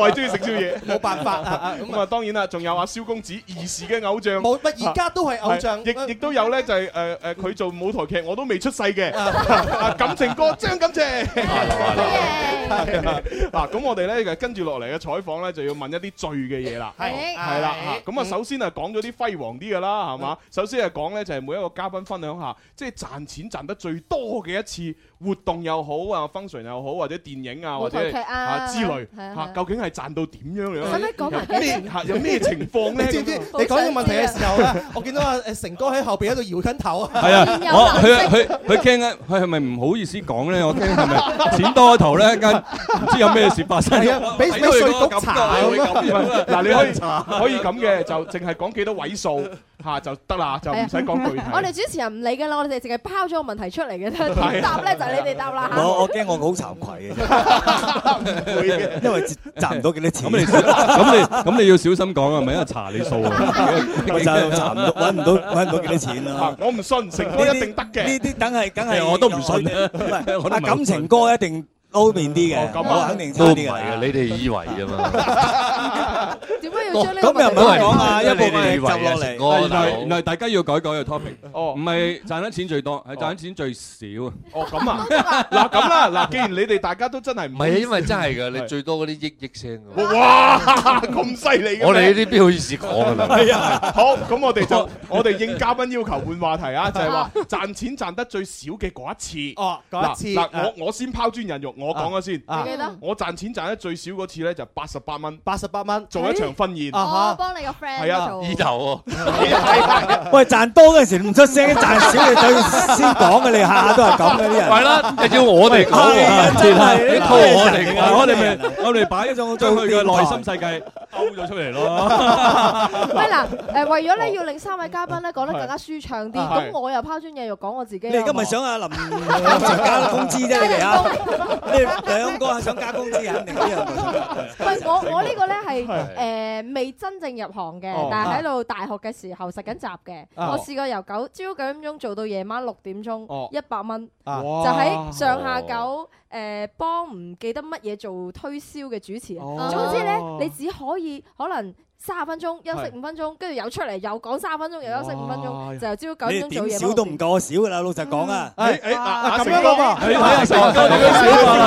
Speaker 6: 係中意食宵夜，冇辦法啊！咁啊，當然啦，仲有阿蕭公子兒時嘅偶像，冇
Speaker 7: 乜而家都係偶像
Speaker 6: 亦亦都有咧，就係誒誒，佢做舞台劇我都未出世嘅，啊感情歌張感情。係啊嗱，咁我哋咧就跟住落嚟嘅採訪咧，就要問一啲醉嘅嘢啦，
Speaker 7: 係
Speaker 6: 係啦
Speaker 7: 係
Speaker 6: 嚇咁啊，首先啊講咗啲輝煌啲嘅啦，係嘛？首先係啊講咧，就係每一個嘉賓分享下，即係賺錢賺得最多嘅一次活動又好啊，function 又好，或者電影啊，或
Speaker 23: 舞
Speaker 6: 者
Speaker 23: 台劇啊
Speaker 6: 之類
Speaker 23: 係啊係
Speaker 6: 嚇
Speaker 23: 啊，
Speaker 6: 究竟係賺到點樣樣？
Speaker 7: 使唔使講埋
Speaker 6: 有咩
Speaker 7: 俾
Speaker 6: 嚇有咩情況咧？
Speaker 7: 你知唔知？
Speaker 6: 咁樣
Speaker 7: 你講呢個問題嘅時候咧，我見到阿誒成哥喺後邊喺度搖緊頭啊。
Speaker 17: 係啊，我佢佢佢驚啊，佢係咪唔好意思講咧？我驚係咪剪多頭咧？一間唔知有咩事發生。
Speaker 7: 係啊俾
Speaker 17: 睇
Speaker 7: 俾
Speaker 17: 佢
Speaker 7: 稅
Speaker 17: 嗰個
Speaker 7: 局查
Speaker 17: 感覺會咁樣啊
Speaker 6: 嗱，你 可以可以咁嘅，就淨係講幾多位數嚇就得啦，就唔使講具體。
Speaker 23: 我哋主持人唔理㗎啦，我哋淨係拋咗個問題出嚟嘅啫，點答咧就係你哋答啦嚇。
Speaker 1: 我我驚我好慚愧
Speaker 6: 嘅，
Speaker 1: 因為賺唔到幾多錢。
Speaker 17: 咁你咁你咁你要小心講啊，咪因為查你數啊。
Speaker 1: 我就查唔到，揾唔到揾唔到幾多錢啦。
Speaker 6: 我唔信，成哥一定得嘅。
Speaker 1: 呢啲等係梗係
Speaker 19: 我都 唔信
Speaker 1: 唔係
Speaker 19: 我都唔係好
Speaker 1: 啊
Speaker 19: 信
Speaker 1: 感情歌一定撈面啲
Speaker 19: 哦
Speaker 1: 嘅，
Speaker 19: 咁啊
Speaker 1: 我肯定差
Speaker 19: 都唔
Speaker 1: 啲
Speaker 19: 係
Speaker 1: 㗎。
Speaker 19: 嘅，你哋以為啫嘛。
Speaker 23: 點解要將呢個
Speaker 17: 咁
Speaker 23: 問
Speaker 17: 又唔
Speaker 23: 題
Speaker 17: 好講啊，一
Speaker 19: 因
Speaker 17: 部
Speaker 19: 為你
Speaker 17: 分
Speaker 19: 哋
Speaker 17: 集
Speaker 19: 以為
Speaker 17: 落
Speaker 19: 啊
Speaker 17: 嚟。原來
Speaker 19: 成哥大佬
Speaker 17: 原來大家要改改個 topic。
Speaker 6: 哦，
Speaker 17: 唔係賺得錢最多，係賺得錢最少啊。
Speaker 6: 哦，咁 啊，嗱咁啦，嗱，既然你哋大家都真係唔
Speaker 19: 唔係啊，因為真係㗎，你最多嗰啲億億聲 㗎。
Speaker 6: 哇， 咁犀利嘅咩
Speaker 19: 我哋呢啲邊好意思講㗎啦。
Speaker 6: 係啊，好，咁我哋就我哋應嘉賓要求換話 題啊，就係話賺錢賺得最少嘅嗰一次。
Speaker 7: 哦嗰一次
Speaker 6: 嗱，
Speaker 7: 啊
Speaker 6: 嗱我我先拋磚引玉，我講咗先。
Speaker 7: 啊你記得
Speaker 6: 我賺錢賺得最少嗰次咧，就八十八蚊，
Speaker 7: 八十八蚊哎啊
Speaker 6: 做一場婚宴。
Speaker 23: 我幫你個 friend
Speaker 8: 哦
Speaker 6: 係啊
Speaker 23: 做，
Speaker 6: 意
Speaker 19: 頭
Speaker 1: 喂，賺多嗰陣時唔出聲，賺少你對先講嘅，你下下都係咁嘅啲人。
Speaker 19: 係啦，要我哋講喎，
Speaker 1: 真係
Speaker 19: 你套我哋
Speaker 1: 我哋咪
Speaker 19: 講。
Speaker 1: 我哋擺咗將佢嘅內心世界
Speaker 17: 勾咗出嚟咯。
Speaker 8: 喂嗱，誒為咗咧要令三位嘉賓咧講得更加舒暢啲，
Speaker 1: 係
Speaker 8: 咁我又拋磚引玉講我自己。
Speaker 1: 你而家咪想阿林加工資啫，你哋啊，你哋兩個係想加工資，肯定呢樣
Speaker 8: 唔係我我呢個咧係
Speaker 1: 係
Speaker 8: 誒未真正入行嘅
Speaker 1: 哦，
Speaker 8: 但係喺度大學嘅時候實緊習嘅。
Speaker 1: 啊
Speaker 8: 我試過由九朝九點鐘做到夜晚六點
Speaker 1: 哦
Speaker 8: 鐘，一百蚊，就
Speaker 1: 啊
Speaker 8: 喺上下九誒幫唔記得乜嘢做推銷嘅主持人。
Speaker 1: 哦
Speaker 8: 總之咧，你只可以可能。三十分鐘休息
Speaker 1: 係
Speaker 8: 五分鐘，跟住又出嚟又講三十分鐘，又休息五分鐘，就由朝九
Speaker 1: 你哋
Speaker 8: 點鐘做
Speaker 1: 點
Speaker 8: 夜
Speaker 1: 少
Speaker 8: 晚
Speaker 1: 都唔夠我少噶啦，老實講啊。
Speaker 6: 誒誒，
Speaker 5: À,
Speaker 1: 咁
Speaker 6: 成哥
Speaker 1: 你睇下成哥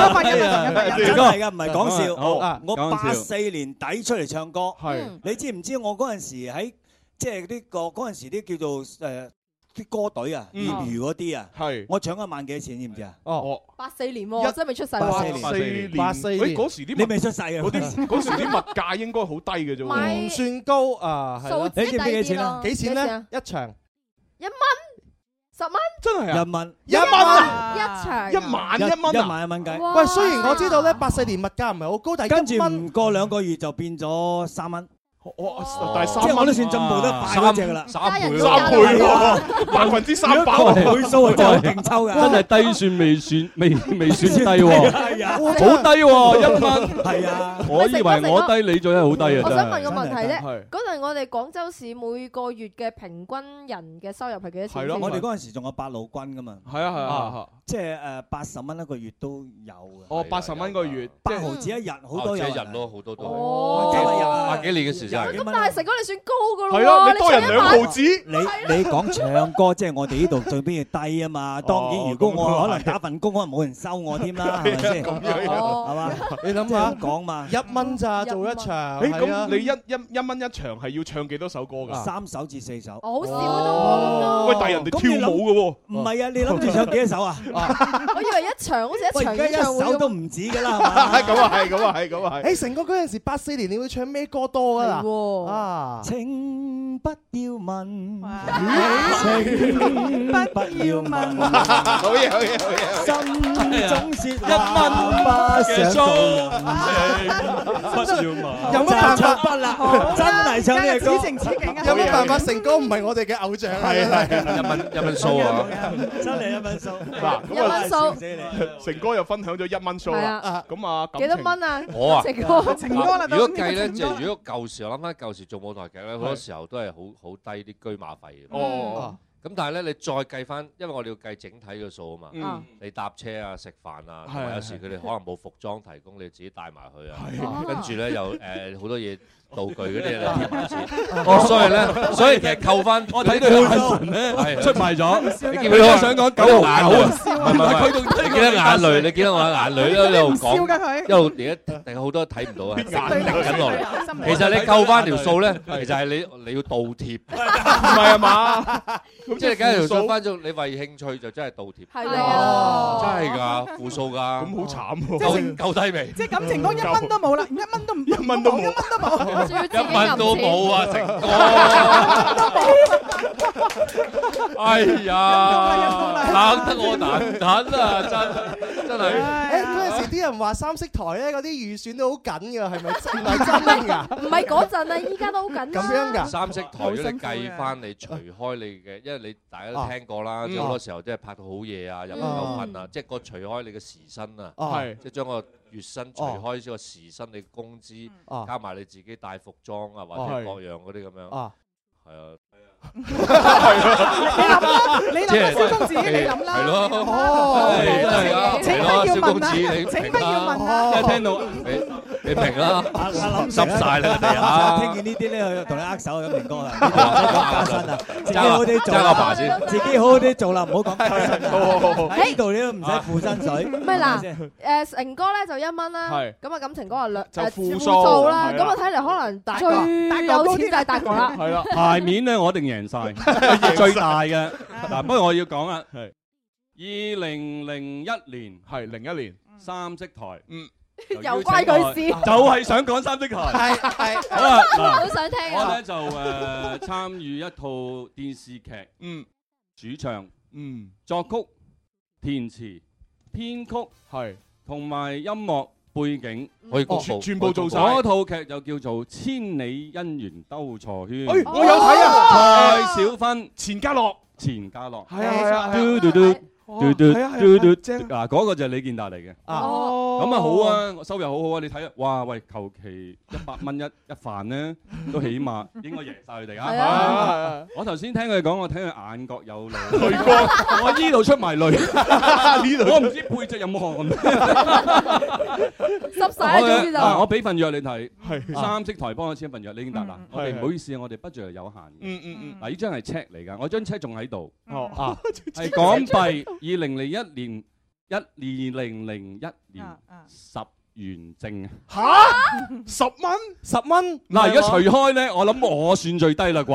Speaker 1: 真係
Speaker 6: 你都少啊
Speaker 1: 㗎，唔係講笑。
Speaker 6: 好
Speaker 1: 我
Speaker 6: 講笑
Speaker 1: 八四年底出嚟唱歌，
Speaker 6: 嗯
Speaker 1: 你知唔知我嗰陣時喺即係呢個嗰陣時啲叫做誒啲歌隊啊，
Speaker 8: 嗯
Speaker 1: 業餘嗰啲啊，我搶一萬幾錢，知唔知啊？
Speaker 6: 哦。
Speaker 8: 八四年喎，真係未出世喎。
Speaker 6: 八四年，
Speaker 1: 八四年
Speaker 6: 喂嗰時啲物
Speaker 1: 你未出世啊
Speaker 6: 嗰啲嗰時啲物價應該好低嘅啫喎，
Speaker 7: 唔哦算高啊，係咯
Speaker 8: 數字你知唔知幾錢啊低啲咯
Speaker 7: 幾錢
Speaker 8: 幾錢啊
Speaker 7: 咧？一場
Speaker 8: 一蚊，十蚊，
Speaker 6: 真係
Speaker 1: 啊！一蚊啊
Speaker 7: 一蚊
Speaker 8: 一場，
Speaker 1: 一一
Speaker 8: à.
Speaker 1: 萬一蚊啊雞。
Speaker 8: 哇
Speaker 7: 喂，雖然我知道咧，八四年物價唔係好高，但
Speaker 1: 跟
Speaker 7: 係
Speaker 1: 住
Speaker 7: 一蚊
Speaker 1: 唔過兩個月就變咗三蚊。
Speaker 6: 我
Speaker 7: 但係三蚊
Speaker 1: 即係我都算進步得快嗰只噶啦，
Speaker 19: 三
Speaker 6: 倍三倍喎百分之三百喎
Speaker 1: 倍數啊，真係勁抽㗎。
Speaker 17: 真係低算未算未未算低喎，
Speaker 1: 係啊，
Speaker 17: 好低喎一蚊。
Speaker 1: 係啊，
Speaker 17: 我以為我低，你最係好低啊！
Speaker 8: 我
Speaker 17: 真
Speaker 8: 想
Speaker 17: 係
Speaker 8: 問個問題啫
Speaker 17: 係，
Speaker 8: 嗰陣我哋廣州市每個月嘅平均人嘅收入係幾多錢先？
Speaker 1: 我哋嗰陣時仲有八路軍噶嘛。
Speaker 6: 係啊係啊係啊，
Speaker 1: 即係誒八十蚊一個月都有嘅。
Speaker 6: 哦八十蚊個月，
Speaker 1: 八毫子一日，好多人啊
Speaker 19: 即係人咯，好多都係。
Speaker 8: 哦
Speaker 19: 幾
Speaker 1: 百日啊
Speaker 19: 百幾年嘅時真係。
Speaker 8: 咁但係成哥你算高噶咯
Speaker 1: 係
Speaker 8: 喎，
Speaker 1: 咯你
Speaker 8: 你
Speaker 1: 多人兩毫
Speaker 8: 子，
Speaker 1: 你你講唱歌， 即係我哋呢度最邊要低啊嘛。當然，如果我可能打份工，可能冇人收我 添啦，啊係咪先？哦
Speaker 6: 咁樣
Speaker 1: 係嘛？
Speaker 7: 你諗
Speaker 1: 下
Speaker 7: 下
Speaker 1: 講嘛，
Speaker 7: 一蚊咋做一場？
Speaker 6: 誒
Speaker 7: 係啊
Speaker 6: 咁你一一一蚊一場係要唱幾多首歌㗎？
Speaker 1: 三首至四首。
Speaker 8: 哦好
Speaker 6: 少
Speaker 7: 哦
Speaker 6: 都喂，但係人哋
Speaker 1: 咁你諗
Speaker 6: 跳舞嘅喎。
Speaker 1: 唔係啊，你諗住唱幾多首啊？
Speaker 8: 我以為一場好似一
Speaker 1: 喂，
Speaker 8: 場
Speaker 1: 而家
Speaker 8: 演唱
Speaker 1: 一
Speaker 8: 會
Speaker 1: 首
Speaker 8: 咁
Speaker 1: 都唔止 㗎啦，係嘛？
Speaker 6: 咁啊係，咁啊係，咁啊
Speaker 7: 誒，成哥嗰陣時八四年，你會唱咩歌多㗎啦？啊，
Speaker 1: 請不要問，
Speaker 7: 請
Speaker 1: 嗯不要 問，
Speaker 6: 好嘢，好嘢，好嘢。
Speaker 1: 心總是一
Speaker 6: 蚊嘅
Speaker 1: 數，
Speaker 7: 有乜辦法
Speaker 1: 不啦？ 真係唱呢個歌，
Speaker 7: 有乜辦法？成哥唔係我哋嘅偶像啊！真係
Speaker 19: 一蚊一蚊數啊！
Speaker 1: 真係一蚊數。
Speaker 6: 嗱，咁啊，
Speaker 8: 一蚊
Speaker 6: 成哥又分享咗一蚊數
Speaker 8: 係
Speaker 6: 啦
Speaker 8: 啊，
Speaker 6: 咁啊，感
Speaker 8: 幾多
Speaker 6: 情
Speaker 8: 蚊啊？
Speaker 19: 我啊，
Speaker 8: 成
Speaker 19: 如
Speaker 8: 哥，
Speaker 19: 果計咧，即係如果舊時我諗翻舊時做舞台劇咧，好多時候都係好好低啲居馬費嘅。
Speaker 6: 哦，
Speaker 19: 咁但係咧，你再計翻，因為我哋要計整體嘅數啊嘛
Speaker 6: 嗯。
Speaker 19: 你搭車啊、食飯啊，
Speaker 6: 係
Speaker 19: 同埋有時
Speaker 6: 係
Speaker 19: 佢哋可能冇服裝提供，你自己帶埋去啊
Speaker 6: 係。
Speaker 19: 跟住咧又誒好多嘢道具嗰啲嘢
Speaker 6: 啊
Speaker 19: 貼埋錢
Speaker 6: 哦。
Speaker 19: 所以咧，所以其實扣翻
Speaker 17: 我睇到
Speaker 19: 嗰啲
Speaker 17: 眼神咧
Speaker 19: 係
Speaker 17: 出賣咗
Speaker 19: 你見唔見到
Speaker 17: 佢想講九毫九啊
Speaker 19: 唔係唔係
Speaker 17: 佢仲
Speaker 19: 你見到眼淚，你見到我眼淚咧一
Speaker 18: 佢
Speaker 19: 路講，
Speaker 18: 唔笑㗎佢
Speaker 19: 一路而家定好多睇唔到啊，
Speaker 6: 啲
Speaker 19: 滴
Speaker 6: 眼淚
Speaker 19: 緊落
Speaker 6: 心
Speaker 19: 嚟。
Speaker 6: 裏
Speaker 19: 其實你扣翻條數咧，其實係你你要倒貼，
Speaker 6: 唔係啊嘛？咁
Speaker 19: 即係你梗係條數翻咗，你為興趣就真係倒貼。
Speaker 8: 係啊
Speaker 19: 真係㗎，負數㗎。咁
Speaker 6: 好慘喎
Speaker 19: 夠夠低未？
Speaker 18: 即係感情嗰一蚊都冇啦，一蚊都唔，一
Speaker 6: 蚊都
Speaker 18: 冇，一蚊都冇，
Speaker 19: 一蚊都冇啊，成哥！哎 呀，冷得我蛋蛋啊，真真係。
Speaker 7: 誒嗰陣時啲人話三色台咧，嗰啲預算都好緊㗎，係咪真係真㗎？
Speaker 8: 唔係嗰陣啊，依家都好緊
Speaker 7: 咁樣
Speaker 8: 啦。
Speaker 7: 㗎
Speaker 19: 三色台如果你計翻，你除開你嘅，因為你大家都聽過啦，
Speaker 6: 啊
Speaker 19: 即係好多時候即係拍到好夜啊，又唔夠瞓啊，即係個除開你嘅時薪啊
Speaker 6: 啊係，
Speaker 19: 即係將個月薪除開個時薪，你工資
Speaker 18: 嗯
Speaker 6: 啊
Speaker 19: 加埋你自己帶服裝啊，或
Speaker 6: 啊
Speaker 19: 者
Speaker 6: 係
Speaker 19: 各樣嗰啲咁樣，
Speaker 7: 啊
Speaker 19: 係 啊，
Speaker 18: 你諗啦，小公子，你諗啦，
Speaker 19: 係咯，
Speaker 18: 哦
Speaker 19: 係真係啊，
Speaker 18: 請
Speaker 19: 係
Speaker 18: 不要
Speaker 19: 咯，小公
Speaker 18: 問
Speaker 19: 子
Speaker 18: 啊，
Speaker 19: 你
Speaker 18: 請
Speaker 19: 明
Speaker 18: 不要
Speaker 19: 啦
Speaker 18: 問，啊，
Speaker 19: 即係聽到你你明啦，濕晒啦 你 啊！
Speaker 1: 聽見呢啲咧，佢同你握手咁明哥啊，
Speaker 19: 加
Speaker 1: 薪啊，自己
Speaker 19: 爭
Speaker 1: 好啲做
Speaker 19: 爭阿爸先
Speaker 1: 自己好好啲做啦，唔好講加薪啊。
Speaker 6: 好好好
Speaker 1: 喺呢度你都唔使付薪水。
Speaker 8: 唔係嗱，誒成哥咧就一蚊啦
Speaker 1: 係，
Speaker 8: 咁啊感情哥啊兩
Speaker 17: 就
Speaker 8: 誒
Speaker 17: 負數
Speaker 8: 數啦，
Speaker 17: 係
Speaker 8: 咁
Speaker 17: 啦
Speaker 8: 啊睇嚟可能
Speaker 18: 哥
Speaker 8: 最有錢就係達哥啦，
Speaker 6: 係啦。
Speaker 17: 牌面咧，我一定贏晒，最大嘅。嗱，不過我要講啦，係二零零一年，
Speaker 6: 係零一年
Speaker 17: 三色台，
Speaker 6: 嗯，
Speaker 8: 又關佢事
Speaker 17: 就係想講三色台，
Speaker 7: 係係
Speaker 17: 好啦，嗱
Speaker 8: 好想聽
Speaker 17: 我
Speaker 8: 啊
Speaker 17: 咧！就誒參與一套電視劇，
Speaker 6: 嗯，
Speaker 17: 主唱，
Speaker 6: 嗯，
Speaker 17: 作曲、填詞、編曲
Speaker 6: 係
Speaker 17: 同埋音樂背景，
Speaker 8: 嗯
Speaker 19: 可以公佈
Speaker 17: 哦
Speaker 19: 全部做晒
Speaker 17: 嗰套劇就叫做《千里姻緣兜錯圈》。
Speaker 6: 哎我有睇啊
Speaker 17: 蔡小芬、
Speaker 6: 錢嘉樂、
Speaker 17: 錢嘉樂，
Speaker 6: 係啊係啊係啊
Speaker 17: 嘟嘟嘟嘟嘟
Speaker 6: 係啊係啊
Speaker 17: 嘟嘟
Speaker 6: 正
Speaker 17: 嗱，嗰個就係李健達嚟嘅。
Speaker 6: 哦
Speaker 17: 咁啊好啊，我收入好好啊，你睇啊，哇喂，求其一百 蚊一一飯咧，都起碼應該贏晒佢哋
Speaker 6: 係啊係啊係
Speaker 17: 啊
Speaker 6: 啊！
Speaker 17: 我頭先聽佢講，我睇佢眼角有淚，
Speaker 6: 淚 光
Speaker 17: 我依度出埋 淚，
Speaker 6: 呢度
Speaker 17: 我唔知背脊有冇 汗。
Speaker 23: 濕晒啦，總之就
Speaker 17: 啊我俾份藥你睇，啊三色台幫我簽份藥，你已經得啦。我哋
Speaker 6: 係
Speaker 17: 唔好意思，我哋 budget 係有限嘅。
Speaker 6: 嗯嗯嗯
Speaker 17: 嗱，呢張係 check 嚟㗎，我張 check 仲喺度。
Speaker 6: 哦
Speaker 17: 啊，係港幣二零零一年一二零零一年十元正啊。
Speaker 6: 吓十蚊
Speaker 7: 十蚊
Speaker 17: 嗱，而家除開咧，我諗我算最低啦啩。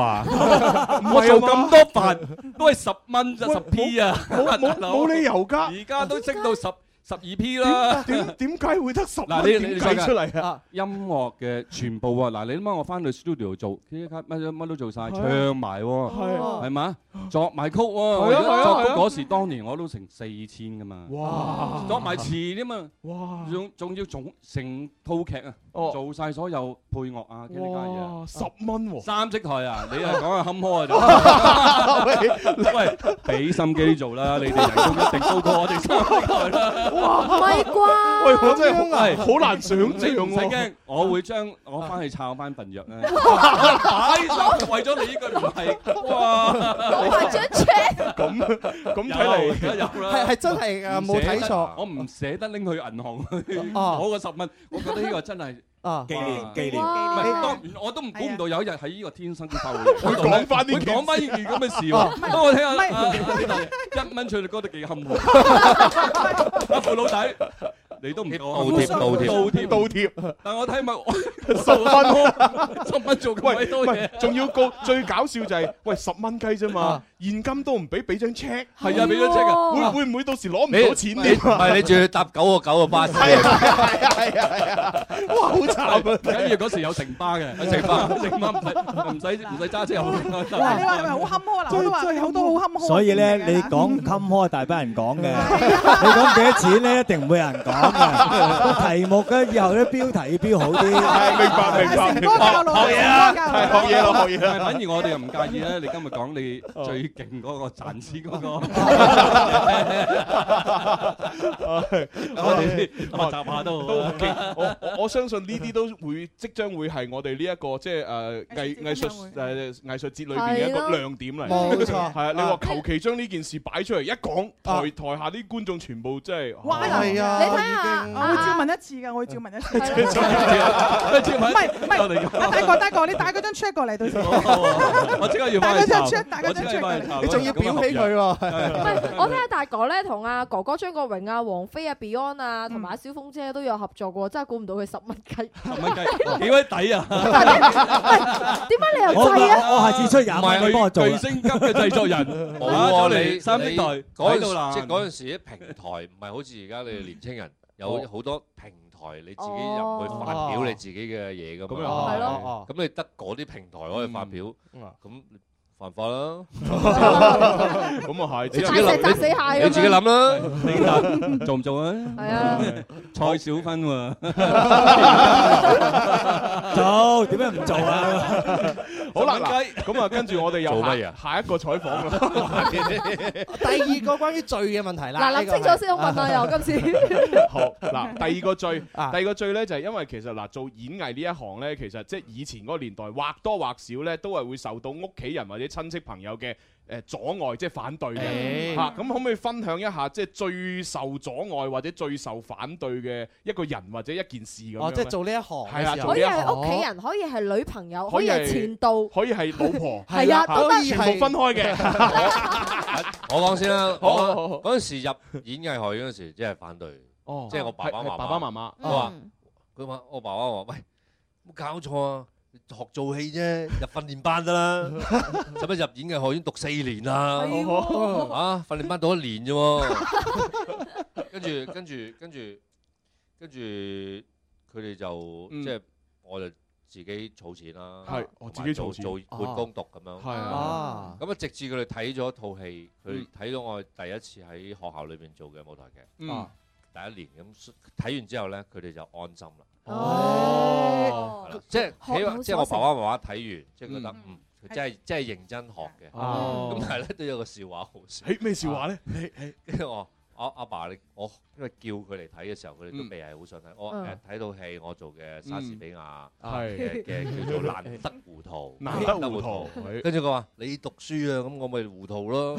Speaker 6: 嘛
Speaker 17: 我做咁多份都係十蚊啫，十 P 啊，
Speaker 6: 冇冇
Speaker 17: 大佬
Speaker 6: 冇理由㗎
Speaker 17: 而家都升到十十二 P 啦。
Speaker 6: 點點解會得十蚊？
Speaker 17: 嗱，你
Speaker 6: 點
Speaker 17: 你
Speaker 6: 計出嚟啊？！
Speaker 17: 音樂嘅全部啊！嗱，你諗下，我翻去 studio 做，乜乜都做晒，
Speaker 6: 係啊
Speaker 17: 唱埋喎，
Speaker 6: 係啊
Speaker 17: 係嘛？作埋曲喎，
Speaker 6: 係啊係啊
Speaker 17: 作曲
Speaker 6: 係啊
Speaker 17: 嗰時當年我都成四千噶嘛，
Speaker 6: 哇
Speaker 17: 作埋詞添嘛，
Speaker 6: 哇！
Speaker 17: 仲仲要總成套劇啊，做晒所有配樂啊，呢家嘢，
Speaker 6: 哇！十蚊喎，
Speaker 17: 三色台啊，你係講下坎坷 啊就，喂，俾心機做啦，你哋人工一定高過我哋三色台啦，
Speaker 23: 唔係啩？
Speaker 6: 喂，我真係
Speaker 17: 咁樣
Speaker 6: 好
Speaker 17: 啊
Speaker 6: 好難想象
Speaker 17: 你唔使
Speaker 6: 喎
Speaker 17: 驚。，我會將我翻去抄翻份藥咧。 擺上為咗你呢句唔係，哇！
Speaker 23: 攞埋張 check，
Speaker 6: 咁咁
Speaker 17: 有
Speaker 6: 睇嚟
Speaker 17: 梗係有啦，
Speaker 7: 係係真係㗎
Speaker 17: 唔
Speaker 7: 冇
Speaker 17: 捨得
Speaker 7: 睇錯
Speaker 17: 我唔捨得拎去銀行去
Speaker 7: 哦
Speaker 17: 攞個十蚊，我覺得呢個真係。
Speaker 7: 啊
Speaker 17: 紀念紀
Speaker 7: 念
Speaker 17: 唔
Speaker 7: 哇
Speaker 17: 係當然我都唔估唔到有一日喺呢個天生發會
Speaker 6: 會講返呢
Speaker 17: 會
Speaker 6: 件事
Speaker 17: 講翻呢件咁嘅事
Speaker 6: 啊
Speaker 17: 喎。等我聽
Speaker 6: 唔
Speaker 17: 下
Speaker 6: 係
Speaker 17: 啊，啊一蚊出嚟覺得幾坎坷。阿傅老弟，你都唔啊
Speaker 19: 倒貼倒貼
Speaker 17: 倒貼
Speaker 6: 倒貼，
Speaker 17: 但我睇咪
Speaker 6: 十 蚊，
Speaker 17: 十蚊做咁鬼多嘢
Speaker 6: 喂唔係仲要告最搞笑就係，喂十蚊雞啫嘛，現金都唔俾，俾張 check，
Speaker 17: 啊係啊俾張 check 啊
Speaker 6: 會會唔會到時攞唔
Speaker 19: 你
Speaker 6: 到錢添？
Speaker 19: 唔係 你仲要搭九個九個巴士啊？
Speaker 6: 哇，好慘啊！
Speaker 17: 緊要嗰時有城巴嘅，
Speaker 19: 城巴
Speaker 17: 城巴唔使唔使唔使揸車入去。
Speaker 18: 哇！你話係咪好坎坷啦？我都話你好多好坎坷嘅嘢㗎。
Speaker 1: 所以咧，
Speaker 23: 啊
Speaker 1: 你講坎坷大把人講嘅，你講幾多錢咧，一定唔會有人講嘅。個題目咧，以後啲標題要標好啲。
Speaker 6: 係明白明白明白，學嘢啦，係 學嘢啦，學嘢啦。
Speaker 17: 反而我哋又唔介意咧。你今日講你最勁嗰個賺錢 嗰個，我哋學習下都好
Speaker 6: 啊哦都
Speaker 17: 啊。
Speaker 6: OK，我我我相信呢啲都會即將會係我哋呢一個即係誒藝藝術誒藝術節裏邊嘅一
Speaker 7: 係
Speaker 6: 個
Speaker 7: 咯
Speaker 6: 亮點嚟。
Speaker 7: 冇錯
Speaker 6: 係啊！你話求其將呢件事擺出嚟一講，
Speaker 17: 啊
Speaker 6: 台台下啲觀眾全部真係
Speaker 18: 哇！
Speaker 7: 係啊
Speaker 18: 你睇下，我會照問一次㗎，我會照問一次。
Speaker 6: 啊
Speaker 18: 唔係唔係，啊大哥大哥，你帶嗰張 check 過嚟到時。
Speaker 17: 我即刻要翻去
Speaker 18: 大家
Speaker 17: 查
Speaker 18: 出出大家
Speaker 17: 我即刻
Speaker 18: 出
Speaker 17: 要翻去查
Speaker 7: 你仲要表起佢
Speaker 17: 係
Speaker 7: 喎。
Speaker 23: 我睇下大哥咧，同阿哥哥張國榮啊、王菲啊、Beyond 啊，同埋阿小鳳姐都有合作過，真係估唔到佢十蚊雞。
Speaker 17: 十蚊雞，幾鬼抵啊！
Speaker 23: 點解你又
Speaker 1: 我
Speaker 23: 制啊？
Speaker 1: 我下次出廿
Speaker 19: 唔係
Speaker 1: 蚊，你幫我做啦
Speaker 17: 巨。星級嘅製作人，
Speaker 19: 冇
Speaker 17: 啊走
Speaker 19: 喎，
Speaker 17: 嚟
Speaker 19: 你
Speaker 17: 三色
Speaker 19: 你
Speaker 17: 代
Speaker 19: 嗰
Speaker 17: 睇到啦
Speaker 19: 陣時，即係嗰陣時啲平台唔係好似而家你哋年青人有
Speaker 17: 哦
Speaker 19: 好多平台，你自己
Speaker 23: 哦
Speaker 19: 入去發表你自己嘅嘢噶
Speaker 6: 咁
Speaker 19: 嘛。
Speaker 6: 又係係咯
Speaker 19: 咁你得嗰啲平台可以發表，咁犯法啦。
Speaker 6: 咁啊係，
Speaker 19: 你
Speaker 6: 只
Speaker 19: 自
Speaker 23: 大
Speaker 19: 己
Speaker 6: 係
Speaker 19: 諗
Speaker 23: 石砸死蟹咁樣
Speaker 19: 你自己諗啦。
Speaker 17: 你答做唔做啊？
Speaker 23: 係啊，
Speaker 17: 蔡小芬 喎，
Speaker 1: 做點解唔做啊？
Speaker 6: 好啦，
Speaker 17: 十蚊雞
Speaker 6: 嗱咁啊，跟住我哋又
Speaker 19: 做乜
Speaker 6: 下
Speaker 19: 嘢
Speaker 17: 啊
Speaker 6: 下一個啊採訪啦。
Speaker 7: 第二個關於罪嘅問題啦，
Speaker 23: 嗱，
Speaker 7: 呢
Speaker 23: 諗
Speaker 7: 個係
Speaker 23: 清楚先好問啊！又今次。
Speaker 6: 好 嗱，第二個罪，第
Speaker 7: 啊
Speaker 6: 二個罪咧就係因為其實嗱做演藝呢一行咧，其實即係以前嗰個年代或多或少咧，都係會受到屋企人或者親戚朋友嘅。誒阻礙即係反對嘅
Speaker 7: 誒
Speaker 6: 嚇，咁可唔可以分享一下即係最受阻礙或者最受反對嘅一個人或者一件事咁樣呢？
Speaker 7: 哦，即係做呢一行
Speaker 6: 係啊
Speaker 7: 嘅時候
Speaker 6: 做
Speaker 23: 可
Speaker 6: 呢
Speaker 23: 以
Speaker 6: 一
Speaker 23: 係
Speaker 6: 行
Speaker 23: 屋企人，可以係女朋友，可
Speaker 6: 可以
Speaker 23: 以係
Speaker 6: 係
Speaker 23: 前度，
Speaker 6: 可以係老婆，
Speaker 23: 係啊
Speaker 6: 嚇
Speaker 23: 都得
Speaker 6: 全部分開嘅。
Speaker 19: 我講先啦，
Speaker 6: 好好好好
Speaker 19: 我嗰陣時入演藝學院嗰陣時，即係反對，
Speaker 6: 哦
Speaker 19: 即係我爸爸
Speaker 6: 係係
Speaker 19: 媽媽，
Speaker 6: 爸爸媽嗯媽
Speaker 19: 我話佢話我爸爸話：喂，冇搞錯啊！學做戲啫，入訓練班得啦，使乜入演藝學院讀四年啊？
Speaker 6: 係喎
Speaker 19: 啊，訓練班讀一年啫喎，跟住跟住跟住跟住佢哋就
Speaker 6: 嗯
Speaker 19: 即係我就自己儲錢啦，
Speaker 6: 係我自己儲錢
Speaker 19: 同埋做做半工讀咁樣，
Speaker 6: 係啊
Speaker 19: 咁啊，直至佢哋睇咗套戲，佢
Speaker 6: 嗯
Speaker 19: 睇到我第一次喺學校裏邊做嘅舞台劇，
Speaker 6: 嗯
Speaker 19: 第一年咁睇完之後咧，佢哋就安心啦。
Speaker 11: 哦
Speaker 19: 係啦即係
Speaker 11: 學有所
Speaker 19: 即係我
Speaker 11: 成
Speaker 19: 爸爸媽媽睇完，即係覺得
Speaker 11: 嗯
Speaker 19: 嗯，佢真係真係認真學嘅。
Speaker 6: 哦
Speaker 19: 咁但係咧都有個笑話好笑。
Speaker 6: 誒咩笑 話咧？你
Speaker 19: 跟住我我阿爸你我因為叫佢嚟睇嘅時候，佢哋都未係好想睇。我誒
Speaker 6: 嗯
Speaker 19: 睇到戲，我做嘅莎士比亞
Speaker 6: 嗯係
Speaker 19: 嘅嘅叫做 難得糊塗，
Speaker 6: 難得糊塗
Speaker 19: 跟住佢話：你讀書啊，咁我咪糊塗 咯。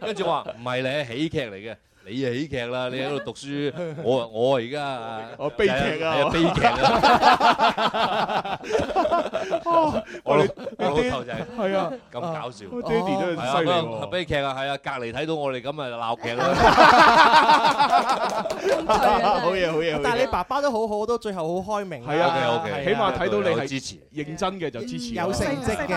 Speaker 19: 跟住我話唔係你係喜劇嚟嘅。你係喜劇啦，你喺度讀書，我我而 家我
Speaker 6: 悲劇啊
Speaker 19: 悲劇啊！
Speaker 6: 哦
Speaker 19: 我老
Speaker 6: 你
Speaker 19: 我老
Speaker 6: 爹
Speaker 19: 頭就係
Speaker 6: 係啊
Speaker 19: 咁搞笑，
Speaker 6: 我爹哋真
Speaker 19: 係
Speaker 6: 係
Speaker 19: 啊
Speaker 6: 犀利
Speaker 19: 不
Speaker 6: 喎
Speaker 19: 過悲劇啊，係啊，隔離睇到我哋咁咪鬧劇啊啦。
Speaker 23: Ờ,
Speaker 6: 好嘢好嘢好嘢
Speaker 7: 但係你爸爸都好好，都最後好開明啊。
Speaker 6: ờ, 係啊，OK
Speaker 7: 係
Speaker 6: OK，起碼睇到你係
Speaker 19: 支持
Speaker 6: 認真嘅就支持，
Speaker 7: 嗯有成績嘅，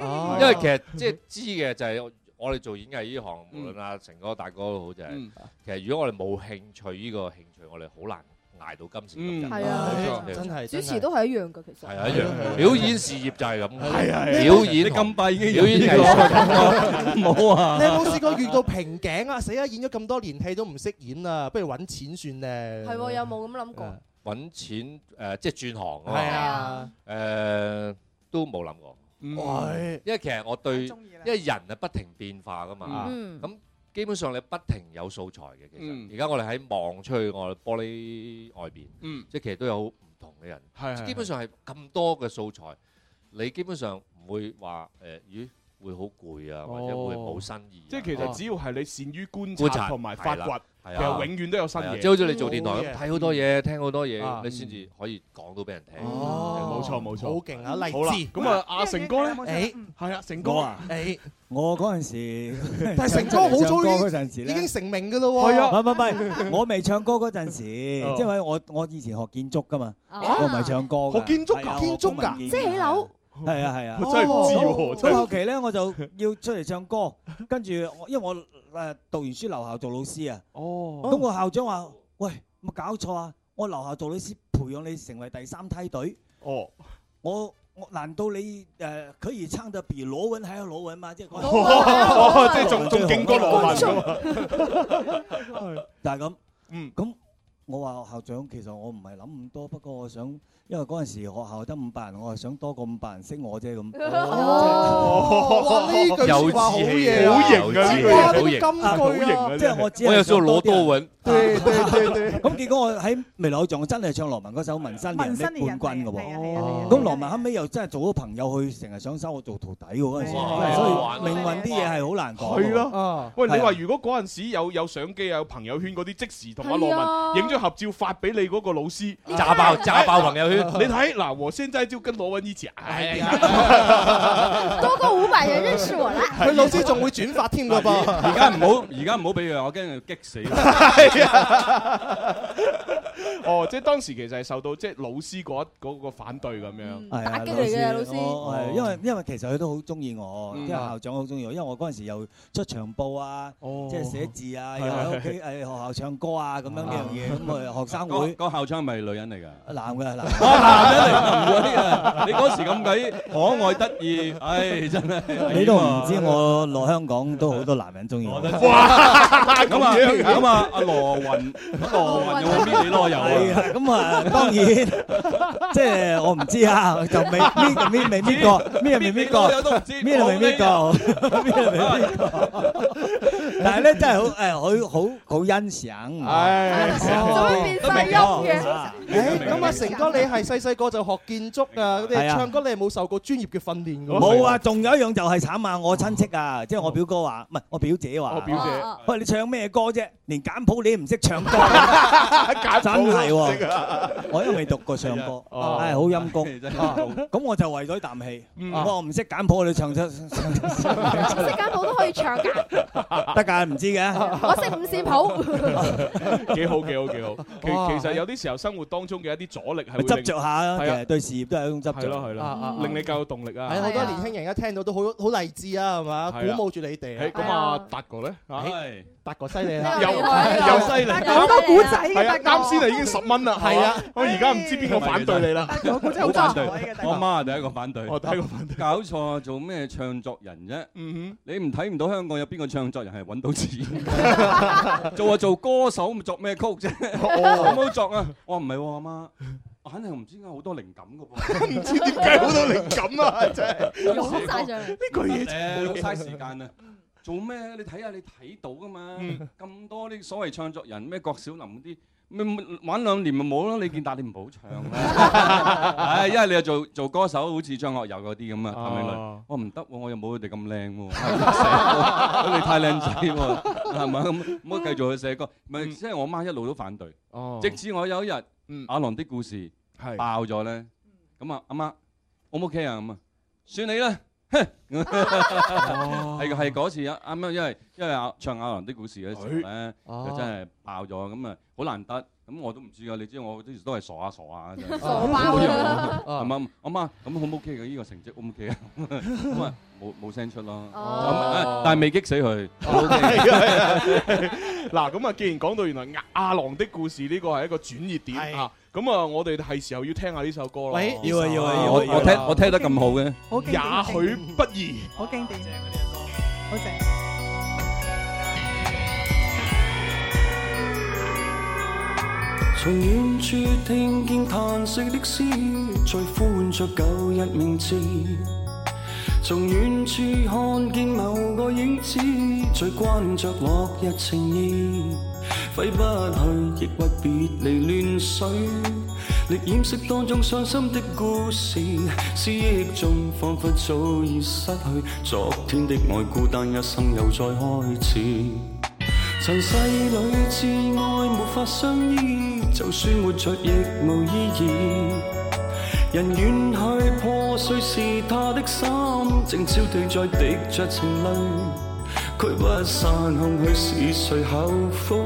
Speaker 7: 哦
Speaker 19: 因為其實即係知嘅就係我哋做演藝呢行，無論阿成哥、大哥都好，就係
Speaker 6: 嗯
Speaker 19: 其實如果我哋冇興趣呢個興趣，我哋好難捱到今時今日。
Speaker 23: 嗯係啊
Speaker 19: 冇錯
Speaker 7: 真係
Speaker 23: 主持都係一樣㗎，其實
Speaker 19: 係啊，一樣表演事業就係咁，
Speaker 7: 係啊係啊
Speaker 19: 表演
Speaker 17: 你咁閉已經
Speaker 19: 表演
Speaker 17: 有呢
Speaker 19: 藝
Speaker 17: 個
Speaker 19: 術，
Speaker 17: 冇啊
Speaker 7: 你有冇試過遇到瓶頸啊？死啦！演咗咁多年戲都唔識演啊，不如揾錢算咧。
Speaker 23: 係喎，有冇咁諗過？
Speaker 19: 揾錢誒，即係轉行啊嘛。
Speaker 7: 係啊，
Speaker 19: 誒都冇諗過。
Speaker 6: 嗯
Speaker 7: 喂
Speaker 19: 因為其實我對，因為人啊不停變化噶嘛。
Speaker 7: 嗯
Speaker 19: 咁基本上你不停有素材嘅，其
Speaker 6: 嗯
Speaker 19: 實而家我哋喺望出去我哋玻璃外邊
Speaker 6: 嗯，
Speaker 19: 即係其實都有唔同嘅人
Speaker 6: 係係，
Speaker 19: 基本上係咁多嘅素材，你基本上唔會話誒，咦會好攰啊，或者會
Speaker 7: 哦
Speaker 19: 冇新意啊。
Speaker 6: 哦即係其實只要係你善於
Speaker 19: 觀
Speaker 6: 觀
Speaker 19: 察
Speaker 6: 察同埋發
Speaker 19: 係啦
Speaker 6: 掘，其
Speaker 19: 係啊
Speaker 6: 實永遠都有新
Speaker 19: 係啊
Speaker 6: 嘢。哦
Speaker 19: 即係好似你做電台咁，睇好多嘢，聽好多
Speaker 6: 啊
Speaker 19: 嘢，你先至可以講到俾人聽。
Speaker 6: 冇錯冇錯，
Speaker 7: 哦好勁啊勵志
Speaker 6: 好啦咁啊，阿成哥咧，
Speaker 7: 誒
Speaker 6: 係啊，成
Speaker 1: 我
Speaker 6: 哥
Speaker 1: 啊，
Speaker 7: 誒，
Speaker 1: 我嗰陣時，
Speaker 7: 但係成哥好早
Speaker 1: 嗰
Speaker 7: 已
Speaker 1: 陣時
Speaker 7: 經已
Speaker 1: 咧，
Speaker 7: 啊經成名㗎咯喎。
Speaker 1: 唔係唔係，我未唱歌嗰陣時，
Speaker 7: 哦
Speaker 1: 即係我我以前學建築噶嘛，
Speaker 23: 啊
Speaker 1: 我唔係唱歌㗎
Speaker 7: 學建築㗎
Speaker 1: 係啊
Speaker 7: 建築㗎
Speaker 1: 我公民建
Speaker 23: 即係起樓。
Speaker 1: 係啊係啊，
Speaker 6: 我 真係唔知喎
Speaker 1: 哦
Speaker 6: 真係唔知
Speaker 1: 到後期咧，我就要出嚟唱歌，跟住我因為我誒讀完書留校做老師啊，咁個校長話：喂，有冇搞錯啊！我留校做老師，培養你成為第三梯隊。
Speaker 6: 哦，
Speaker 1: 我。我難道你誒可以撐得比羅文還要羅文嘛？即係嗰
Speaker 6: 羅文
Speaker 7: 啊
Speaker 6: 哦即係仲仲勁過羅文
Speaker 1: 但係咁，嗯，咁我話校長，其實我唔係諗咁多，不過我想，因為嗰陣時學校得五百人，我係想多過五百人識我啫咁。
Speaker 7: 哦哇呢句説話好嘢啊有志氣好型啊呢句嘢哇呢個金句啊好型啊
Speaker 1: 即係我只係
Speaker 7: 我有時候
Speaker 1: 想多啲人
Speaker 7: 攞多揾對對 對對
Speaker 1: 咁結果我喺未來像真係唱羅文嗰首《紋身
Speaker 7: 紋
Speaker 1: 人
Speaker 7: 身》獵人
Speaker 1: 啲冠軍嘅
Speaker 7: 係啊係啊係啊
Speaker 1: 喎。咁羅文後尾又真係做咗朋友，佢成日想收我做徒弟喎嗰陣時，
Speaker 6: 哇
Speaker 1: 所以命運啲嘢係好難講。
Speaker 6: 係咯，喂，你
Speaker 1: 係啊
Speaker 6: 話如果嗰陣時有有相機啊，有朋友圈嗰啲，即時同阿羅
Speaker 1: 係啊
Speaker 6: 文影咗合照發俾你嗰個老師，
Speaker 19: 炸爆炸爆朋友圈
Speaker 6: 你睇嗱，我現在就跟羅文一起，哎呀，
Speaker 23: 多過五百人認識我啦。
Speaker 7: 佢老師仲會轉發添㗎噃。
Speaker 6: 啊
Speaker 17: 而家唔好，而家唔好俾佢，我驚佢激死。
Speaker 6: 哦，即係當時其實係受到即係老師嗰一嗰個反對咁
Speaker 7: 嗯
Speaker 6: 樣，
Speaker 1: 係啊
Speaker 23: 打擊嚟嘅老師
Speaker 1: 我係因為因為其實佢都好中意我，
Speaker 6: 嗯
Speaker 1: 即係校長好中意我，因為我嗰陣時又出場報啊，即係寫字啊，又喺屋企誒學校唱歌啊咁樣呢樣嘢，咁誒學生會
Speaker 17: 個個校長係咪女人嚟㗎？
Speaker 1: 男嘅男。
Speaker 17: 啊，男人嚟㗎，唔會啊。你嗰時咁鬼可愛得意，唉，真係
Speaker 1: 你都唔知我落香港都好多男人中意我。
Speaker 17: 哇咁啊
Speaker 1: 樣㗎
Speaker 17: 咁啊，阿羅雲，羅雲有冇搣你羅油
Speaker 1: 係啊
Speaker 17: 啊？
Speaker 1: 咁啊，當然即係我唔知啊，就未搣就搣未搣過，搣又未搣過，搣又未搣過，搣又未搣過。但係咧真係好誒，好好好欣賞。Ờ,
Speaker 6: 唉，
Speaker 7: 哦
Speaker 1: 變
Speaker 7: 晒音嘅
Speaker 1: Ờ. 嘅
Speaker 7: 誒咁啊，成哥你係細細個就學建築啊，你
Speaker 1: 係啊
Speaker 7: 唱歌你係冇受過專業嘅訓練㗎喎。
Speaker 1: 冇啊，仲有一樣就係慘啊！我親戚啊，即係我表哥話，唔係我表姐話，
Speaker 7: 我表姐
Speaker 1: 喂你唱咩歌啫？連簡譜你都唔識唱歌，
Speaker 6: 簡
Speaker 1: 真係
Speaker 6: 譜都唔識
Speaker 1: 喎
Speaker 6: 啊！
Speaker 1: 我因為未讀過唱歌，係
Speaker 6: 哦
Speaker 1: 好陰功。咁我就為咗啖氣，我話我唔識簡譜，你 唱出
Speaker 23: 唔識簡譜都可以唱㗎，
Speaker 1: 得㗎，唔知嘅。
Speaker 23: 我識五線譜。
Speaker 6: 幾好幾好幾好。其
Speaker 1: 哇
Speaker 6: 其實有啲時候生活當中嘅一啲阻力係會
Speaker 1: 咪執着下啦，其
Speaker 6: 係啊
Speaker 1: 實對事業都係一種執
Speaker 6: 係
Speaker 1: 着。
Speaker 6: 咯係咯，令你夠有動力啊！
Speaker 7: 係好多年輕人一聽到都好好勵志啊，係嘛？
Speaker 6: 係啊
Speaker 7: 鼓舞住你哋啊。
Speaker 6: 誒咁啊，達哥咧，係
Speaker 7: 達哥犀利啦
Speaker 6: 又
Speaker 7: 你好 厲害啊
Speaker 6: 又犀利，
Speaker 7: 達哥好多古仔嘅
Speaker 6: 係啊
Speaker 7: 達哥
Speaker 6: 啱先啊已經十蚊啦，係啊，我而家唔知邊個反對你啦，哦
Speaker 17: 好反對，我媽係第一個反對，
Speaker 6: 我第一個反對，
Speaker 17: 搞錯做咩唱作人啫？
Speaker 6: 嗯
Speaker 17: 你唔睇唔到到香港有邊個唱作人係揾到 錢，做啊做歌手咪作咩曲啫，
Speaker 6: 哦
Speaker 17: 有冇作啊？我話唔係喎，阿媽。我肯定唔知點解好多靈感嘅噃，
Speaker 6: 唔知點解好多靈感啊真 係
Speaker 17: 講
Speaker 6: 湧晒上嚟呢句嘢真係
Speaker 17: 誒嘥時間啊！做咩？你睇下你睇到噶嘛？咁多啲所謂唱作人咩郭小林嗰啲。咪玩兩年咪冇咯，李健達你唔好唱啦，唉，因為你又做做歌手，好似張學友嗰啲咁啊，譚詠麟，我唔得喎，我又冇佢哋咁靚喎， 你太靚仔喎，係咪咁？唔好繼續去寫歌，咪即係我媽一路都反對，直至我有一日《阿郎的故事》爆咗咧，咁啊，阿媽 O 唔 OK à, 啊？咁啊，算你 啦。係係嗰次啊，啱啱因為因為阿唱阿郎的故事嘅時候咧，
Speaker 6: 哎
Speaker 17: 就真係爆咗，咁啊好難得，咁我都唔知噶，你知我嗰時都係傻下傻 下嘅啫，
Speaker 6: 傻爆啦
Speaker 17: 係咪？阿媽咁好唔 OK 嘅？呢個成績 O 唔 OK 啊？ 咁啊冇冇聲出咯，咁
Speaker 6: 哦
Speaker 17: 但係未激死 佢。
Speaker 6: 係啊係啊 嗱，咁啊，既然講到原來阿郎的故事呢個係一個轉捩點啊，咁啊，我哋係時候要聽下呢首歌啦。
Speaker 17: 喂要啊要啊要啊我我聽我聽得咁好嘅好勁好勁
Speaker 6: 也許不易。
Speaker 18: 好經典，好正。
Speaker 22: 從遠處聽見嘆息的詩，在呼喚着舊日名字。從遠處看見某個影子，在關着落日情意。揮不去，抑鬱別離亂水，力掩飾當中傷心的故事。思憶中彷彿早已失去，昨天的愛孤單一生又再開始。塵世裏至愛沒法相依，就算活着亦無意義。人遠去破碎是他的心，靜悄地在滴着情淚。驅不散空虛是誰後悔？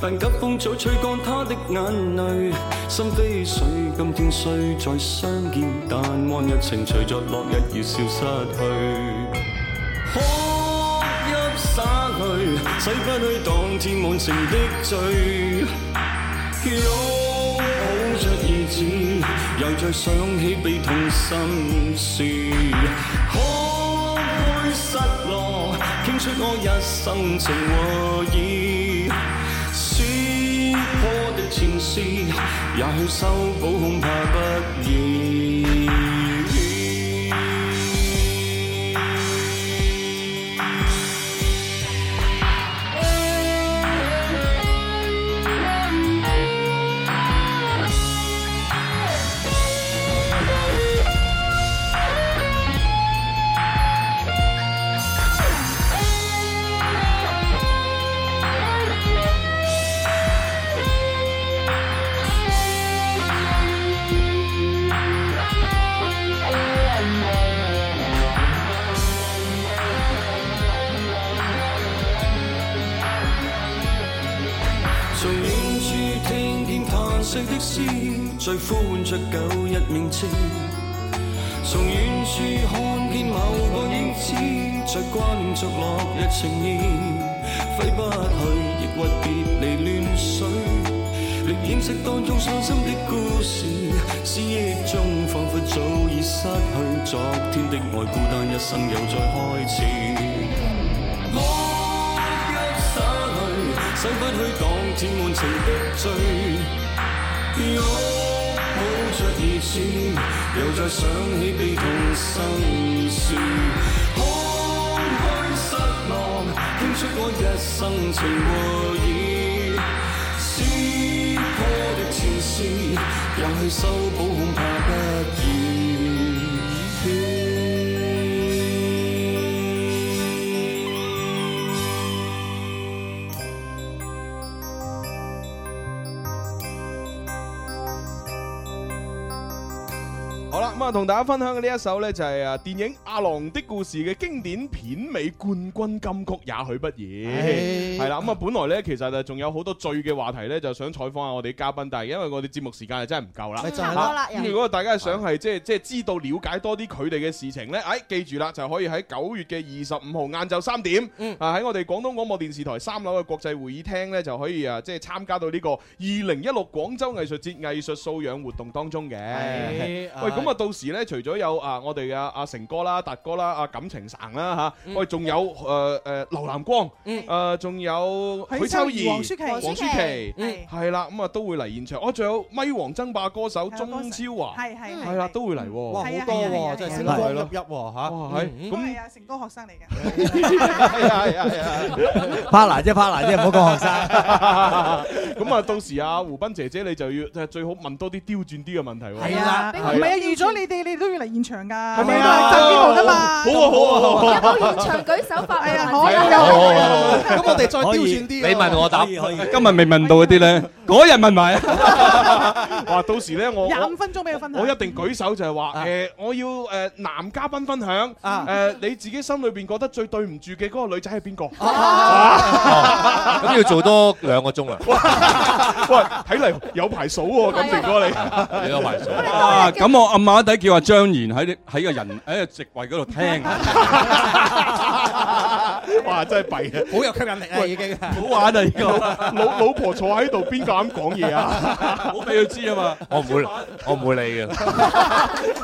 Speaker 22: 但急風早吹乾他的眼淚。心非水，今天雖再相見，但安逸情隨着落日而消失去。哭泣灑去，洗不去當天滿城的醉。擁抱着兒子，又再想起悲痛心事。可會失落，傾出我一生情和意。撕破的前事，也許修補恐怕不易。從遠處聽見嘆息的詩，在呼喚着舊日名字。從遠處看見某個影子，在掛念着落日情意。揮不去，抑鬱別離亂水，力掩飾當中傷心的故事。思憶中彷彿早已失去，昨天的愛孤單一生又再開始。灑去，洗不去當天滿情的醉。擁抱着兒子，又再想起悲痛心事。空虛失望，傾出我一生情和意。撕破的前事，也許修補恐怕不易。
Speaker 6: 好啦，咁啊，同大家分享嘅呢一首呢，就係啊電影《阿郎的故事》嘅經典片尾冠軍金曲《也許不易》。係啦，咁啊，本來呢，其實啊仲有好多醉嘅話題呢，就想採訪下我哋啲嘉賓，但係因為我哋節目時間係啊真係唔夠啦。
Speaker 5: 咪就係咯
Speaker 6: 啊咁如果大家想係即係即係知道了解多啲佢哋嘅事情呢，哎，記住啦，就可以喺九月嘅二十五號晏晝三點，
Speaker 5: 嗯
Speaker 6: 啊喺我哋廣東廣播電視台三樓嘅國際會議廳呢，就可以啊即係參加到呢個二零一六廣州藝術節藝術素養活動當中嘅。
Speaker 5: 係
Speaker 6: 喂，咁啊，到時時咧，除咗有啊我哋嘅阿成哥啦、達哥啦、阿感情神啦嚇，我哋仲有誒誒劉南光，誒仲有許秋怡、
Speaker 18: 黃舒淇
Speaker 6: 黃舒淇，係啦，咁啊都會嚟現場。哦，仲有咪王爭霸歌手鐘超華，
Speaker 18: 係係
Speaker 6: 係啦，都會嚟喎。
Speaker 7: 哇，好多喎，真係星光熠熠喎嚇。
Speaker 6: 哇，係
Speaker 18: 都係
Speaker 6: 咁
Speaker 18: 啊，成哥學生嚟嘅。
Speaker 6: 係啊係啊係啊
Speaker 1: partner 啫，partner 啫，唔好講學生。
Speaker 6: 咁啊，到時啊，胡斌姐姐你就要就係最好問多啲刁鑽啲嘅問題喎。
Speaker 18: 係啊，
Speaker 6: 係
Speaker 18: 唔係啊，預咗你哋，你哋都要嚟現場㗎，係
Speaker 6: 咪
Speaker 18: 啊？集結號㗎嘛，
Speaker 6: 好啊好啊好啊！
Speaker 8: 有冇現場舉手發問？
Speaker 18: 係啊，
Speaker 8: 問
Speaker 18: 可以
Speaker 8: 題啊？
Speaker 6: 咁
Speaker 7: 我哋再刁
Speaker 6: 鑽
Speaker 7: 啊
Speaker 17: 啲。你問我答，今日未問到嗰啲咧，嗰日問埋。
Speaker 6: 哇，到時咧我
Speaker 18: 廿五分鐘俾佢分享。
Speaker 6: 我一定舉手就係話誒，我要誒男嘉賓分享誒你自己心裏邊覺得最對唔住嘅嗰個女仔係邊個？
Speaker 19: 咁要做多兩個鐘啊！
Speaker 6: 喂，睇嚟有排數喎，咁成哥你
Speaker 19: 你有排數
Speaker 17: 啊，咁我暗啞底叫阿張賢喺啲喺個人喺個席位嗰度聽。
Speaker 6: 哇，真係弊啊！
Speaker 7: 好有吸引力啊，已經。
Speaker 17: 好玩啊！呢個
Speaker 6: 老老婆坐喺度，邊個咁講嘢啊？
Speaker 17: 好俾佢知啊嘛！
Speaker 19: 我唔會，我唔會理嘅。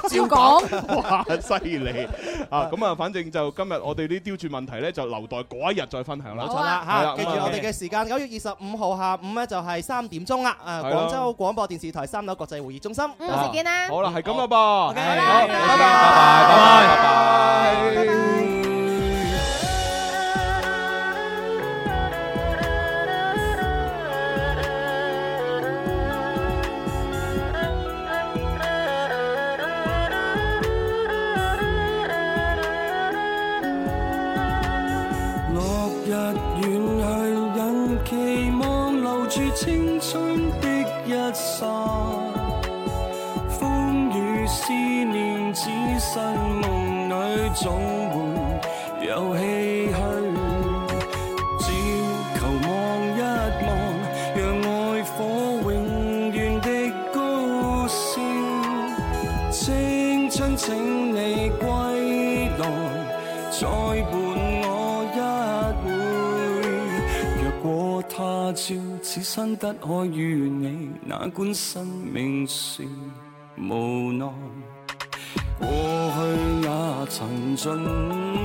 Speaker 6: 照講， 哇，犀利啊！咁啊，反正就今日我哋啲刁鑽問題咧，就留待嗰一日再分享啦。
Speaker 7: 冇錯啦
Speaker 6: 係啦
Speaker 7: 嚇，記住我哋嘅時間，九月二十五號下午咧就係三點鐘啦。誒，
Speaker 6: 係啦
Speaker 7: 廣州廣播電視台三樓國際會議中心，
Speaker 6: 到時見啦嗯好啦，係咁啦噃。好，拜
Speaker 7: 拜
Speaker 6: 拜，拜拜，拜拜。
Speaker 22: 落日遠去，人期望留住青春的一剎。風雨思念，只身夢裏總會有唏噓。只求望一望，讓愛火永遠的高燒。青春，請你歸來，再伴我一回。若果他朝此生得可與你，哪管生命是無奈。過去也曾盡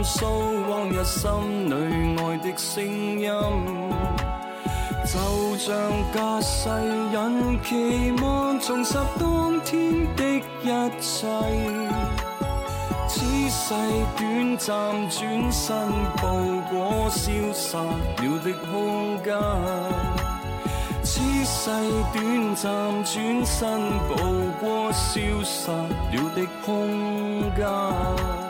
Speaker 22: 訴往日心裏愛的聲音，就像隔世人期望重拾當天的一切。此世短暫，轉身步過消散了的空間。此世短暫，轉身步過消失了的空間。